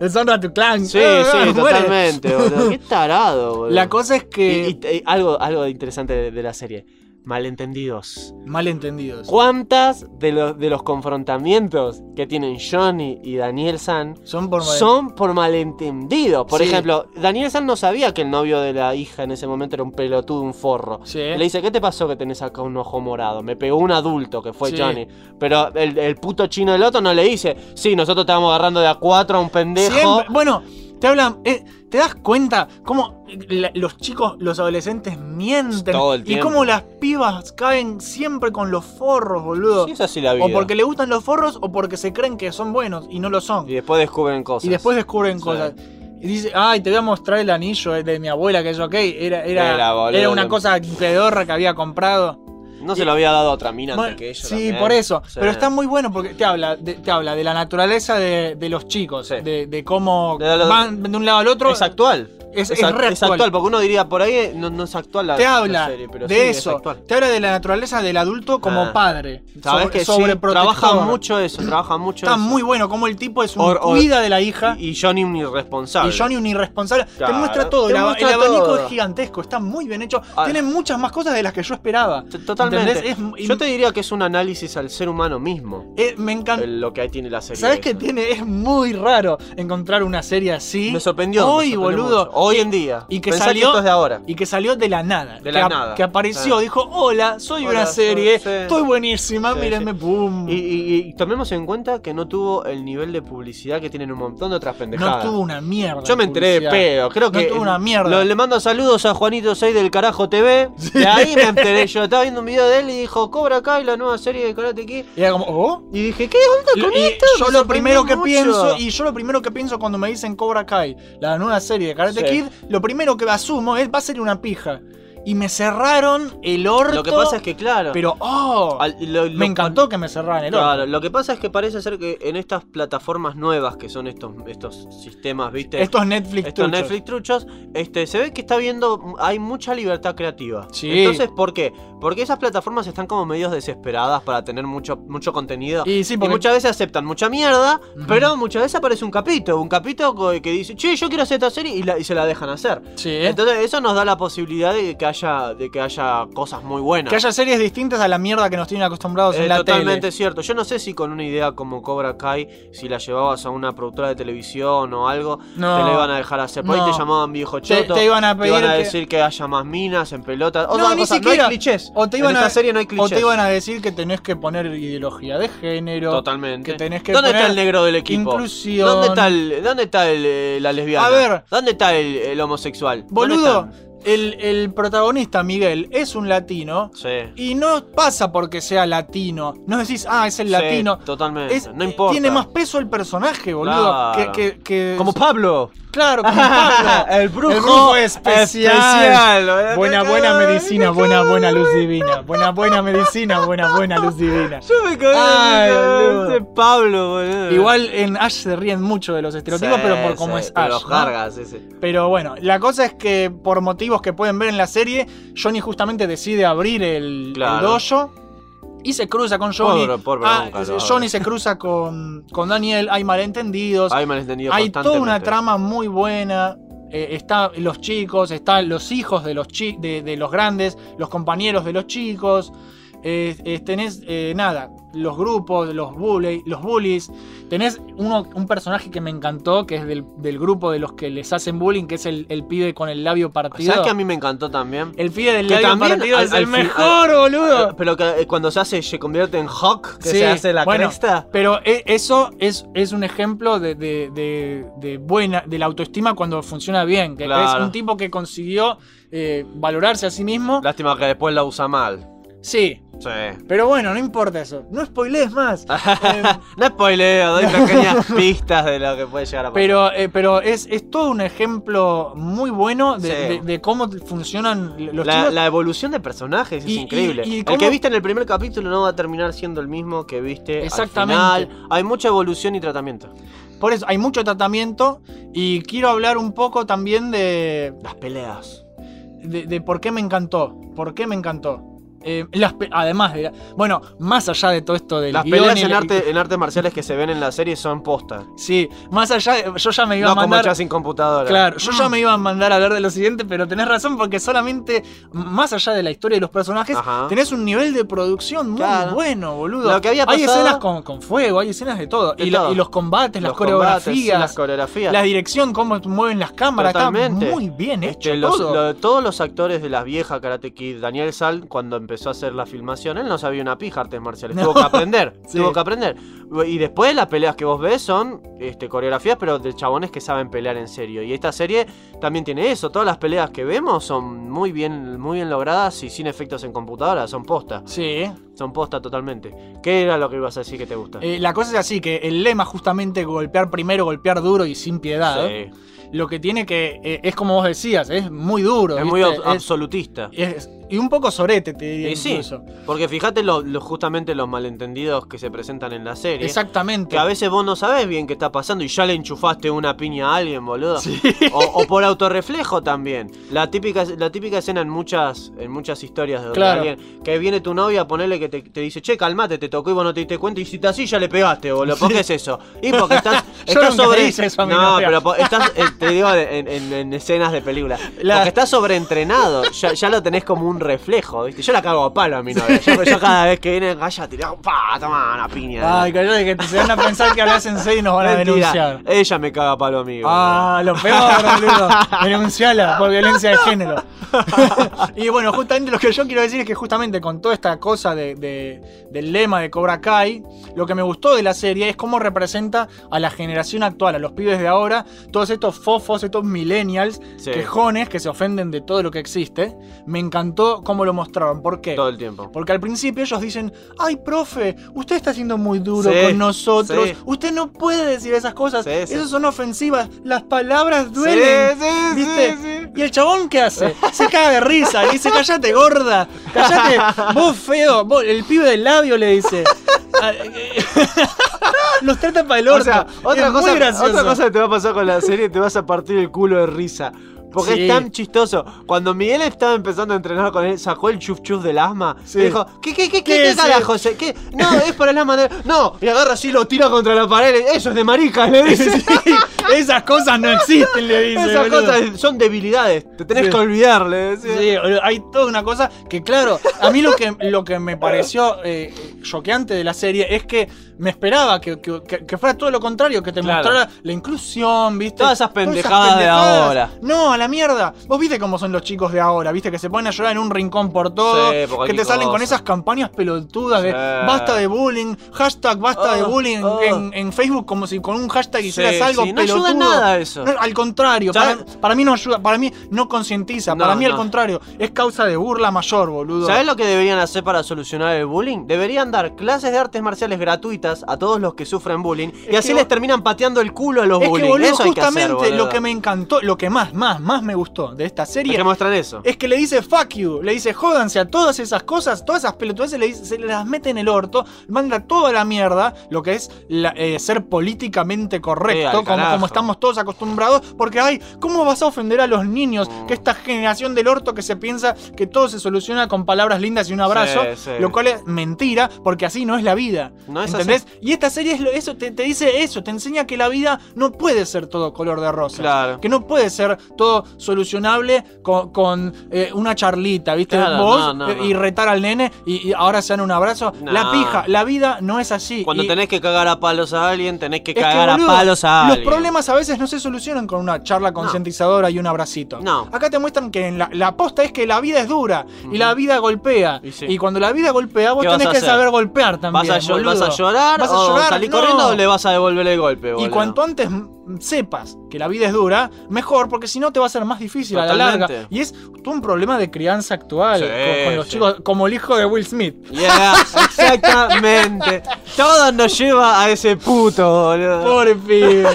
[SPEAKER 2] Deshonra a tu clan.
[SPEAKER 3] Sí,
[SPEAKER 2] Eh,
[SPEAKER 3] sí,
[SPEAKER 2] muere.
[SPEAKER 3] totalmente, boludo. Qué tarado, boludo.
[SPEAKER 2] La cosa es que...
[SPEAKER 3] Y- y- y algo, algo interesante de, de la serie. Malentendidos.
[SPEAKER 2] Malentendidos.
[SPEAKER 3] ¿Cuántas de los, de los confrontamientos que tienen Johnny y Daniel San
[SPEAKER 2] Son por
[SPEAKER 3] son por malentendidos? Por
[SPEAKER 2] Sí.
[SPEAKER 3] ejemplo, Daniel San no sabía que el novio de la hija en ese momento era un pelotudo, un forro.
[SPEAKER 2] Sí.
[SPEAKER 3] Le dice, ¿qué te pasó que tenés acá un ojo morado? Me pegó un adulto que fue
[SPEAKER 2] Sí.
[SPEAKER 3] Johnny. Pero el, el puto chino del otro no le dice, sí, nosotros estábamos agarrando de a cuatro a un pendejo.
[SPEAKER 2] Siempre- Bueno, te hablan. eh, ¿Te das cuenta cómo la- los chicos, los adolescentes mienten?
[SPEAKER 3] Todo el
[SPEAKER 2] y
[SPEAKER 3] tiempo.
[SPEAKER 2] cómo las pibas caen siempre con los forros, boludo.
[SPEAKER 3] Sí, es así la vida.
[SPEAKER 2] o porque le gustan los forros o porque se creen que son buenos y no lo son.
[SPEAKER 3] Y después descubren cosas.
[SPEAKER 2] Y después descubren
[SPEAKER 3] Sí.
[SPEAKER 2] cosas. Y dice, ay, te voy a mostrar el anillo eh, de mi abuela, que yo, ok, era, era,
[SPEAKER 3] Era, boludo.
[SPEAKER 2] era una cosa pedorra que había comprado.
[SPEAKER 3] No se lo había dado a otra mina
[SPEAKER 2] Bueno,
[SPEAKER 3] antes que ella.
[SPEAKER 2] sí,
[SPEAKER 3] también.
[SPEAKER 2] por eso.
[SPEAKER 3] Sí.
[SPEAKER 2] Pero está muy bueno porque te habla de, te habla de la naturaleza de, de los chicos,
[SPEAKER 3] Sí.
[SPEAKER 2] de, de cómo
[SPEAKER 3] De la-
[SPEAKER 2] van de un lado al otro.
[SPEAKER 3] Es actual.
[SPEAKER 2] Es-
[SPEAKER 3] ac-
[SPEAKER 2] es re actual.
[SPEAKER 3] porque uno diría por ahí no, no es actual la,
[SPEAKER 2] Te
[SPEAKER 3] la
[SPEAKER 2] habla
[SPEAKER 3] serie, pero
[SPEAKER 2] de
[SPEAKER 3] sí, es
[SPEAKER 2] eso.
[SPEAKER 3] actual.
[SPEAKER 2] Te habla de la naturaleza del adulto como
[SPEAKER 3] Ah.
[SPEAKER 2] padre.
[SPEAKER 3] Sabes
[SPEAKER 2] sobre-
[SPEAKER 3] que sí,
[SPEAKER 2] sobreprotector.
[SPEAKER 3] trabaja mucho eso, trabaja mucho
[SPEAKER 2] Está
[SPEAKER 3] eso.
[SPEAKER 2] muy bueno como el tipo es un
[SPEAKER 3] Or- or-
[SPEAKER 2] cuida de la hija. Y,
[SPEAKER 3] y Johnny un irresponsable.
[SPEAKER 2] Johnny un irresponsable.
[SPEAKER 3] Claro.
[SPEAKER 2] Te muestra todo.
[SPEAKER 3] Te
[SPEAKER 2] el ab-
[SPEAKER 3] muestra
[SPEAKER 2] el abanico
[SPEAKER 3] todo.
[SPEAKER 2] es gigantesco. Está muy bien hecho.
[SPEAKER 3] Ah.
[SPEAKER 2] Tiene muchas más cosas de las que yo esperaba.
[SPEAKER 3] T- Totalmente.
[SPEAKER 2] ¿Entendés? Es-
[SPEAKER 3] Yo te diría que es un análisis al ser humano mismo.
[SPEAKER 2] Eh, me encanta.
[SPEAKER 3] el- lo que ahí tiene la serie.
[SPEAKER 2] Pues ¿Sabes
[SPEAKER 3] esa.
[SPEAKER 2] qué tiene? Es muy raro encontrar una serie así.
[SPEAKER 3] Me sorprendió.
[SPEAKER 2] Hoy,
[SPEAKER 3] me sorprendió
[SPEAKER 2] boludo.
[SPEAKER 3] mucho. Hoy en día.
[SPEAKER 2] y que
[SPEAKER 3] Pensá
[SPEAKER 2] salió-
[SPEAKER 3] esto es de ahora.
[SPEAKER 2] Y que salió de la nada.
[SPEAKER 3] De
[SPEAKER 2] que
[SPEAKER 3] la nada.
[SPEAKER 2] Que apareció,
[SPEAKER 3] Sí.
[SPEAKER 2] dijo, hola, soy
[SPEAKER 3] Hola,
[SPEAKER 2] una serie,
[SPEAKER 3] soy- sí.
[SPEAKER 2] estoy buenísima,
[SPEAKER 3] Sí,
[SPEAKER 2] mírenme,
[SPEAKER 3] sí.
[SPEAKER 2] boom.
[SPEAKER 3] Y, y- y tomemos en cuenta que no tuvo el nivel de publicidad que tienen un montón de otras
[SPEAKER 2] no
[SPEAKER 3] pendejadas.
[SPEAKER 2] tuvo una mierda.
[SPEAKER 3] Yo me
[SPEAKER 2] de
[SPEAKER 3] enteré de
[SPEAKER 2] publicidad.
[SPEAKER 3] pedo, creo
[SPEAKER 2] No
[SPEAKER 3] que.
[SPEAKER 2] tuvo una mierda.
[SPEAKER 3] lo- le mando saludos a Juanito 6 del Carajo TV. De ahí me enteré yo. Estaba viendo un video de él y dijo: Cobra Kai, la nueva serie de Karate Kid.
[SPEAKER 2] Y era como, oh.
[SPEAKER 3] Y dije: ¿Qué onda
[SPEAKER 2] Y-
[SPEAKER 3] con
[SPEAKER 2] y
[SPEAKER 3] esto?
[SPEAKER 2] yo
[SPEAKER 3] Me
[SPEAKER 2] lo primero que
[SPEAKER 3] sorprendió
[SPEAKER 2] pienso,
[SPEAKER 3] mucho.
[SPEAKER 2] y yo lo primero que pienso cuando me dicen Cobra Kai, la nueva serie de Karate
[SPEAKER 3] Sí.
[SPEAKER 2] Kid, lo primero que asumo es va a ser una pija. Y me cerraron el orto.
[SPEAKER 3] Lo que pasa es que, claro.
[SPEAKER 2] Pero, oh.
[SPEAKER 3] al- lo- lo-
[SPEAKER 2] me encantó que me cerraran el orto.
[SPEAKER 3] Claro, lo que pasa es que parece ser que en estas plataformas nuevas que son estos, estos sistemas, ¿viste?
[SPEAKER 2] Estos
[SPEAKER 3] Este,
[SPEAKER 2] Netflix
[SPEAKER 3] Estos
[SPEAKER 2] truchos.
[SPEAKER 3] Netflix truchos, este, se ve que está viendo, hay mucha libertad creativa.
[SPEAKER 2] Sí.
[SPEAKER 3] Entonces, ¿por qué? Porque esas plataformas están como medios desesperadas para tener mucho, mucho contenido.
[SPEAKER 2] Y sí, porque-
[SPEAKER 3] muchas veces aceptan mucha mierda,
[SPEAKER 2] Ujú.
[SPEAKER 3] pero muchas veces aparece un capítulo, un capítulo co- que dice, che, yo quiero hacer esta serie y, la- y se la dejan hacer.
[SPEAKER 2] Sí. ¿eh?
[SPEAKER 3] Entonces, eso nos da la posibilidad de que haya, de que haya cosas muy buenas.
[SPEAKER 2] Que haya series distintas a la mierda que nos tienen acostumbrados
[SPEAKER 3] Eh,
[SPEAKER 2] en la
[SPEAKER 3] totalmente
[SPEAKER 2] tele.
[SPEAKER 3] cierto. Yo no sé si con una idea como Cobra Kai, si la llevabas a una productora de televisión o algo,
[SPEAKER 2] No.
[SPEAKER 3] te la iban a dejar hacer. Por ahí
[SPEAKER 2] No.
[SPEAKER 3] te llamaban viejo
[SPEAKER 2] Te-
[SPEAKER 3] choto.
[SPEAKER 2] te iban a pedir que-
[SPEAKER 3] decir que haya más minas en pelotas. Otra
[SPEAKER 2] ni
[SPEAKER 3] cosa,
[SPEAKER 2] siquiera.
[SPEAKER 3] No hay clichés.
[SPEAKER 2] O te,
[SPEAKER 3] En
[SPEAKER 2] iban a,
[SPEAKER 3] esta serie no hay clichés.
[SPEAKER 2] o te iban a decir que tenés que poner ideología de género.
[SPEAKER 3] Totalmente.
[SPEAKER 2] que tenés que
[SPEAKER 3] ¿Dónde
[SPEAKER 2] poner
[SPEAKER 3] está el negro del equipo?
[SPEAKER 2] inclusión.
[SPEAKER 3] ¿Dónde está, el- dónde está el, eh, la lesbiana?
[SPEAKER 2] A ver.
[SPEAKER 3] ¿Dónde está el, el homosexual? ¿Dónde
[SPEAKER 2] Boludo,
[SPEAKER 3] están?
[SPEAKER 2] el, el protagonista, Miguel, es un latino.
[SPEAKER 3] Sí.
[SPEAKER 2] Y no pasa porque sea latino. No decís, ah, es el
[SPEAKER 3] Sí,
[SPEAKER 2] latino.
[SPEAKER 3] totalmente.
[SPEAKER 2] Es-
[SPEAKER 3] no importa.
[SPEAKER 2] Tiene más peso el personaje, boludo.
[SPEAKER 3] Claro.
[SPEAKER 2] Que, que- que-
[SPEAKER 3] Como Pablo.
[SPEAKER 2] Claro, como Pablo.
[SPEAKER 3] el brujo,
[SPEAKER 2] El brujo especial.
[SPEAKER 3] boludo.
[SPEAKER 2] Buena, buena medicina, buena, buena luz divina. Buena, buena medicina, buena, buena luz divina.
[SPEAKER 3] Yo me cagué.
[SPEAKER 2] Ay,
[SPEAKER 3] de
[SPEAKER 2] boludo.
[SPEAKER 3] ese Pablo, boludo.
[SPEAKER 2] Igual en Ash se ríen mucho de los estereotipos,
[SPEAKER 3] Sí,
[SPEAKER 2] pero por cómo
[SPEAKER 3] sí,
[SPEAKER 2] es
[SPEAKER 3] pero
[SPEAKER 2] Ash.
[SPEAKER 3] Los
[SPEAKER 2] ¿no?
[SPEAKER 3] cargas, ese.
[SPEAKER 2] Pero bueno, la cosa es que por motivos que pueden ver en la serie, Johnny justamente decide abrir el, el
[SPEAKER 3] Claro.
[SPEAKER 2] dojo y se cruza con Johnny.
[SPEAKER 3] Pobre- pobre
[SPEAKER 2] Ah,
[SPEAKER 3] nunca lo abre.
[SPEAKER 2] Johnny se cruza con, con Daniel, hay malentendidos,
[SPEAKER 3] Hay malentendido
[SPEAKER 2] hay toda una
[SPEAKER 3] constantemente.
[SPEAKER 2] trama muy buena. eh, está los chicos, están los hijos de los, chi- de, de los grandes, los compañeros de los chicos. eh, eh, tenés, eh, nada, los grupos, los, bully, los bullies. Tenés uno, un personaje que me encantó, que es del, del grupo de los que les hacen bullying, que es el, el pibe con el labio partido.
[SPEAKER 3] ¿Sabes que a mí me encantó también?
[SPEAKER 2] El pibe del
[SPEAKER 3] Que
[SPEAKER 2] labio
[SPEAKER 3] también
[SPEAKER 2] partido
[SPEAKER 3] al-
[SPEAKER 2] es
[SPEAKER 3] al
[SPEAKER 2] el
[SPEAKER 3] fin-
[SPEAKER 2] mejor, Eh, boludo.
[SPEAKER 3] Pero que eh, cuando se hace, se convierte en Hawk, que
[SPEAKER 2] Sí,
[SPEAKER 3] se hace la
[SPEAKER 2] bueno,
[SPEAKER 3] cresta.
[SPEAKER 2] Pero e- eso es, es un ejemplo de, de- de- de buena, de la autoestima cuando funciona bien. Que es
[SPEAKER 3] Claro.
[SPEAKER 2] un tipo que consiguió eh, valorarse a sí mismo.
[SPEAKER 3] Lástima que después la usa mal.
[SPEAKER 2] Sí,
[SPEAKER 3] Sí.
[SPEAKER 2] pero bueno, no importa eso. No spoilees más. Eh,
[SPEAKER 3] No spoileo, doy pequeñas pistas de lo que puede llegar a pasar.
[SPEAKER 2] pero eh, pero es, es todo un ejemplo muy bueno de,
[SPEAKER 3] Sí.
[SPEAKER 2] de- de cómo funcionan los
[SPEAKER 3] la,
[SPEAKER 2] chicos.
[SPEAKER 3] la evolución de personajes es
[SPEAKER 2] Y- y-
[SPEAKER 3] increíble.
[SPEAKER 2] y
[SPEAKER 3] el
[SPEAKER 2] cómo-
[SPEAKER 3] que viste en el primer capítulo no va a terminar siendo el mismo que viste al
[SPEAKER 2] Exactamente.
[SPEAKER 3] final. Hay mucha evolución y tratamiento.
[SPEAKER 2] Por eso hay mucho tratamiento y quiero hablar un poco también de,
[SPEAKER 3] Las peleas.
[SPEAKER 2] de, de por qué me encantó. ¿Por qué me encantó? Eh, las pe- además de. la- Bueno, más allá de todo esto del
[SPEAKER 3] Las
[SPEAKER 2] guión
[SPEAKER 3] peleas
[SPEAKER 2] y
[SPEAKER 3] en,
[SPEAKER 2] la-
[SPEAKER 3] arte, en artes marciales que se ven en la serie son posta.
[SPEAKER 2] Sí, más allá. de- Yo ya me iba
[SPEAKER 3] No
[SPEAKER 2] a
[SPEAKER 3] como
[SPEAKER 2] mandar.
[SPEAKER 3] ya sin computadora. Mm.
[SPEAKER 2] Claro, yo ya me iba a mandar a hablar de lo siguiente, pero tenés razón porque solamente, m- más allá de la historia y los personajes,
[SPEAKER 3] Ajá.
[SPEAKER 2] tenés un nivel de producción muy
[SPEAKER 3] Claro.
[SPEAKER 2] bueno, boludo.
[SPEAKER 3] Lo que había
[SPEAKER 2] hay
[SPEAKER 3] pasado-
[SPEAKER 2] escenas con, con fuego, hay escenas de todo.
[SPEAKER 3] De
[SPEAKER 2] y, la-
[SPEAKER 3] todo.
[SPEAKER 2] y los combates, las
[SPEAKER 3] Los combates,
[SPEAKER 2] coreografías,
[SPEAKER 3] sí, las coreografías.
[SPEAKER 2] la dirección, cómo mueven las cámaras,
[SPEAKER 3] Totalmente.
[SPEAKER 2] está muy bien hecho.
[SPEAKER 3] Este, los-
[SPEAKER 2] todo.
[SPEAKER 3] lo- todos los actores de las viejas Karate Kid, Daniel Sal, cuando empezó a hacer la filmación, él no sabía una pija artes marciales. Tuvo que aprender.
[SPEAKER 2] Sí.
[SPEAKER 3] Tuvo que aprender. Y después las peleas que vos ves son este, coreografías, pero de chabones que saben pelear en serio. Y esta serie también tiene eso. Todas las peleas que vemos son muy bien, muy bien logradas y sin efectos en computadora. Son posta.
[SPEAKER 2] Sí.
[SPEAKER 3] Son posta totalmente. ¿Qué era lo que ibas a decir que te gusta?
[SPEAKER 2] Eh, la cosa es así, que el lema justamente golpear primero, golpear duro y sin piedad, eh,
[SPEAKER 3] Sí.
[SPEAKER 2] lo que tiene que, eh, es como vos decías, es muy duro.
[SPEAKER 3] Es muy
[SPEAKER 2] ¿viste?
[SPEAKER 3] ab- absolutista.
[SPEAKER 2] es- y un poco sorete, te diría
[SPEAKER 3] Y sí,
[SPEAKER 2] incluso.
[SPEAKER 3] Porque fíjate lo- lo- justamente los malentendidos que se presentan en la serie.
[SPEAKER 2] Exactamente.
[SPEAKER 3] Que a veces vos no sabés bien qué está pasando y ya le enchufaste una piña a alguien, boludo. O, o por autorreflejo también. La típica, la típica escena en muchas, en muchas historias de donde
[SPEAKER 2] Claro.
[SPEAKER 3] alguien que viene tu novia a ponerle que te, te dice, che, calmate, te tocó y vos no te diste cuenta, y si te así ya le pegaste, boludo. ¿Por qué es eso? Y porque estás,
[SPEAKER 2] Yo
[SPEAKER 3] estás
[SPEAKER 2] nunca
[SPEAKER 3] sobre.
[SPEAKER 2] le hice eso a mi
[SPEAKER 3] no,
[SPEAKER 2] novia.
[SPEAKER 3] pero po- estás, eh, te digo, en, en- en escenas de película.
[SPEAKER 2] La-
[SPEAKER 3] Porque estás sobreentrenado, ya, ya lo tenés como un reflejo, ¿viste? Yo la cago a palo a mi novia. Yo, yo cada vez que viene, calla, tirado, pa, toma una piña.
[SPEAKER 2] Ay, callate, que se van a pensar que hablas en serio y nos van a
[SPEAKER 3] Mentira.
[SPEAKER 2] denunciar.
[SPEAKER 3] Ella me caga palo amigo.
[SPEAKER 2] Ah, lo peor, boludo. Denunciala por violencia de género. y bueno, justamente lo que yo quiero decir es que justamente con toda esta cosa de- de- del lema de Cobra Kai, lo que me gustó de la serie es cómo representa a la generación actual, a los pibes de ahora, todos estos fofos, estos millennials,
[SPEAKER 3] Sí.
[SPEAKER 2] quejones que se ofenden de todo lo que existe. Me encantó cómo lo mostraron. ¿Por qué?
[SPEAKER 3] Todo el tiempo.
[SPEAKER 2] Porque al principio ellos dicen, ay, profe, usted está siendo muy duro
[SPEAKER 3] Sí,
[SPEAKER 2] con nosotros,
[SPEAKER 3] sí.
[SPEAKER 2] usted no puede decir esas cosas,
[SPEAKER 3] Sí, sí.
[SPEAKER 2] esas son ofensivas, las palabras duelen.
[SPEAKER 3] Sí, sí,
[SPEAKER 2] ¿Viste?
[SPEAKER 3] sí, sí.
[SPEAKER 2] ¿Y el chabón qué hace? Se caga de risa, le dice, callate gorda, callate, vos feo, vos, el pibe del labio le dice. Ah, eh, Los trata para el orto.
[SPEAKER 3] O sea, otra
[SPEAKER 2] Es
[SPEAKER 3] cosa,
[SPEAKER 2] muy gracioso.
[SPEAKER 3] otra cosa que te va a pasar con la serie, te vas a partir el culo de risa. Porque
[SPEAKER 2] Sí.
[SPEAKER 3] es tan chistoso. Cuando Miguel estaba empezando a entrenar con él, sacó el chuf chuf del asma.
[SPEAKER 2] Sí.
[SPEAKER 3] Y dijo, ¿qué, qué, qué, qué,
[SPEAKER 2] ¿Qué
[SPEAKER 3] qué
[SPEAKER 2] es
[SPEAKER 3] carajo? se- ¿Qué? No, es para el asma. de- No, y agarra así, lo tira contra la pared. Eso es de maricas, le dice.
[SPEAKER 2] Sí, esas cosas no existen, le dice.
[SPEAKER 3] Esas
[SPEAKER 2] boludo.
[SPEAKER 3] cosas son debilidades. Te tenés
[SPEAKER 2] Sí.
[SPEAKER 3] que olvidar, le decía.
[SPEAKER 2] Sí, boludo, hay toda una cosa que, claro, a mí lo que, lo que me pareció eh, choqueante de la serie es que me esperaba que, que- que- que fuera todo lo contrario, que te
[SPEAKER 3] Claro.
[SPEAKER 2] mostrara la inclusión, ¿viste?
[SPEAKER 3] Todas esas pendejadas de ahora.
[SPEAKER 2] No, a la la mierda. Vos viste cómo son los chicos de ahora, viste que se ponen a llorar en un rincón por todo,
[SPEAKER 3] Sí, por
[SPEAKER 2] que
[SPEAKER 3] cualquier
[SPEAKER 2] te salen con
[SPEAKER 3] cosa.
[SPEAKER 2] esas campañas pelotudas de
[SPEAKER 3] Sí.
[SPEAKER 2] basta de bullying, hashtag basta de
[SPEAKER 3] Ah,
[SPEAKER 2] bullying
[SPEAKER 3] ah.
[SPEAKER 2] en, en Facebook como si con un hashtag
[SPEAKER 3] Sí,
[SPEAKER 2] hicieras algo
[SPEAKER 3] sí, no
[SPEAKER 2] pelotudo.
[SPEAKER 3] ayuda en nada eso.
[SPEAKER 2] No, al contrario,
[SPEAKER 3] ¿Sabes?
[SPEAKER 2] para, para mí no ayuda, para mí no concientiza,
[SPEAKER 3] No,
[SPEAKER 2] para mí al
[SPEAKER 3] no.
[SPEAKER 2] contrario, es causa de burla mayor, boludo.
[SPEAKER 3] ¿Sabes lo que deberían hacer para solucionar el bullying? Deberían dar clases de artes marciales gratuitas a todos los que sufren bullying y
[SPEAKER 2] que
[SPEAKER 3] así
[SPEAKER 2] vos-
[SPEAKER 3] les terminan pateando el culo a los
[SPEAKER 2] Es
[SPEAKER 3] bullying.
[SPEAKER 2] que, boludo,
[SPEAKER 3] eso hay que hacer,
[SPEAKER 2] justamente
[SPEAKER 3] boludo.
[SPEAKER 2] lo que me encantó, lo que más, más, más me gustó de esta
[SPEAKER 3] Es
[SPEAKER 2] serie
[SPEAKER 3] que muestran eso.
[SPEAKER 2] es que le dice fuck you, le dice jódanse a todas esas cosas, todas esas pelotudeces le dice- se las mete en el orto, manda toda la mierda, lo que es la- eh, ser políticamente
[SPEAKER 3] Sí, Eh, al
[SPEAKER 2] correcto, como,
[SPEAKER 3] carajo.
[SPEAKER 2] como estamos todos acostumbrados, porque ay, ¿cómo vas a ofender a los niños?
[SPEAKER 3] Mm.
[SPEAKER 2] Que esta generación del orto que se piensa que todo se soluciona con palabras lindas y un abrazo,
[SPEAKER 3] sí.
[SPEAKER 2] lo cual es mentira, porque así no es la vida.
[SPEAKER 3] No es
[SPEAKER 2] ¿Entendés? Y esta serie es lo- eso, te, te dice eso, te enseña que la vida no puede ser todo color de rosa.
[SPEAKER 3] Claro.
[SPEAKER 2] Que no puede ser todo solucionable con, con, eh, una charlita, ¿viste?
[SPEAKER 3] Claro,
[SPEAKER 2] Vos
[SPEAKER 3] no, no,
[SPEAKER 2] eh,
[SPEAKER 3] no.
[SPEAKER 2] y retar al nene y, y ahora se dan un abrazo.
[SPEAKER 3] No.
[SPEAKER 2] La pija, la vida no es así.
[SPEAKER 3] Cuando
[SPEAKER 2] Y
[SPEAKER 3] tenés que cagar a palos a alguien, tenés que
[SPEAKER 2] es que,
[SPEAKER 3] cagar
[SPEAKER 2] boludo,
[SPEAKER 3] a palos a
[SPEAKER 2] Los
[SPEAKER 3] alguien.
[SPEAKER 2] problemas a veces no se solucionan con una charla concientizadora y un abracito.
[SPEAKER 3] No.
[SPEAKER 2] Acá te muestran que en la, la aposta es que la vida es dura y la vida golpea.
[SPEAKER 3] Y
[SPEAKER 2] Y,
[SPEAKER 3] sí.
[SPEAKER 2] cuando la vida golpea, vos
[SPEAKER 3] ¿Qué vas
[SPEAKER 2] tenés
[SPEAKER 3] a
[SPEAKER 2] que
[SPEAKER 3] hacer?
[SPEAKER 2] saber golpear también.
[SPEAKER 3] ¿Vas a, llo- vas a
[SPEAKER 2] boludo.
[SPEAKER 3] llorar?
[SPEAKER 2] ¿Vas a
[SPEAKER 3] o
[SPEAKER 2] llorar?
[SPEAKER 3] ¿Salís
[SPEAKER 2] No.
[SPEAKER 3] corriendo o le vas a devolver el golpe,
[SPEAKER 2] Y
[SPEAKER 3] boludo?
[SPEAKER 2] cuanto antes mm, sepas que la vida es dura, mejor, porque si no te va a ser más difícil a la larga.
[SPEAKER 3] Totalmente.
[SPEAKER 2] Y es todo un problema de crianza actual
[SPEAKER 3] Sí,
[SPEAKER 2] con, con los
[SPEAKER 3] sí.
[SPEAKER 2] chicos, como el hijo de Will Smith.
[SPEAKER 3] Yeah, exactamente. Todo nos lleva a ese puto, boludo.
[SPEAKER 2] Pobre pibe.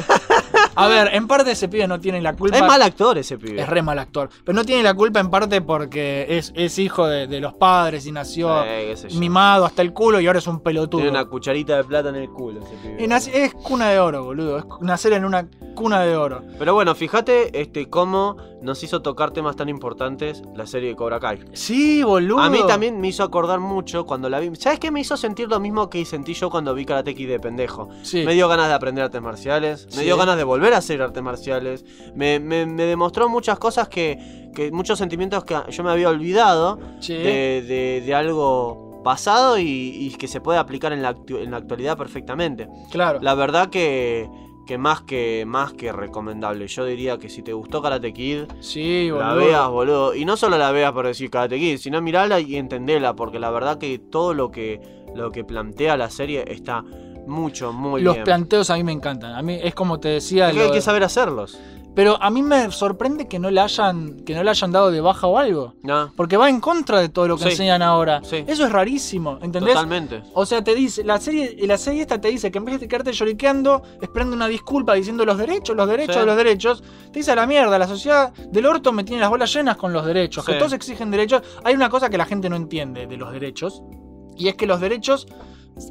[SPEAKER 2] A ver, en parte ese pibe no tiene la culpa.
[SPEAKER 3] Es mal actor ese pibe.
[SPEAKER 2] Es re mal actor. Pero no tiene la culpa en parte porque es, es hijo de, de los padres y nació
[SPEAKER 3] Eh, qué sé yo.
[SPEAKER 2] mimado hasta el culo y ahora es un
[SPEAKER 3] Tiene
[SPEAKER 2] pelotudo.
[SPEAKER 3] una cucharita de plata en el culo ese pibe.
[SPEAKER 2] Y nace- es cuna de oro, boludo. Es cu- nacer en una cuna de oro.
[SPEAKER 3] Pero bueno, fíjate este, cómo nos hizo tocar temas tan importantes la serie de Cobra Kai.
[SPEAKER 2] Sí, boludo.
[SPEAKER 3] A mí también me hizo acordar mucho cuando la vi. ¿Sabes qué? Me hizo sentir lo mismo que sentí yo cuando vi Karate Kid de pendejo.
[SPEAKER 2] Sí.
[SPEAKER 3] Me dio ganas de aprender artes marciales, me
[SPEAKER 2] Sí.
[SPEAKER 3] dio ganas de volver a hacer artes marciales, me, me- me demostró muchas cosas que, que muchos sentimientos que yo me había olvidado
[SPEAKER 2] Sí.
[SPEAKER 3] de, de- de algo pasado y, y que se puede aplicar en la, actu- en la actualidad perfectamente.
[SPEAKER 2] Claro.
[SPEAKER 3] La verdad que, que más que más que recomendable. Yo diría que si te gustó Karate Kid,
[SPEAKER 2] Sí, boludo.
[SPEAKER 3] la veas, boludo. Y no solo la veas por decir Karate Kid, sino mirala y entendela, porque la verdad que todo lo que lo que plantea la serie está mucho, muy
[SPEAKER 2] Los
[SPEAKER 3] bien.
[SPEAKER 2] planteos a mí me encantan. A mí es como te decía.
[SPEAKER 3] Es que hay
[SPEAKER 2] lo-
[SPEAKER 3] que saber hacerlos.
[SPEAKER 2] Pero a mí me sorprende que no le hayan, que no le hayan dado de baja o algo.
[SPEAKER 3] ¿no?
[SPEAKER 2] Porque va en contra de todo lo que
[SPEAKER 3] Sí.
[SPEAKER 2] enseñan ahora.
[SPEAKER 3] Sí.
[SPEAKER 2] Eso es rarísimo, ¿entendés?
[SPEAKER 3] Totalmente.
[SPEAKER 2] O sea, te dice, la serie, la serie esta te dice que en vez de quedarte lloriqueando, esperando una disculpa, diciendo los derechos, los derechos,
[SPEAKER 3] Sí.
[SPEAKER 2] los derechos, te dice a la mierda, la sociedad del orto me tiene las bolas llenas con los derechos, que
[SPEAKER 3] Sí.
[SPEAKER 2] todos exigen derechos. Hay una cosa que la gente no entiende de los derechos, y es que los derechos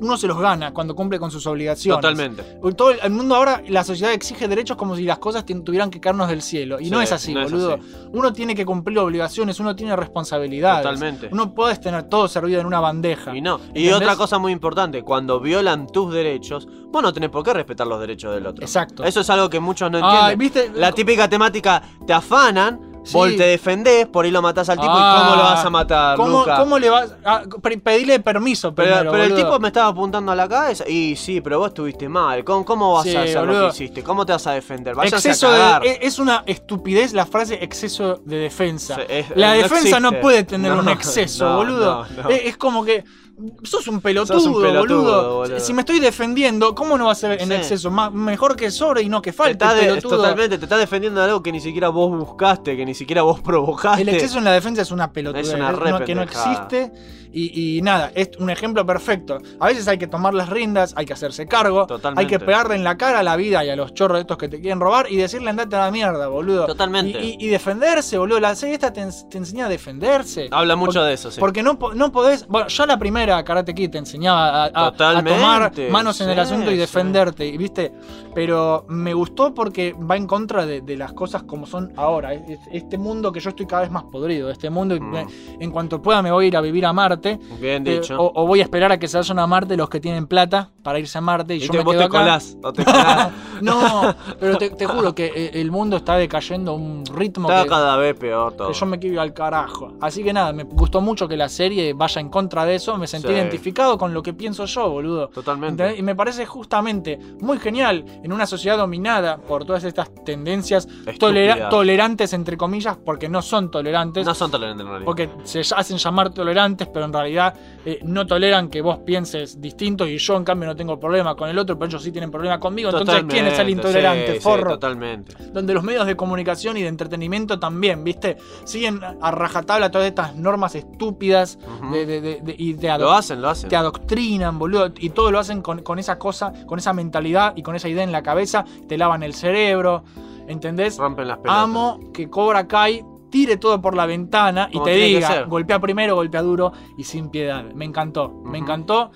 [SPEAKER 2] uno se los gana cuando cumple con sus obligaciones.
[SPEAKER 3] Totalmente.
[SPEAKER 2] Porque Todo el mundo ahora, la sociedad exige derechos como si las cosas ten- tuvieran que caernos del cielo. Y no
[SPEAKER 3] Sí,
[SPEAKER 2] es así,
[SPEAKER 3] no es
[SPEAKER 2] boludo.
[SPEAKER 3] así.
[SPEAKER 2] Uno tiene que cumplir obligaciones, uno tiene responsabilidades.
[SPEAKER 3] Totalmente.
[SPEAKER 2] No puedes tener todo servido en una bandeja.
[SPEAKER 3] Y no. Y
[SPEAKER 2] ¿Entendés?
[SPEAKER 3] otra cosa muy importante, cuando violan tus derechos, vos no tenés por qué respetar los derechos del otro.
[SPEAKER 2] Exacto.
[SPEAKER 3] Eso es algo que muchos no
[SPEAKER 2] Ay,
[SPEAKER 3] entienden.
[SPEAKER 2] ¿viste?
[SPEAKER 3] La típica temática, te afanan,
[SPEAKER 2] Sí.
[SPEAKER 3] vos te defendés, por ahí lo matás al tipo
[SPEAKER 2] Ah,
[SPEAKER 3] y cómo lo vas a matar,
[SPEAKER 2] ¿Cómo,
[SPEAKER 3] Luca?
[SPEAKER 2] cómo le vas a pe- pedirle permiso
[SPEAKER 3] Pero,
[SPEAKER 2] primero,
[SPEAKER 3] pero el
[SPEAKER 2] boludo?
[SPEAKER 3] tipo me estaba apuntando a la cabeza y sí, pero vos estuviste mal. ¿Cómo, cómo vas
[SPEAKER 2] Sí,
[SPEAKER 3] a hacer lo
[SPEAKER 2] boludo.
[SPEAKER 3] que hiciste? ¿Cómo te vas a defender? Váyanse
[SPEAKER 2] Exceso
[SPEAKER 3] a
[SPEAKER 2] de-
[SPEAKER 3] cagar.
[SPEAKER 2] e- es una estupidez la frase exceso de defensa.
[SPEAKER 3] Sí, es-
[SPEAKER 2] la
[SPEAKER 3] no
[SPEAKER 2] defensa no
[SPEAKER 3] existe.
[SPEAKER 2] puede tener
[SPEAKER 3] No,
[SPEAKER 2] un exceso,
[SPEAKER 3] no,
[SPEAKER 2] boludo.
[SPEAKER 3] no, no.
[SPEAKER 2] E- Es, como que sos un pelotudo,
[SPEAKER 3] pelotudo,
[SPEAKER 2] boludo.
[SPEAKER 3] boludo.
[SPEAKER 2] Si me estoy defendiendo, ¿cómo no va a ser en
[SPEAKER 3] Sí.
[SPEAKER 2] exceso? Más- mejor que sobre y no que
[SPEAKER 3] Te
[SPEAKER 2] falte,
[SPEAKER 3] estás de-
[SPEAKER 2] pelotudo.
[SPEAKER 3] totalmente, te estás defendiendo de algo que ni siquiera vos buscaste, que ni siquiera vos provocaste.
[SPEAKER 2] El exceso en la defensa es una pelotudez,
[SPEAKER 3] Es una re
[SPEAKER 2] no- que no
[SPEAKER 3] pendejada.
[SPEAKER 2] existe. Y, y nada, es un ejemplo perfecto. A veces hay que tomar las rindas, hay que hacerse cargo,
[SPEAKER 3] Totalmente.
[SPEAKER 2] hay que pegarle en la cara a la vida y a los chorros estos que te quieren robar y decirle andate a la mierda, boludo.
[SPEAKER 3] Totalmente.
[SPEAKER 2] Y, y- y defenderse, boludo. La serie esta te, ens- te enseña a defenderse.
[SPEAKER 3] Habla mucho
[SPEAKER 2] Porque-
[SPEAKER 3] de eso, sí.
[SPEAKER 2] Porque no, po- no podés. Bueno, ya la primera Karate Kid te enseñaba a, a- a
[SPEAKER 3] Totalmente,
[SPEAKER 2] tomar manos en el
[SPEAKER 3] sí,
[SPEAKER 2] asunto y
[SPEAKER 3] sí.
[SPEAKER 2] defenderte, y ¿viste? Pero me gustó porque va en contra de, de las cosas como son ahora. Es- es- Este mundo que yo estoy cada vez más podrido. Este mundo, y
[SPEAKER 3] Mm.
[SPEAKER 2] me- en cuanto pueda, me voy a ir a vivir a Marte.
[SPEAKER 3] Bien
[SPEAKER 2] eh,
[SPEAKER 3] dicho.
[SPEAKER 2] o, o voy a esperar a que se vayan a Marte los que tienen plata
[SPEAKER 3] Y
[SPEAKER 2] yo
[SPEAKER 3] te-
[SPEAKER 2] me
[SPEAKER 3] vos
[SPEAKER 2] quedo
[SPEAKER 3] te
[SPEAKER 2] acá.
[SPEAKER 3] colás, no te colás.
[SPEAKER 2] No, pero te, te juro que eh, el mundo está decayendo a un ritmo
[SPEAKER 3] Está
[SPEAKER 2] que,
[SPEAKER 3] cada vez peor todo.
[SPEAKER 2] que yo me quiero ir al carajo. Así que nada, me gustó mucho que la serie vaya en contra de eso. Me sentí
[SPEAKER 3] Sí.
[SPEAKER 2] identificado con lo que pienso yo, boludo.
[SPEAKER 3] Totalmente.
[SPEAKER 2] ¿Entendés? Y me parece justamente muy genial en una sociedad dominada por todas estas tendencias tolera-
[SPEAKER 3] Estúpida.
[SPEAKER 2] tolerantes, entre comillas, porque no son tolerantes.
[SPEAKER 3] No son tolerantes en realidad.
[SPEAKER 2] Porque se hacen llamar tolerantes, pero en realidad eh, no toleran que vos pienses distinto y yo en cambio no tengo problema con el otro, pero ellos sí tienen problema conmigo. Entonces, ¿quién es el
[SPEAKER 3] Totalmente,
[SPEAKER 2] intolerante,
[SPEAKER 3] sí, sí,
[SPEAKER 2] forro?
[SPEAKER 3] totalmente.
[SPEAKER 2] Donde los medios de comunicación y de entretenimiento también, ¿viste? Siguen a rajatabla todas estas normas estúpidas
[SPEAKER 3] Ujú.
[SPEAKER 2] de, de- de- de- y de
[SPEAKER 3] Lo
[SPEAKER 2] ado-
[SPEAKER 3] hacen, lo hacen.
[SPEAKER 2] te adoctrinan, boludo, y todo lo hacen con, con esa cosa, con esa mentalidad y con esa idea en la cabeza, te lavan el cerebro, ¿entendés?
[SPEAKER 3] Rompen las pelotas.
[SPEAKER 2] Amo que Cobra Kai tire todo por la ventana y
[SPEAKER 3] Como
[SPEAKER 2] te
[SPEAKER 3] tiene que
[SPEAKER 2] diga,
[SPEAKER 3] ser.
[SPEAKER 2] golpea primero, golpea duro y sin piedad. Me encantó, me
[SPEAKER 3] Ujú.
[SPEAKER 2] encantó.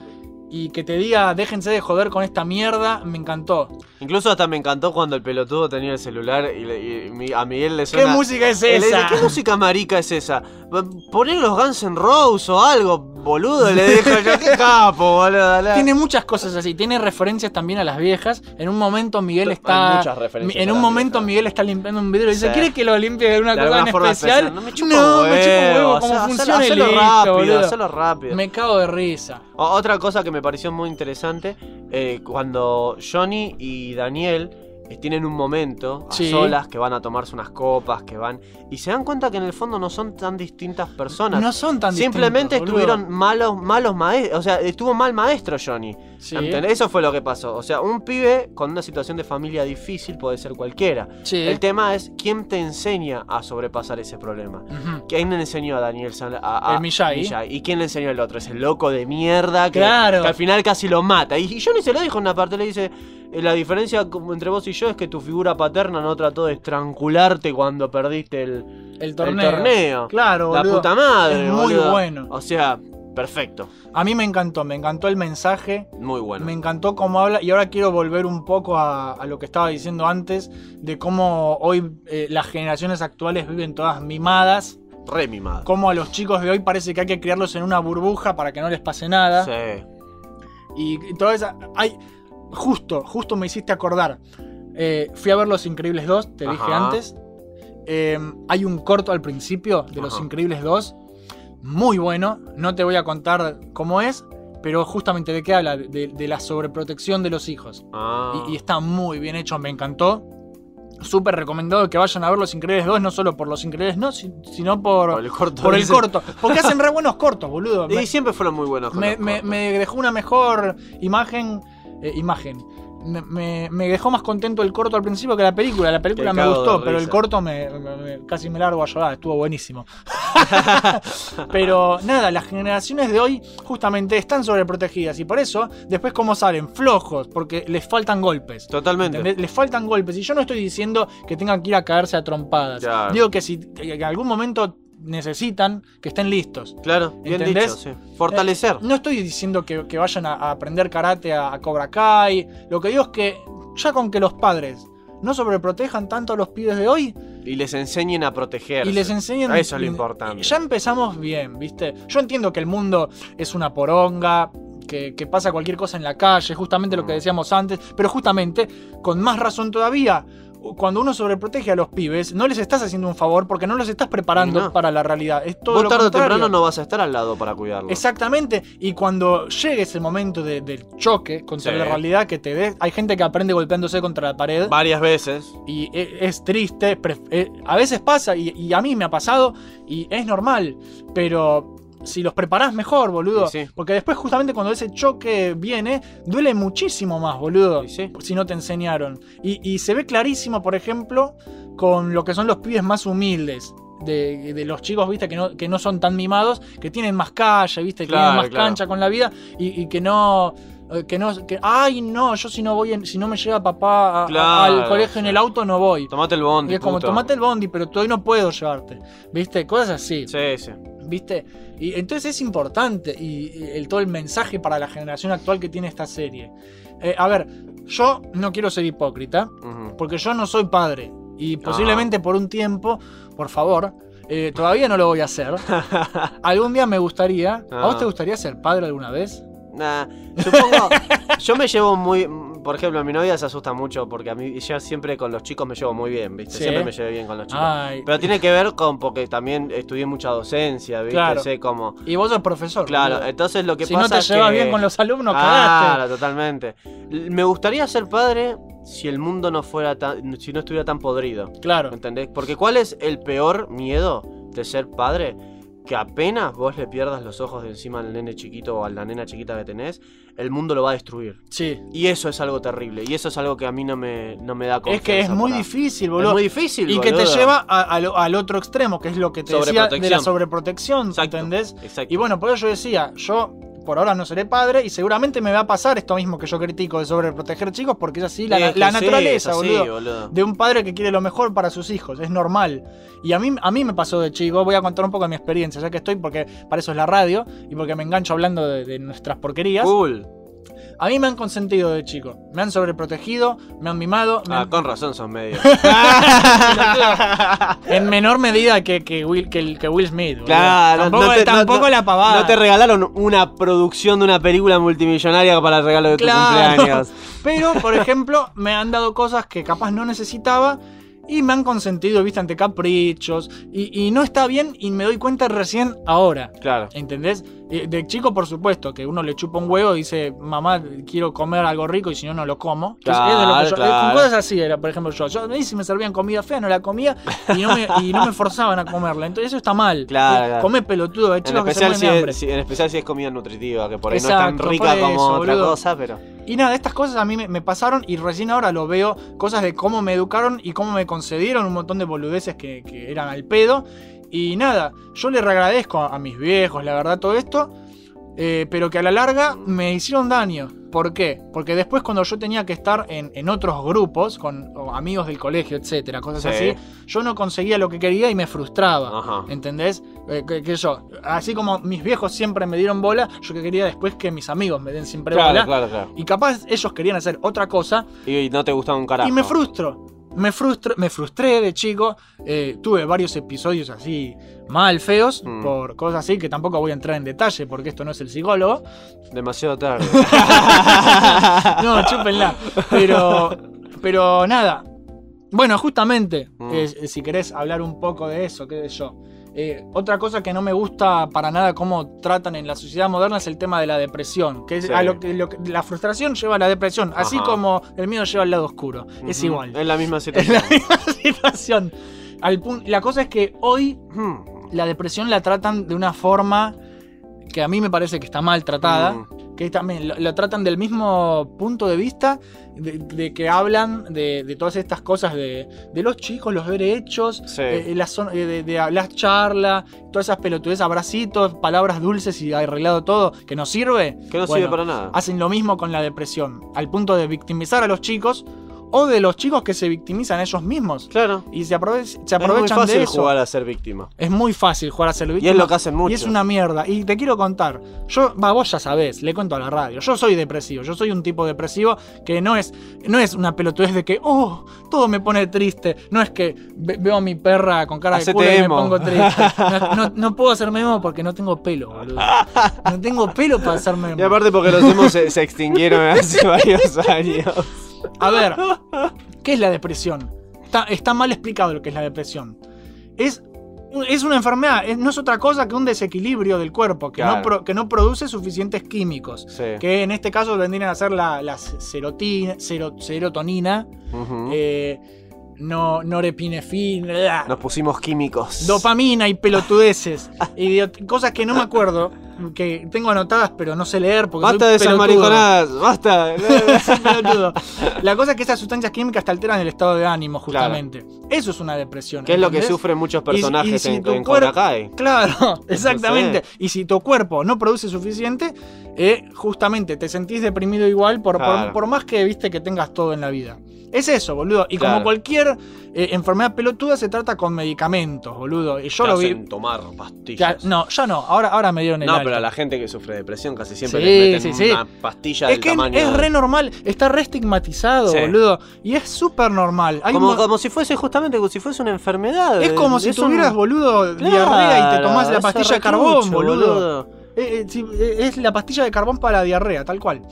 [SPEAKER 2] Y que te diga, déjense de joder con esta mierda, me encantó.
[SPEAKER 3] Incluso hasta me encantó cuando el pelotudo tenía el celular y, le- y mi- a Miguel le
[SPEAKER 2] ¿Qué
[SPEAKER 3] suena...
[SPEAKER 2] música es
[SPEAKER 3] Y le dice,
[SPEAKER 2] esa?
[SPEAKER 3] ¿Qué música marica es esa? P- Poner los Guns N' Roses o algo, boludo. Le dijo yo, qué capo, boludo. la-
[SPEAKER 2] Tiene muchas cosas así, tiene referencias también a las viejas. En un momento Miguel
[SPEAKER 3] Hay
[SPEAKER 2] está.
[SPEAKER 3] muchas referencias
[SPEAKER 2] En
[SPEAKER 3] a
[SPEAKER 2] un
[SPEAKER 3] las
[SPEAKER 2] momento
[SPEAKER 3] viejas.
[SPEAKER 2] Miguel está limpiando un vidrio y dice,
[SPEAKER 3] Sí.
[SPEAKER 2] ¿quieres que lo limpie de una
[SPEAKER 3] de
[SPEAKER 2] cosa
[SPEAKER 3] alguna
[SPEAKER 2] en
[SPEAKER 3] forma
[SPEAKER 2] especial?
[SPEAKER 3] No me chupa
[SPEAKER 2] No,
[SPEAKER 3] un
[SPEAKER 2] me chupa un
[SPEAKER 3] huevo,
[SPEAKER 2] huevo,
[SPEAKER 3] o
[SPEAKER 2] como
[SPEAKER 3] sea,
[SPEAKER 2] funciona el
[SPEAKER 3] hacelo
[SPEAKER 2] listo,
[SPEAKER 3] rápido,
[SPEAKER 2] boludo.
[SPEAKER 3] hacelo rápido.
[SPEAKER 2] Me cago de risa.
[SPEAKER 3] O- Otra cosa que me pareció muy interesante, eh, cuando Johnny y Daniel eh, tienen un momento a
[SPEAKER 2] Sí.
[SPEAKER 3] solas, que van a tomarse unas copas, que van... Y se dan cuenta que en el fondo no son tan distintas personas.
[SPEAKER 2] No son tan
[SPEAKER 3] Simplemente
[SPEAKER 2] distintos, boludo.
[SPEAKER 3] estuvieron malos, malos maestros. O sea, estuvo mal maestro Johnny.
[SPEAKER 2] Sí,
[SPEAKER 3] ¿Entendés? Eso fue lo que pasó. O sea, un pibe con una situación de familia difícil puede ser cualquiera.
[SPEAKER 2] sí.
[SPEAKER 3] El tema es quién te enseña a sobrepasar ese problema.
[SPEAKER 2] Ujú.
[SPEAKER 3] ¿Quién le enseñó a Daniel San a, a
[SPEAKER 2] El Miyagi.
[SPEAKER 3] ¿Y quién le enseñó el otro? Ese loco de mierda que,
[SPEAKER 2] Claro.
[SPEAKER 3] que al final casi lo mata. Y, y Johnny se lo dijo en una parte, le dice, "Eh, la diferencia como entre vos y yo es que tu figura paterna no trató de estrangularte cuando perdiste el,
[SPEAKER 2] El
[SPEAKER 3] el
[SPEAKER 2] torneo.
[SPEAKER 3] torneo.
[SPEAKER 2] Claro,
[SPEAKER 3] La
[SPEAKER 2] boludo.
[SPEAKER 3] puta madre.
[SPEAKER 2] Es muy
[SPEAKER 3] boludo.
[SPEAKER 2] bueno.
[SPEAKER 3] O sea, perfecto.
[SPEAKER 2] A mí me encantó, me encantó el mensaje,
[SPEAKER 3] Muy bueno.
[SPEAKER 2] me encantó cómo habla y ahora quiero volver un poco a, a lo que estaba diciendo antes de cómo hoy eh, las generaciones actuales viven todas mimadas,
[SPEAKER 3] Re mimado.
[SPEAKER 2] cómo a los chicos de hoy parece que hay que criarlos en una burbuja para que no les pase nada
[SPEAKER 3] Sí.
[SPEAKER 2] y toda esa... Ay, justo, justo me hiciste acordar. Eh, fui a ver Los Increíbles 2, te dije
[SPEAKER 3] Ajá.
[SPEAKER 2] antes. Eh, hay un corto al principio de Los
[SPEAKER 3] Ajá.
[SPEAKER 2] Increíbles 2, muy bueno. No te voy a contar cómo es, pero justamente de qué habla, de, de la sobreprotección de los hijos.
[SPEAKER 3] Ah.
[SPEAKER 2] Y, y está muy bien hecho, me encantó. Súper recomendado que vayan a ver Los Increíbles 2, no solo por Los Increíbles, no, si- sino por,
[SPEAKER 3] Por el corto.
[SPEAKER 2] por el
[SPEAKER 3] dice.
[SPEAKER 2] corto. Porque hacen re buenos cortos, boludo. Me-
[SPEAKER 3] Y siempre fueron muy buenos. con
[SPEAKER 2] me,
[SPEAKER 3] los
[SPEAKER 2] me-
[SPEAKER 3] cortos.
[SPEAKER 2] me dejó una mejor imagen. eh, imagen. Me, me- me dejó más contento el corto al principio que la película. La película
[SPEAKER 3] Te
[SPEAKER 2] me
[SPEAKER 3] cago de
[SPEAKER 2] gustó, pero el
[SPEAKER 3] risa.
[SPEAKER 2] corto me, me- me- casi me largo a llorar. Estuvo buenísimo. pero nada, las generaciones de hoy justamente están sobreprotegidas y por eso después como salen flojos porque les faltan golpes.
[SPEAKER 3] Totalmente.
[SPEAKER 2] ¿Entendés? Les faltan golpes. Y yo no estoy diciendo que tengan que ir a caerse a trompadas.
[SPEAKER 3] Claro.
[SPEAKER 2] Digo que si que en algún momento necesitan, que estén listos.
[SPEAKER 3] Claro, bien
[SPEAKER 2] ¿Entendés? Eh,
[SPEAKER 3] dicho. sí. Fortalecer.
[SPEAKER 2] No estoy diciendo que, que vayan a, a aprender karate a, a Cobra Kai. Lo que digo es que ya con que los padres no sobreprotejan tanto a los pibes de hoy
[SPEAKER 3] Y les enseñen a proteger.
[SPEAKER 2] y les enseñen...
[SPEAKER 3] Eso es lo importante.
[SPEAKER 2] Ya empezamos bien, ¿viste? Yo entiendo que el mundo es una poronga, que, que pasa cualquier cosa en la calle, justamente lo que
[SPEAKER 3] Mm.
[SPEAKER 2] decíamos antes, pero justamente, con más razón todavía, cuando uno sobreprotege a los pibes, no les estás haciendo un favor porque no los estás preparando
[SPEAKER 3] No.
[SPEAKER 2] para la realidad. Es todo
[SPEAKER 3] Vos
[SPEAKER 2] lo
[SPEAKER 3] tarde o
[SPEAKER 2] contrario.
[SPEAKER 3] temprano no vas a estar al lado para cuidarlo.
[SPEAKER 2] Exactamente, y cuando llegue ese momento de- del choque contra
[SPEAKER 3] Sí.
[SPEAKER 2] la realidad que te dé, hay gente que aprende golpeándose contra la pared
[SPEAKER 3] Varias veces.
[SPEAKER 2] y e- es, triste, pref- eh, a veces pasa y, y a mí me ha pasado y es normal, pero si los preparás mejor, boludo,
[SPEAKER 3] Y sí.
[SPEAKER 2] porque después justamente cuando ese choque viene, duele muchísimo más, boludo,
[SPEAKER 3] Y sí.
[SPEAKER 2] si no te enseñaron. Y, y se ve clarísimo, por ejemplo, con lo que son los pibes más humildes. De, de los chicos, viste, que no, que no son tan mimados, que tienen más calle, viste, que tienen
[SPEAKER 3] Claro,
[SPEAKER 2] más
[SPEAKER 3] claro.
[SPEAKER 2] cancha con la vida y, y que no. eh, Que no, que, ay, no, yo si no voy, en- si no me lleva papá a- a-
[SPEAKER 3] Claro,
[SPEAKER 2] al colegio en
[SPEAKER 3] sí.
[SPEAKER 2] el auto, no voy.
[SPEAKER 3] Tomate el bondi.
[SPEAKER 2] Y es como,
[SPEAKER 3] puto.
[SPEAKER 2] tomate el bondi, pero hoy no puedo llevarte, viste, cosas así.
[SPEAKER 3] Sí, sí.
[SPEAKER 2] ¿Viste? Y entonces es importante y, y el, todo el mensaje para la generación actual que tiene esta serie. Eh, a ver, yo no quiero ser hipócrita,
[SPEAKER 3] Ujú.
[SPEAKER 2] porque yo no soy padre.
[SPEAKER 4] Ah.
[SPEAKER 2] Y posiblemente por un tiempo, por favor, eh, todavía no lo voy a hacer. Algún día me gustaría. ¿A vos
[SPEAKER 3] Ah.
[SPEAKER 2] te gustaría ser padre alguna vez?
[SPEAKER 4] Nah, supongo. yo me llevo muy. Por ejemplo, mi novia se asusta mucho porque a mí yo siempre con los chicos me llevo muy bien, ¿viste?
[SPEAKER 2] Sí. Ah.
[SPEAKER 4] Siempre me llevé bien con los chicos.
[SPEAKER 2] Ay.
[SPEAKER 4] Pero tiene que ver con porque también estudié mucha docencia, ¿viste?
[SPEAKER 2] Claro.
[SPEAKER 4] Sé cómo.
[SPEAKER 2] Y vos sos profesor.
[SPEAKER 4] Claro,
[SPEAKER 2] boludo.
[SPEAKER 4] entonces lo que
[SPEAKER 2] si
[SPEAKER 4] pasa
[SPEAKER 2] no te
[SPEAKER 4] es
[SPEAKER 2] llevas
[SPEAKER 4] que-
[SPEAKER 2] bien con los alumnos,
[SPEAKER 4] Claro, totalmente. L- Me gustaría ser padre si el mundo no fuera tan si no estuviera tan podrido.
[SPEAKER 2] cagaste. Claro.
[SPEAKER 4] ¿Entendés? Porque ¿cuál es el peor miedo de ser padre? Que apenas vos le pierdas los ojos de encima al nene chiquito o a la nena chiquita que tenés, el mundo lo va a destruir.
[SPEAKER 2] Sí.
[SPEAKER 4] Y eso es algo terrible. Y eso es algo que a mí no me, no me da
[SPEAKER 2] Es
[SPEAKER 4] confianza.
[SPEAKER 2] que es muy
[SPEAKER 4] para-
[SPEAKER 2] difícil,
[SPEAKER 4] Es
[SPEAKER 2] boludo.
[SPEAKER 4] muy difícil,
[SPEAKER 2] y que te
[SPEAKER 4] boludo.
[SPEAKER 2] lleva a- a lo- al otro extremo, que es lo que te decía de la
[SPEAKER 3] Sobreprotección.
[SPEAKER 2] sobreprotección,
[SPEAKER 3] Exacto.
[SPEAKER 2] ¿entendés?
[SPEAKER 4] Exacto.
[SPEAKER 2] Y bueno, por eso yo decía, yo por ahora no seré padre y seguramente me va a pasar esto mismo que yo critico de sobreproteger chicos, porque es así la,
[SPEAKER 4] Es que
[SPEAKER 2] la
[SPEAKER 4] sí,
[SPEAKER 2] naturaleza,
[SPEAKER 4] es así,
[SPEAKER 2] boludo. de un padre que quiere lo mejor para sus hijos, es normal. Y a mí, a mí me pasó de chico, voy a contar un poco de mi experiencia, ya que estoy, porque para eso es la radio y porque me engancho hablando de, de nuestras porquerías.
[SPEAKER 4] Cool. Ah,
[SPEAKER 2] A mí me han consentido de chico, me han sobreprotegido, me han mimado, me
[SPEAKER 4] Ah,
[SPEAKER 2] han-
[SPEAKER 4] con razón son medios.
[SPEAKER 2] en menor medida que, que Will, que, el- que Will Smith. boludo.
[SPEAKER 3] Claro,
[SPEAKER 2] tampoco,
[SPEAKER 3] no te- no-
[SPEAKER 2] tampoco
[SPEAKER 3] no-
[SPEAKER 2] la pavada.
[SPEAKER 3] No te regalaron una producción de una película multimillonaria para el regalo de tu
[SPEAKER 2] Claro.
[SPEAKER 3] cumpleaños.
[SPEAKER 2] Pero, por ejemplo, me han dado cosas que capaz no necesitaba y me han consentido, viste, ante caprichos. Y, y no está bien y me doy cuenta recién ahora.
[SPEAKER 4] claro.
[SPEAKER 2] ¿Entendés? Eh, De chico, por supuesto, que uno le chupa un huevo y dice, mamá, quiero comer algo rico y si no, no lo como. Que es-
[SPEAKER 3] Claro,
[SPEAKER 2] eso es lo que yo-
[SPEAKER 3] claro.
[SPEAKER 2] eh, con cosas así era, por ejemplo, yo. yo a mí si me servían comida fea, no la comía y no me, y no me forzaban a comerla. Entonces eso está mal.
[SPEAKER 3] Claro,
[SPEAKER 2] Eh,
[SPEAKER 3] claro.
[SPEAKER 2] Come pelotudo, hay
[SPEAKER 4] En
[SPEAKER 2] chicos que se
[SPEAKER 4] especial,
[SPEAKER 2] mueren
[SPEAKER 4] si
[SPEAKER 2] de hambre.
[SPEAKER 4] es, si- en especial si es comida nutritiva, que por ahí no es
[SPEAKER 2] Exacto,
[SPEAKER 4] tan rica
[SPEAKER 2] por
[SPEAKER 4] como
[SPEAKER 2] eso,
[SPEAKER 4] otra
[SPEAKER 2] boludo.
[SPEAKER 4] cosa, pero.
[SPEAKER 2] Y nada, estas cosas a mí me, me pasaron y recién ahora lo veo, cosas de cómo me educaron y cómo me concedieron un montón de boludeces que, que eran al pedo. Y nada, yo le agradezco a, a mis viejos, la verdad, todo esto, eh, pero que a la larga me hicieron daño. ¿Por qué? Porque después cuando yo tenía que estar en, en otros grupos, con o amigos del colegio, etcétera, cosas
[SPEAKER 4] Sí.
[SPEAKER 2] así, yo no conseguía lo que quería y me frustraba.
[SPEAKER 4] Ajá.
[SPEAKER 2] ¿Entendés? Eh, que, que yo, así como mis viejos siempre me dieron bola, yo que quería después que mis amigos me den siempre bola.
[SPEAKER 3] Claro, claro, claro.
[SPEAKER 2] Y capaz ellos querían hacer otra cosa
[SPEAKER 3] Y, y no te gustaba un carajo.
[SPEAKER 2] y me frustro. Me, frustro, me frustré de chico. eh, tuve varios episodios así mal feos
[SPEAKER 4] Mm.
[SPEAKER 2] por cosas así que tampoco voy a entrar en detalle porque esto no es el psicólogo.
[SPEAKER 4] Demasiado tarde.
[SPEAKER 2] No, chúpenla. Pero, pero nada. Bueno, justamente,
[SPEAKER 4] Mm.
[SPEAKER 2] eh, si querés hablar un poco de eso, qué sé yo. Eh, otra cosa que no me gusta para nada cómo tratan en la sociedad moderna es el tema de la depresión. Que es
[SPEAKER 4] Sí.
[SPEAKER 2] a lo que, lo que- la frustración lleva a la depresión, así
[SPEAKER 4] Ajá.
[SPEAKER 2] como el miedo lleva al lado oscuro. Es
[SPEAKER 4] Ujú.
[SPEAKER 2] igual.
[SPEAKER 4] Es la misma situación.
[SPEAKER 2] situación. Al pun- la cosa es que hoy
[SPEAKER 4] Hmm.
[SPEAKER 2] la depresión la tratan de una forma que a mí me parece que está mal tratada,
[SPEAKER 4] Mm.
[SPEAKER 2] que también lo, lo tratan del mismo punto de vista de, de que hablan de, de todas estas cosas de, de los chicos, los derechos,
[SPEAKER 4] Sí.
[SPEAKER 2] eh, las zon- eh, de, de hablar charla, todas esas pelotudes, abracitos, palabras dulces y arreglado todo, que no sirve.
[SPEAKER 4] Que no
[SPEAKER 2] Bueno,
[SPEAKER 4] sirve para nada.
[SPEAKER 2] hacen lo mismo con la depresión, al punto de victimizar a los chicos o de los chicos que se victimizan ellos mismos.
[SPEAKER 4] Claro.
[SPEAKER 2] Y se, aprove- se
[SPEAKER 4] Es muy
[SPEAKER 2] aprovechan
[SPEAKER 4] fácil
[SPEAKER 2] de eso.
[SPEAKER 4] jugar a ser víctima.
[SPEAKER 2] Es muy fácil jugar a ser
[SPEAKER 4] Y
[SPEAKER 2] víctima.
[SPEAKER 4] es lo que hacen muchos.
[SPEAKER 2] Y es una mierda. Y te quiero contar. Yo, va, vos ya sabés, le cuento a la radio. Yo soy depresivo. Yo soy un tipo depresivo que no es, no es una pelotudez de que, oh, todo me pone triste. No es que ve- veo a mi perra con cara
[SPEAKER 3] Hacete
[SPEAKER 2] de culo y me
[SPEAKER 3] emo.
[SPEAKER 2] pongo triste. No, no- no puedo hacerme emo porque no tengo pelo, boludo. No tengo pelo para hacerme emo.
[SPEAKER 3] Y aparte porque los hemos se, se extinguieron hace varios años.
[SPEAKER 2] A ver, ¿qué es la depresión? Está, está mal explicado lo que es la depresión. Es, es una enfermedad, es- no es otra cosa que un desequilibrio del cuerpo, que, no,
[SPEAKER 4] Claro.
[SPEAKER 2] pro- que no produce suficientes químicos.
[SPEAKER 4] Sí.
[SPEAKER 2] Que en este caso vendrían a ser la, la serotina- sero- serotonina,
[SPEAKER 4] Ujú.
[SPEAKER 2] eh, no, norepinefrina,
[SPEAKER 4] Nos pusimos químicos.
[SPEAKER 2] dopamina y pelotudeces. idiot- cosas que no me acuerdo, que tengo anotadas pero no sé leer porque soy
[SPEAKER 3] Basta de esas
[SPEAKER 2] pelotudo.
[SPEAKER 3] mariconadas, basta.
[SPEAKER 2] Soy pelotudo. La cosa es que esas sustancias químicas te alteran el estado de ánimo, justamente. Eso es una depresión.
[SPEAKER 4] Que es lo que
[SPEAKER 2] ¿entendés?
[SPEAKER 4] sufren muchos personajes
[SPEAKER 2] Y si- y si
[SPEAKER 4] en,
[SPEAKER 2] tu
[SPEAKER 4] en Cobra
[SPEAKER 2] cuerpo-
[SPEAKER 4] Kai.
[SPEAKER 2] Claro, exactamente. Y si tu cuerpo no produce suficiente, eh, justamente te sentís deprimido igual por, por-
[SPEAKER 4] Claro.
[SPEAKER 2] por, más que viste que tengas todo en la vida. Es eso, boludo. Y como
[SPEAKER 4] Claro.
[SPEAKER 2] cualquier eh, enfermedad pelotuda se trata con medicamentos, boludo. Y yo lo vi.
[SPEAKER 4] tomar
[SPEAKER 2] Ya-
[SPEAKER 4] pastillas.
[SPEAKER 2] no, ya no. Ahora, ahora me dieron el
[SPEAKER 4] No,
[SPEAKER 2] alta.
[SPEAKER 4] pero a la gente que sufre depresión casi siempre
[SPEAKER 2] Sí,
[SPEAKER 4] le meten
[SPEAKER 2] sí, sí.
[SPEAKER 4] una pastilla
[SPEAKER 2] Es
[SPEAKER 4] del
[SPEAKER 2] que
[SPEAKER 4] tamaño.
[SPEAKER 2] es re normal, está re estigmatizado,
[SPEAKER 4] Sí.
[SPEAKER 2] boludo. Y es súper normal. Hay
[SPEAKER 4] como,
[SPEAKER 2] mo-
[SPEAKER 4] como si fuese justamente como si fuese una enfermedad.
[SPEAKER 2] Es como si
[SPEAKER 4] un-
[SPEAKER 2] tuvieras, boludo,
[SPEAKER 4] Claro,
[SPEAKER 2] diarrea y te tomás la
[SPEAKER 4] ese
[SPEAKER 2] pastilla de
[SPEAKER 4] rechucho,
[SPEAKER 2] carbón, boludo. Eh, eh, sí, eh, es la pastilla de carbón para la diarrea, tal cual.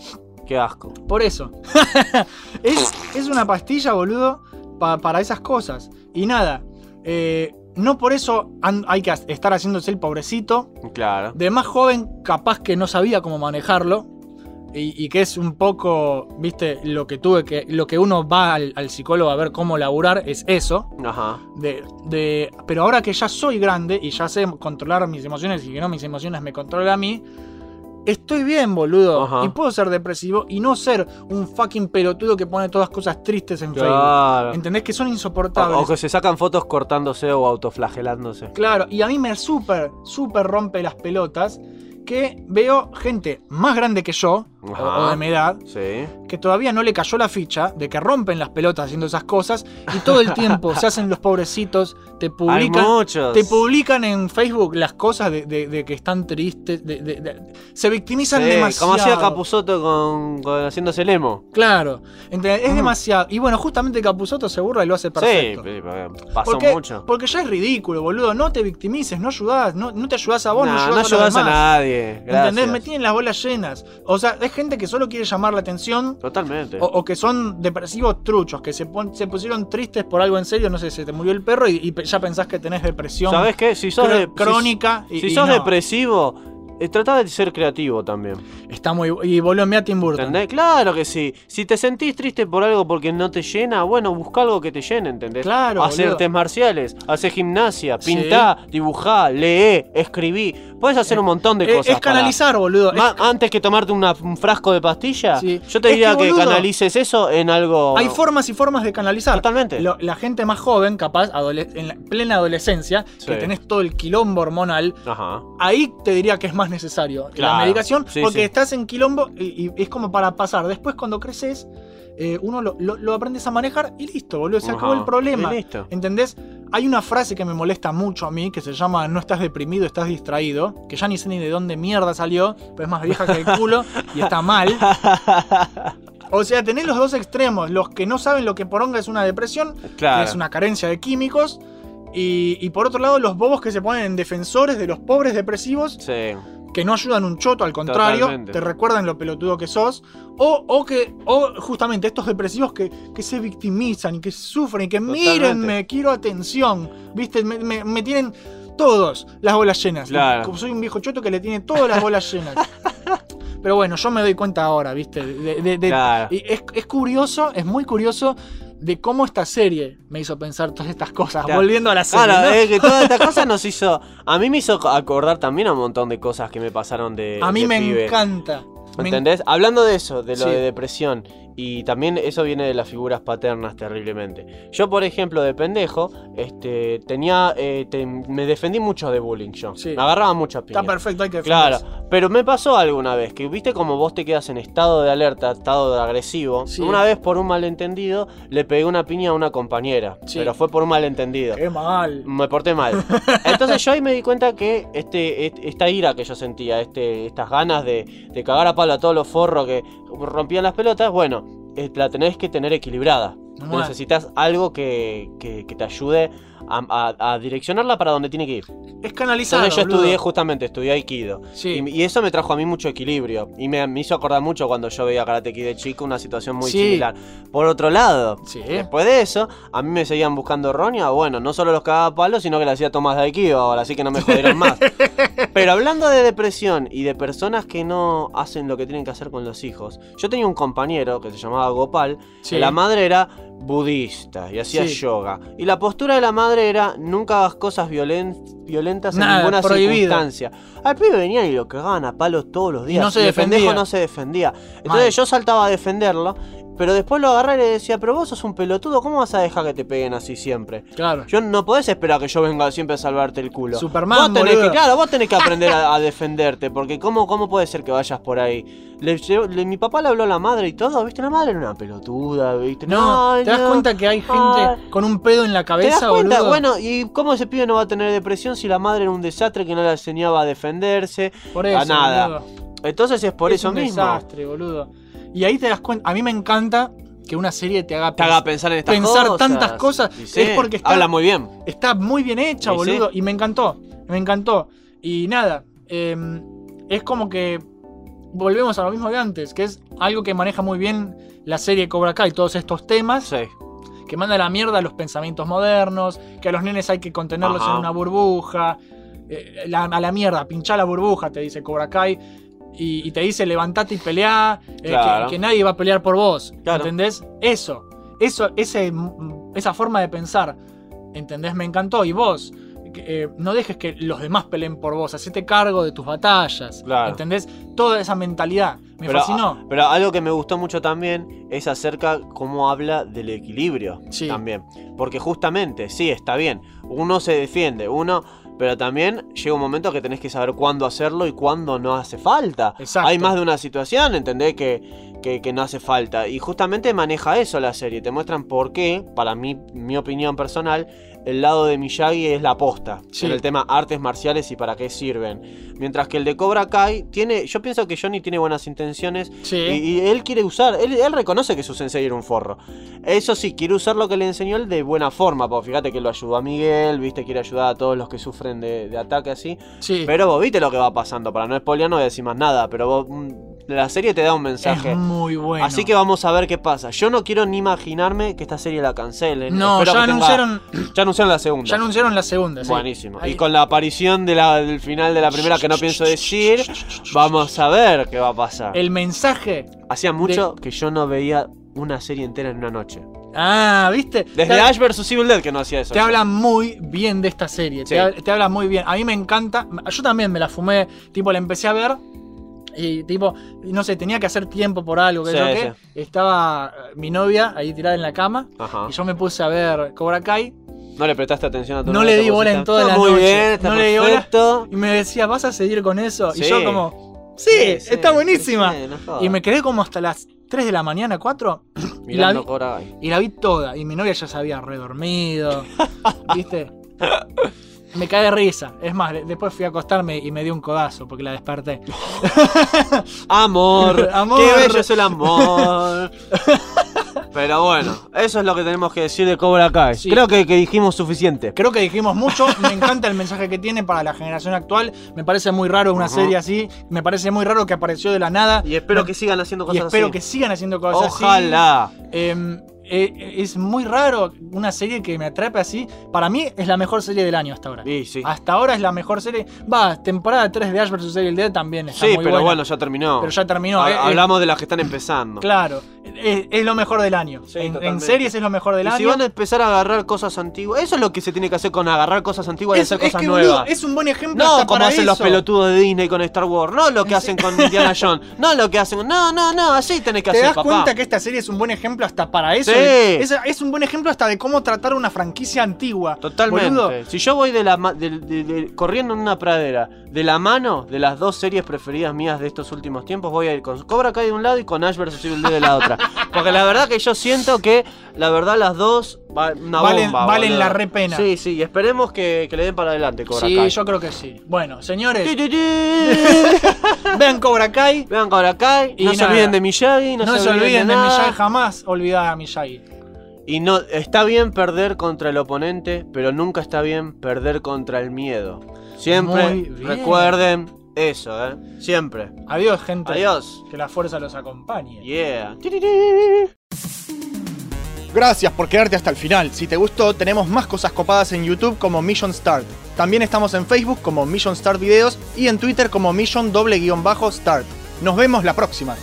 [SPEAKER 3] Qué asco.
[SPEAKER 2] Por eso. es, es una pastilla, boludo, pa- para esas cosas. Y nada, eh, no por eso han- hay que as- estar haciéndose el pobrecito.
[SPEAKER 5] Claro.
[SPEAKER 2] De más joven, capaz que no sabía cómo manejarlo. Y, y que es un poco, viste, lo que tuve que. Lo que uno va al, al psicólogo a ver cómo laburar es eso.
[SPEAKER 3] Ajá.
[SPEAKER 2] De, de- pero ahora que ya soy grande y ya sé controlar mis emociones y que no mis emociones me controlan a mí, estoy bien, boludo.
[SPEAKER 3] Ajá.
[SPEAKER 2] Y puedo ser depresivo y no ser un fucking pelotudo que pone todas cosas tristes en Facebook.
[SPEAKER 3] Claro.
[SPEAKER 2] ¿Entendés? Que son insoportables.
[SPEAKER 3] O, o que se sacan fotos cortándose o autoflagelándose.
[SPEAKER 2] Claro, y a mí me súper, súper rompe las pelotas que veo gente más grande que yo, o-
[SPEAKER 3] Ajá.
[SPEAKER 2] o de mi edad,
[SPEAKER 3] Sí.
[SPEAKER 2] que todavía no le cayó la ficha de que rompen las pelotas haciendo esas cosas y todo el tiempo se hacen los pobrecitos, te
[SPEAKER 3] Hay
[SPEAKER 2] publican.
[SPEAKER 3] muchos.
[SPEAKER 2] Te publican en Facebook las cosas de, de- de que están tristes, de- de- de- se victimizan
[SPEAKER 3] Sí,
[SPEAKER 2] demasiado.
[SPEAKER 3] Como hacía Capuzoto con, con haciéndose el emo.
[SPEAKER 2] Claro, ¿entendés? es
[SPEAKER 3] Mm.
[SPEAKER 2] demasiado. Y bueno, justamente Capuzoto se burla y lo hace perfecto.
[SPEAKER 3] Sí, eh, pasó
[SPEAKER 2] porque,
[SPEAKER 3] mucho.
[SPEAKER 2] porque ya es ridículo, boludo. No te victimices, no ayudás, no, no te ayudás a vos,
[SPEAKER 3] Nah,
[SPEAKER 2] no
[SPEAKER 3] no
[SPEAKER 2] ayudás a, los
[SPEAKER 3] ayudás a,
[SPEAKER 2] demás.
[SPEAKER 3] nadie.
[SPEAKER 2] ¿Entendés?
[SPEAKER 3] Gracias.
[SPEAKER 2] Me tienen las bolas llenas. O sea, es gente que solo quiere llamar la atención
[SPEAKER 3] Totalmente.
[SPEAKER 2] o, o que son depresivos truchos, que se, pon- se pusieron tristes por algo en serio, no sé, se te murió el perro y, y pe- ya pensás que tenés depresión
[SPEAKER 3] ¿Sabes qué? Si sos,
[SPEAKER 2] cro-
[SPEAKER 3] de- si-
[SPEAKER 2] crónica. y-
[SPEAKER 3] si,
[SPEAKER 2] y
[SPEAKER 3] sos
[SPEAKER 2] no.
[SPEAKER 3] depresivo, eh, tratá de ser creativo también.
[SPEAKER 2] Está muy. Y volvió a Tim Burton.
[SPEAKER 3] ¿Entendés? Claro que sí. Si te sentís triste por algo porque no te llena, bueno, busca algo que te llene, ¿entendés?
[SPEAKER 2] Claro,
[SPEAKER 3] Hacer
[SPEAKER 2] boludo.
[SPEAKER 3] artes marciales, hacer gimnasia,
[SPEAKER 2] Sí.
[SPEAKER 3] pintá, dibujá, leé, escribí. Puedes hacer un montón de
[SPEAKER 2] Eh,
[SPEAKER 3] cosas.
[SPEAKER 2] es canalizar, boludo.
[SPEAKER 3] para- Ma- antes que tomarte una- un frasco de pastilla,
[SPEAKER 2] Sí.
[SPEAKER 3] yo te
[SPEAKER 2] Es
[SPEAKER 3] diría
[SPEAKER 2] que,
[SPEAKER 3] que,
[SPEAKER 2] boludo,
[SPEAKER 3] canalices eso en
[SPEAKER 2] Es-
[SPEAKER 3] algo.
[SPEAKER 2] hay formas y formas de canalizar.
[SPEAKER 3] Totalmente.
[SPEAKER 2] Lo- la gente más joven, capaz, adole- en la plena adolescencia, que
[SPEAKER 3] Sí.
[SPEAKER 2] tenés todo el quilombo hormonal,
[SPEAKER 3] Ajá.
[SPEAKER 2] ahí te diría que es más necesario
[SPEAKER 3] Claro.
[SPEAKER 2] la medicación
[SPEAKER 3] Sí,
[SPEAKER 2] porque
[SPEAKER 3] sí.
[SPEAKER 2] estás en quilombo y, y es como para pasar. Después cuando creces, eh, uno lo, lo- lo aprendes a manejar y listo, boludo, se acabó
[SPEAKER 3] Ajá.
[SPEAKER 2] el problema.
[SPEAKER 3] Y listo.
[SPEAKER 2] ¿Entendés? Hay una frase que me molesta mucho a mí que se llama no estás deprimido, estás distraído, que ya ni sé ni de dónde mierda salió, pero es más vieja que el culo y está mal. O sea, tenés los dos extremos, los que no saben lo que poronga es una depresión
[SPEAKER 5] Claro.
[SPEAKER 2] que es una carencia de químicos. Y, y por otro lado, los bobos que se ponen en defensores de los pobres depresivos
[SPEAKER 3] Sí.
[SPEAKER 2] que no ayudan un choto, al contrario,
[SPEAKER 3] Totalmente.
[SPEAKER 2] te recuerdan lo pelotudo que sos. O, o que, o justamente estos depresivos que, que se victimizan y que sufren y que
[SPEAKER 3] Totalmente.
[SPEAKER 2] mírenme, quiero atención. Viste, me, me- me tienen todos las bolas llenas.
[SPEAKER 3] Claro.
[SPEAKER 2] Como soy un viejo choto que le tiene todas las bolas llenas. Pero bueno, yo me doy cuenta ahora, viste. de- de- de-
[SPEAKER 3] Claro.
[SPEAKER 2] y es, es curioso, es muy curioso de cómo esta serie me hizo pensar todas estas cosas.
[SPEAKER 3] Claro. Ah,
[SPEAKER 2] Volviendo a la serie.
[SPEAKER 3] Claro,
[SPEAKER 2] ¿no?
[SPEAKER 3] es que toda esta cosa nos hizo. A mí me hizo acordar también a un montón de cosas que me pasaron de.
[SPEAKER 2] a mí
[SPEAKER 3] de
[SPEAKER 2] me
[SPEAKER 3] este pibe.
[SPEAKER 2] encanta. Me en-
[SPEAKER 3] ¿Entendés? Hablando de eso, de lo
[SPEAKER 2] Sí.
[SPEAKER 3] de depresión, y también eso viene de las figuras paternas terriblemente. Yo, por ejemplo, de pendejo, este, tenía, eh, te- me defendí mucho de bullying yo.
[SPEAKER 2] Sí.
[SPEAKER 3] Me agarraba mucha piña.
[SPEAKER 2] Está perfecto, hay que
[SPEAKER 3] Claro,
[SPEAKER 2] defenderse.
[SPEAKER 3] pero me pasó alguna vez que viste como vos te quedas en estado de alerta, estado de agresivo.
[SPEAKER 2] Sí.
[SPEAKER 3] Una vez por un malentendido le pegué una piña a una compañera,
[SPEAKER 2] Sí.
[SPEAKER 3] pero fue por un malentendido.
[SPEAKER 2] Qué mal.
[SPEAKER 3] Me porté mal. Entonces yo ahí me di cuenta que este, est- esta ira que yo sentía, este, estas ganas de, de cagar a palo a todos los forros que rompían las pelotas, bueno, eh, la tenés que tener equilibrada.
[SPEAKER 2] Bueno.
[SPEAKER 3] Necesitas algo que, que- que te ayude a, a- a direccionarla para donde tiene que ir.
[SPEAKER 2] Es canalizado.
[SPEAKER 3] Entonces yo
[SPEAKER 2] boludo.
[SPEAKER 3] estudié justamente, estudié Aikido.
[SPEAKER 2] Sí.
[SPEAKER 3] Y, y eso me trajo a mí mucho equilibrio. Y me, me hizo acordar mucho cuando yo veía Karate Kid de chico, una situación muy
[SPEAKER 2] Sí.
[SPEAKER 3] similar. Por otro lado,
[SPEAKER 2] Sí.
[SPEAKER 3] Después de eso, a mí me seguían buscando roña. Bueno, no solo los cagaba a palos, sino que le hacía tomas de Aikido ahora, así que no me jodieron más. Pero hablando de depresión y de personas que no hacen lo que tienen que hacer con los hijos, yo tenía un compañero que se llamaba Gopal,
[SPEAKER 2] Sí.
[SPEAKER 3] la madre era budista y hacía
[SPEAKER 2] Sí.
[SPEAKER 3] yoga. Y la postura de la madre era nunca hagas cosas violen- violentas
[SPEAKER 2] Nada,
[SPEAKER 3] en ninguna
[SPEAKER 2] prohibido.
[SPEAKER 3] circunstancia. Al pibe venían y lo cagaban a palos todos los días.
[SPEAKER 2] no se
[SPEAKER 3] el pendejo
[SPEAKER 2] defendía.
[SPEAKER 3] no se defendía. Entonces
[SPEAKER 2] Mal.
[SPEAKER 3] yo saltaba a defenderlo, pero después lo agarré y le decía, pero vos sos un pelotudo, ¿cómo vas a dejar que te peguen así siempre?
[SPEAKER 2] Claro.
[SPEAKER 3] Yo no podés esperar que yo venga siempre a salvarte el culo. vos
[SPEAKER 2] Superman,
[SPEAKER 3] tenés
[SPEAKER 2] boludo.
[SPEAKER 3] que, claro, vos tenés que aprender a, a defenderte, porque ¿cómo, cómo puede ser que vayas por ahí? Le llevo- le- mi papá le habló a la madre y todo, ¿viste? La madre era una pelotuda, ¿viste?
[SPEAKER 2] No,
[SPEAKER 3] Ay,
[SPEAKER 2] ¿te das
[SPEAKER 3] no.
[SPEAKER 2] cuenta que hay gente
[SPEAKER 3] Ay.
[SPEAKER 2] con un pedo en la
[SPEAKER 3] ¿Te das
[SPEAKER 2] cabeza,
[SPEAKER 3] cuenta?
[SPEAKER 2] boludo?
[SPEAKER 3] Bueno, ¿y cómo ese pibe no va a tener depresión si la madre era un desastre que no le enseñaba a defenderse?
[SPEAKER 2] por eso,
[SPEAKER 3] a nada.
[SPEAKER 2] boludo.
[SPEAKER 3] Entonces es por
[SPEAKER 2] Es
[SPEAKER 3] eso
[SPEAKER 2] un
[SPEAKER 3] mismo.
[SPEAKER 2] desastre, boludo. Y ahí te das cuenta, a mí me encanta que una serie te haga,
[SPEAKER 3] Te haga pensar en estas
[SPEAKER 2] Pensar
[SPEAKER 3] cosas.
[SPEAKER 2] tantas cosas,
[SPEAKER 3] Y sí,
[SPEAKER 2] es porque está-
[SPEAKER 3] Habla muy bien.
[SPEAKER 2] Está muy bien
[SPEAKER 3] Y
[SPEAKER 2] hecha,
[SPEAKER 3] sí.
[SPEAKER 2] boludo, y me encantó, me encantó. Y nada, eh, es como que volvemos a lo mismo de antes, que es algo que maneja muy bien la serie Cobra Kai, todos estos temas,
[SPEAKER 3] Sí.
[SPEAKER 2] que manda a la mierda a los pensamientos modernos, que a los nenes hay que contenerlos
[SPEAKER 3] Ajá.
[SPEAKER 2] en una burbuja, eh, la- a la mierda, pinchá la burbuja, te dice Cobra Kai, y, y te dice levantate y peleá, eh, que-
[SPEAKER 3] Claro.
[SPEAKER 2] que, nadie va a pelear por vos,
[SPEAKER 3] Claro.
[SPEAKER 2] ¿entendés? Eso, eso ese, mm, esa forma de pensar, ¿entendés? Me encantó, y vos... que, eh, no dejes que los demás peleen por vos, hacete cargo de tus batallas,
[SPEAKER 3] Claro.
[SPEAKER 2] ¿entendés? Toda esa mentalidad, me
[SPEAKER 3] Pero, ah,
[SPEAKER 2] fascinó.
[SPEAKER 3] pero algo que me gustó mucho también es acerca cómo habla del equilibrio.
[SPEAKER 2] Sí.
[SPEAKER 3] También. Porque justamente, sí, está bien. Uno se defiende, uno. Pero también llega un momento que tenés que saber cuándo hacerlo y cuándo no hace falta.
[SPEAKER 2] Exacto.
[SPEAKER 3] Hay más de una situación, ¿entendés? Que, que, que no hace falta. Y justamente maneja eso la serie. Te muestran por qué, para mí, mi opinión personal, el lado de Miyagi es la posta.
[SPEAKER 2] Sí.
[SPEAKER 3] En el tema artes marciales y para qué sirven. Mientras que el de Cobra Kai tiene. Yo pienso que Johnny tiene buenas intenciones.
[SPEAKER 2] Sí.
[SPEAKER 3] Y, y él quiere usar, él, él reconoce que su sensei era un forro. Eso sí, quiere usar lo que le enseñó él de buena forma. Porque fíjate que lo ayudó a Miguel, viste, quiere ayudar a todos los que sufren de, de ataque así.
[SPEAKER 2] sí.
[SPEAKER 3] Pero vos viste lo que va pasando. Para no spoilear, no voy a decir más nada. Pero vos, mm, la serie te da un mensaje.
[SPEAKER 2] Es muy bueno.
[SPEAKER 3] Así que vamos a ver qué pasa. Yo no quiero ni imaginarme que esta serie la cancelen.
[SPEAKER 2] No,
[SPEAKER 3] Espero
[SPEAKER 2] ya
[SPEAKER 3] que tenga-
[SPEAKER 2] anunciaron,
[SPEAKER 3] ya anunciaron la segunda.
[SPEAKER 2] ya anunciaron la segunda. sí.
[SPEAKER 3] Buenísimo.
[SPEAKER 2] Ahí-
[SPEAKER 3] Y con la aparición de la- del final de la primera que no pienso decir, vamos a ver qué va a pasar.
[SPEAKER 2] El mensaje.
[SPEAKER 3] Hacía mucho que yo no veía una serie entera en una noche.
[SPEAKER 2] Ah, ¿viste?
[SPEAKER 3] Desde
[SPEAKER 2] te,
[SPEAKER 3] Ash vs Evil Dead que no hacía eso.
[SPEAKER 2] te habla muy bien de esta serie.
[SPEAKER 3] Sí.
[SPEAKER 2] Te, hab- te habla muy bien. A mí me encanta. Yo también me la fumé. Tipo, la empecé a ver. Y tipo, no sé, tenía que hacer tiempo por algo. Que
[SPEAKER 3] Sí, Ah.
[SPEAKER 2] yo qué. Estaba eh, mi novia ahí tirada en la cama.
[SPEAKER 3] Ajá.
[SPEAKER 2] Y yo me puse a ver Cobra Kai.
[SPEAKER 3] No le prestaste atención a tu
[SPEAKER 2] No
[SPEAKER 3] novia,
[SPEAKER 2] le
[SPEAKER 3] te
[SPEAKER 2] di bola
[SPEAKER 3] pusiste-
[SPEAKER 2] en toda
[SPEAKER 3] Está
[SPEAKER 2] la
[SPEAKER 3] muy
[SPEAKER 2] noche.
[SPEAKER 3] bien, está
[SPEAKER 2] No le di bola.
[SPEAKER 3] perfecto.
[SPEAKER 2] Y me decía, ¿vas a seguir con eso? Y
[SPEAKER 3] Sí.
[SPEAKER 2] yo como, sí,
[SPEAKER 3] Sí,
[SPEAKER 2] está
[SPEAKER 3] sí,
[SPEAKER 2] buenísima.
[SPEAKER 3] sí, no jodas.
[SPEAKER 2] Y me quedé como hasta las 3 de la mañana, 4.
[SPEAKER 3] Mirando
[SPEAKER 2] la vi-
[SPEAKER 3] Cobra Kai.
[SPEAKER 2] Y la vi toda. Y mi novia ya se había redormido. ¿Viste? Me cae de risa. Es más, de- después fui a acostarme y me dio un codazo porque la desperté.
[SPEAKER 3] Amor,
[SPEAKER 2] Amor.
[SPEAKER 3] qué bello es el amor. Pero bueno, eso es lo que tenemos que decir de Cobra Kai.
[SPEAKER 2] Sí.
[SPEAKER 3] Creo que, que dijimos suficiente.
[SPEAKER 2] Creo que dijimos mucho. Me encanta el mensaje que tiene para la generación actual. Me parece muy raro una
[SPEAKER 3] Ujú.
[SPEAKER 2] serie así. Me parece muy raro que apareció de la nada.
[SPEAKER 3] Y espero
[SPEAKER 2] No-
[SPEAKER 3] que sigan haciendo
[SPEAKER 2] y
[SPEAKER 3] cosas
[SPEAKER 2] espero
[SPEAKER 3] así.
[SPEAKER 2] que sigan haciendo cosas así.
[SPEAKER 3] Ojalá.
[SPEAKER 2] Eh, eh, es muy raro una serie que me atrape así. Para mí es la mejor serie del año hasta ahora.
[SPEAKER 3] Y sí.
[SPEAKER 2] Hasta ahora es la mejor serie. Va, temporada 3 de Ash vs. Evil Dead también está
[SPEAKER 3] sí,
[SPEAKER 2] muy
[SPEAKER 3] pero
[SPEAKER 2] buena.
[SPEAKER 3] bueno, ya terminó.
[SPEAKER 2] Pero ya terminó.
[SPEAKER 3] Ha-
[SPEAKER 2] eh, eh,
[SPEAKER 3] Hablamos de las que están empezando.
[SPEAKER 2] claro, es, es lo mejor del año.
[SPEAKER 3] Sí,
[SPEAKER 2] en, en
[SPEAKER 3] totalmente.
[SPEAKER 2] series es lo mejor del
[SPEAKER 3] Y
[SPEAKER 2] año.
[SPEAKER 3] si van a empezar a agarrar cosas antiguas, eso es lo que se tiene que hacer con agarrar cosas antiguas y
[SPEAKER 2] es,
[SPEAKER 3] hacer
[SPEAKER 2] es
[SPEAKER 3] cosas
[SPEAKER 2] que,
[SPEAKER 3] nuevas.
[SPEAKER 2] boludo, es un buen ejemplo
[SPEAKER 3] no
[SPEAKER 2] hasta
[SPEAKER 3] como
[SPEAKER 2] para
[SPEAKER 3] hacen los
[SPEAKER 2] eso.
[SPEAKER 3] pelotudos de Disney con Star Wars, no lo que hacen con Indiana Jones, no lo que hacen, no, no, no, así tenés que
[SPEAKER 2] ¿Te
[SPEAKER 3] hacer,
[SPEAKER 2] das
[SPEAKER 3] papá.
[SPEAKER 2] cuenta que esta serie es un buen ejemplo hasta para eso?
[SPEAKER 3] Sí.
[SPEAKER 2] Es, es un buen ejemplo hasta de cómo tratar una franquicia antigua.
[SPEAKER 3] Totalmente.
[SPEAKER 2] Boludo,
[SPEAKER 3] Si yo voy de la ma- de- de- de- corriendo en una pradera, de la mano de las dos series preferidas mías de estos últimos tiempos, voy a ir con Cobra Kai de un lado y con Ash vs Evil Dead de la otra. Porque la verdad que yo siento que, la verdad, las dos va- una
[SPEAKER 2] Valen-
[SPEAKER 3] bomba,
[SPEAKER 2] valen
[SPEAKER 3] boludo.
[SPEAKER 2] la repena.
[SPEAKER 3] Sí, sí, y esperemos que, que le den para adelante Cobra
[SPEAKER 2] Sí,
[SPEAKER 3] Kai.
[SPEAKER 2] yo creo que sí. Bueno,
[SPEAKER 3] Ti,
[SPEAKER 2] señores,
[SPEAKER 3] ti, ti.
[SPEAKER 2] vean Cobra Kai.
[SPEAKER 3] Vean Cobra Kai,
[SPEAKER 2] Y
[SPEAKER 3] no se
[SPEAKER 2] nada.
[SPEAKER 3] olviden de Miyagi,
[SPEAKER 2] No,
[SPEAKER 3] no,
[SPEAKER 2] se olviden de,
[SPEAKER 3] nada.
[SPEAKER 2] Miyagi, jamás olvidar a Miyagi.
[SPEAKER 3] Y no, está bien perder contra el oponente, pero nunca está bien perder contra el miedo.
[SPEAKER 2] Muy
[SPEAKER 3] Siempre
[SPEAKER 2] bien.
[SPEAKER 3] recuerden eso, ¿eh? Siempre.
[SPEAKER 2] Adiós, gente.
[SPEAKER 3] Adiós.
[SPEAKER 2] Que la fuerza los acompañe.
[SPEAKER 3] Yeah.
[SPEAKER 1] Gracias por quedarte hasta el final. Si te gustó, tenemos más cosas copadas en YouTube como Mission Start. También estamos en Facebook como Mission Start Videos y en Twitter como Mission doble guión bajo Start. Nos vemos la próxima.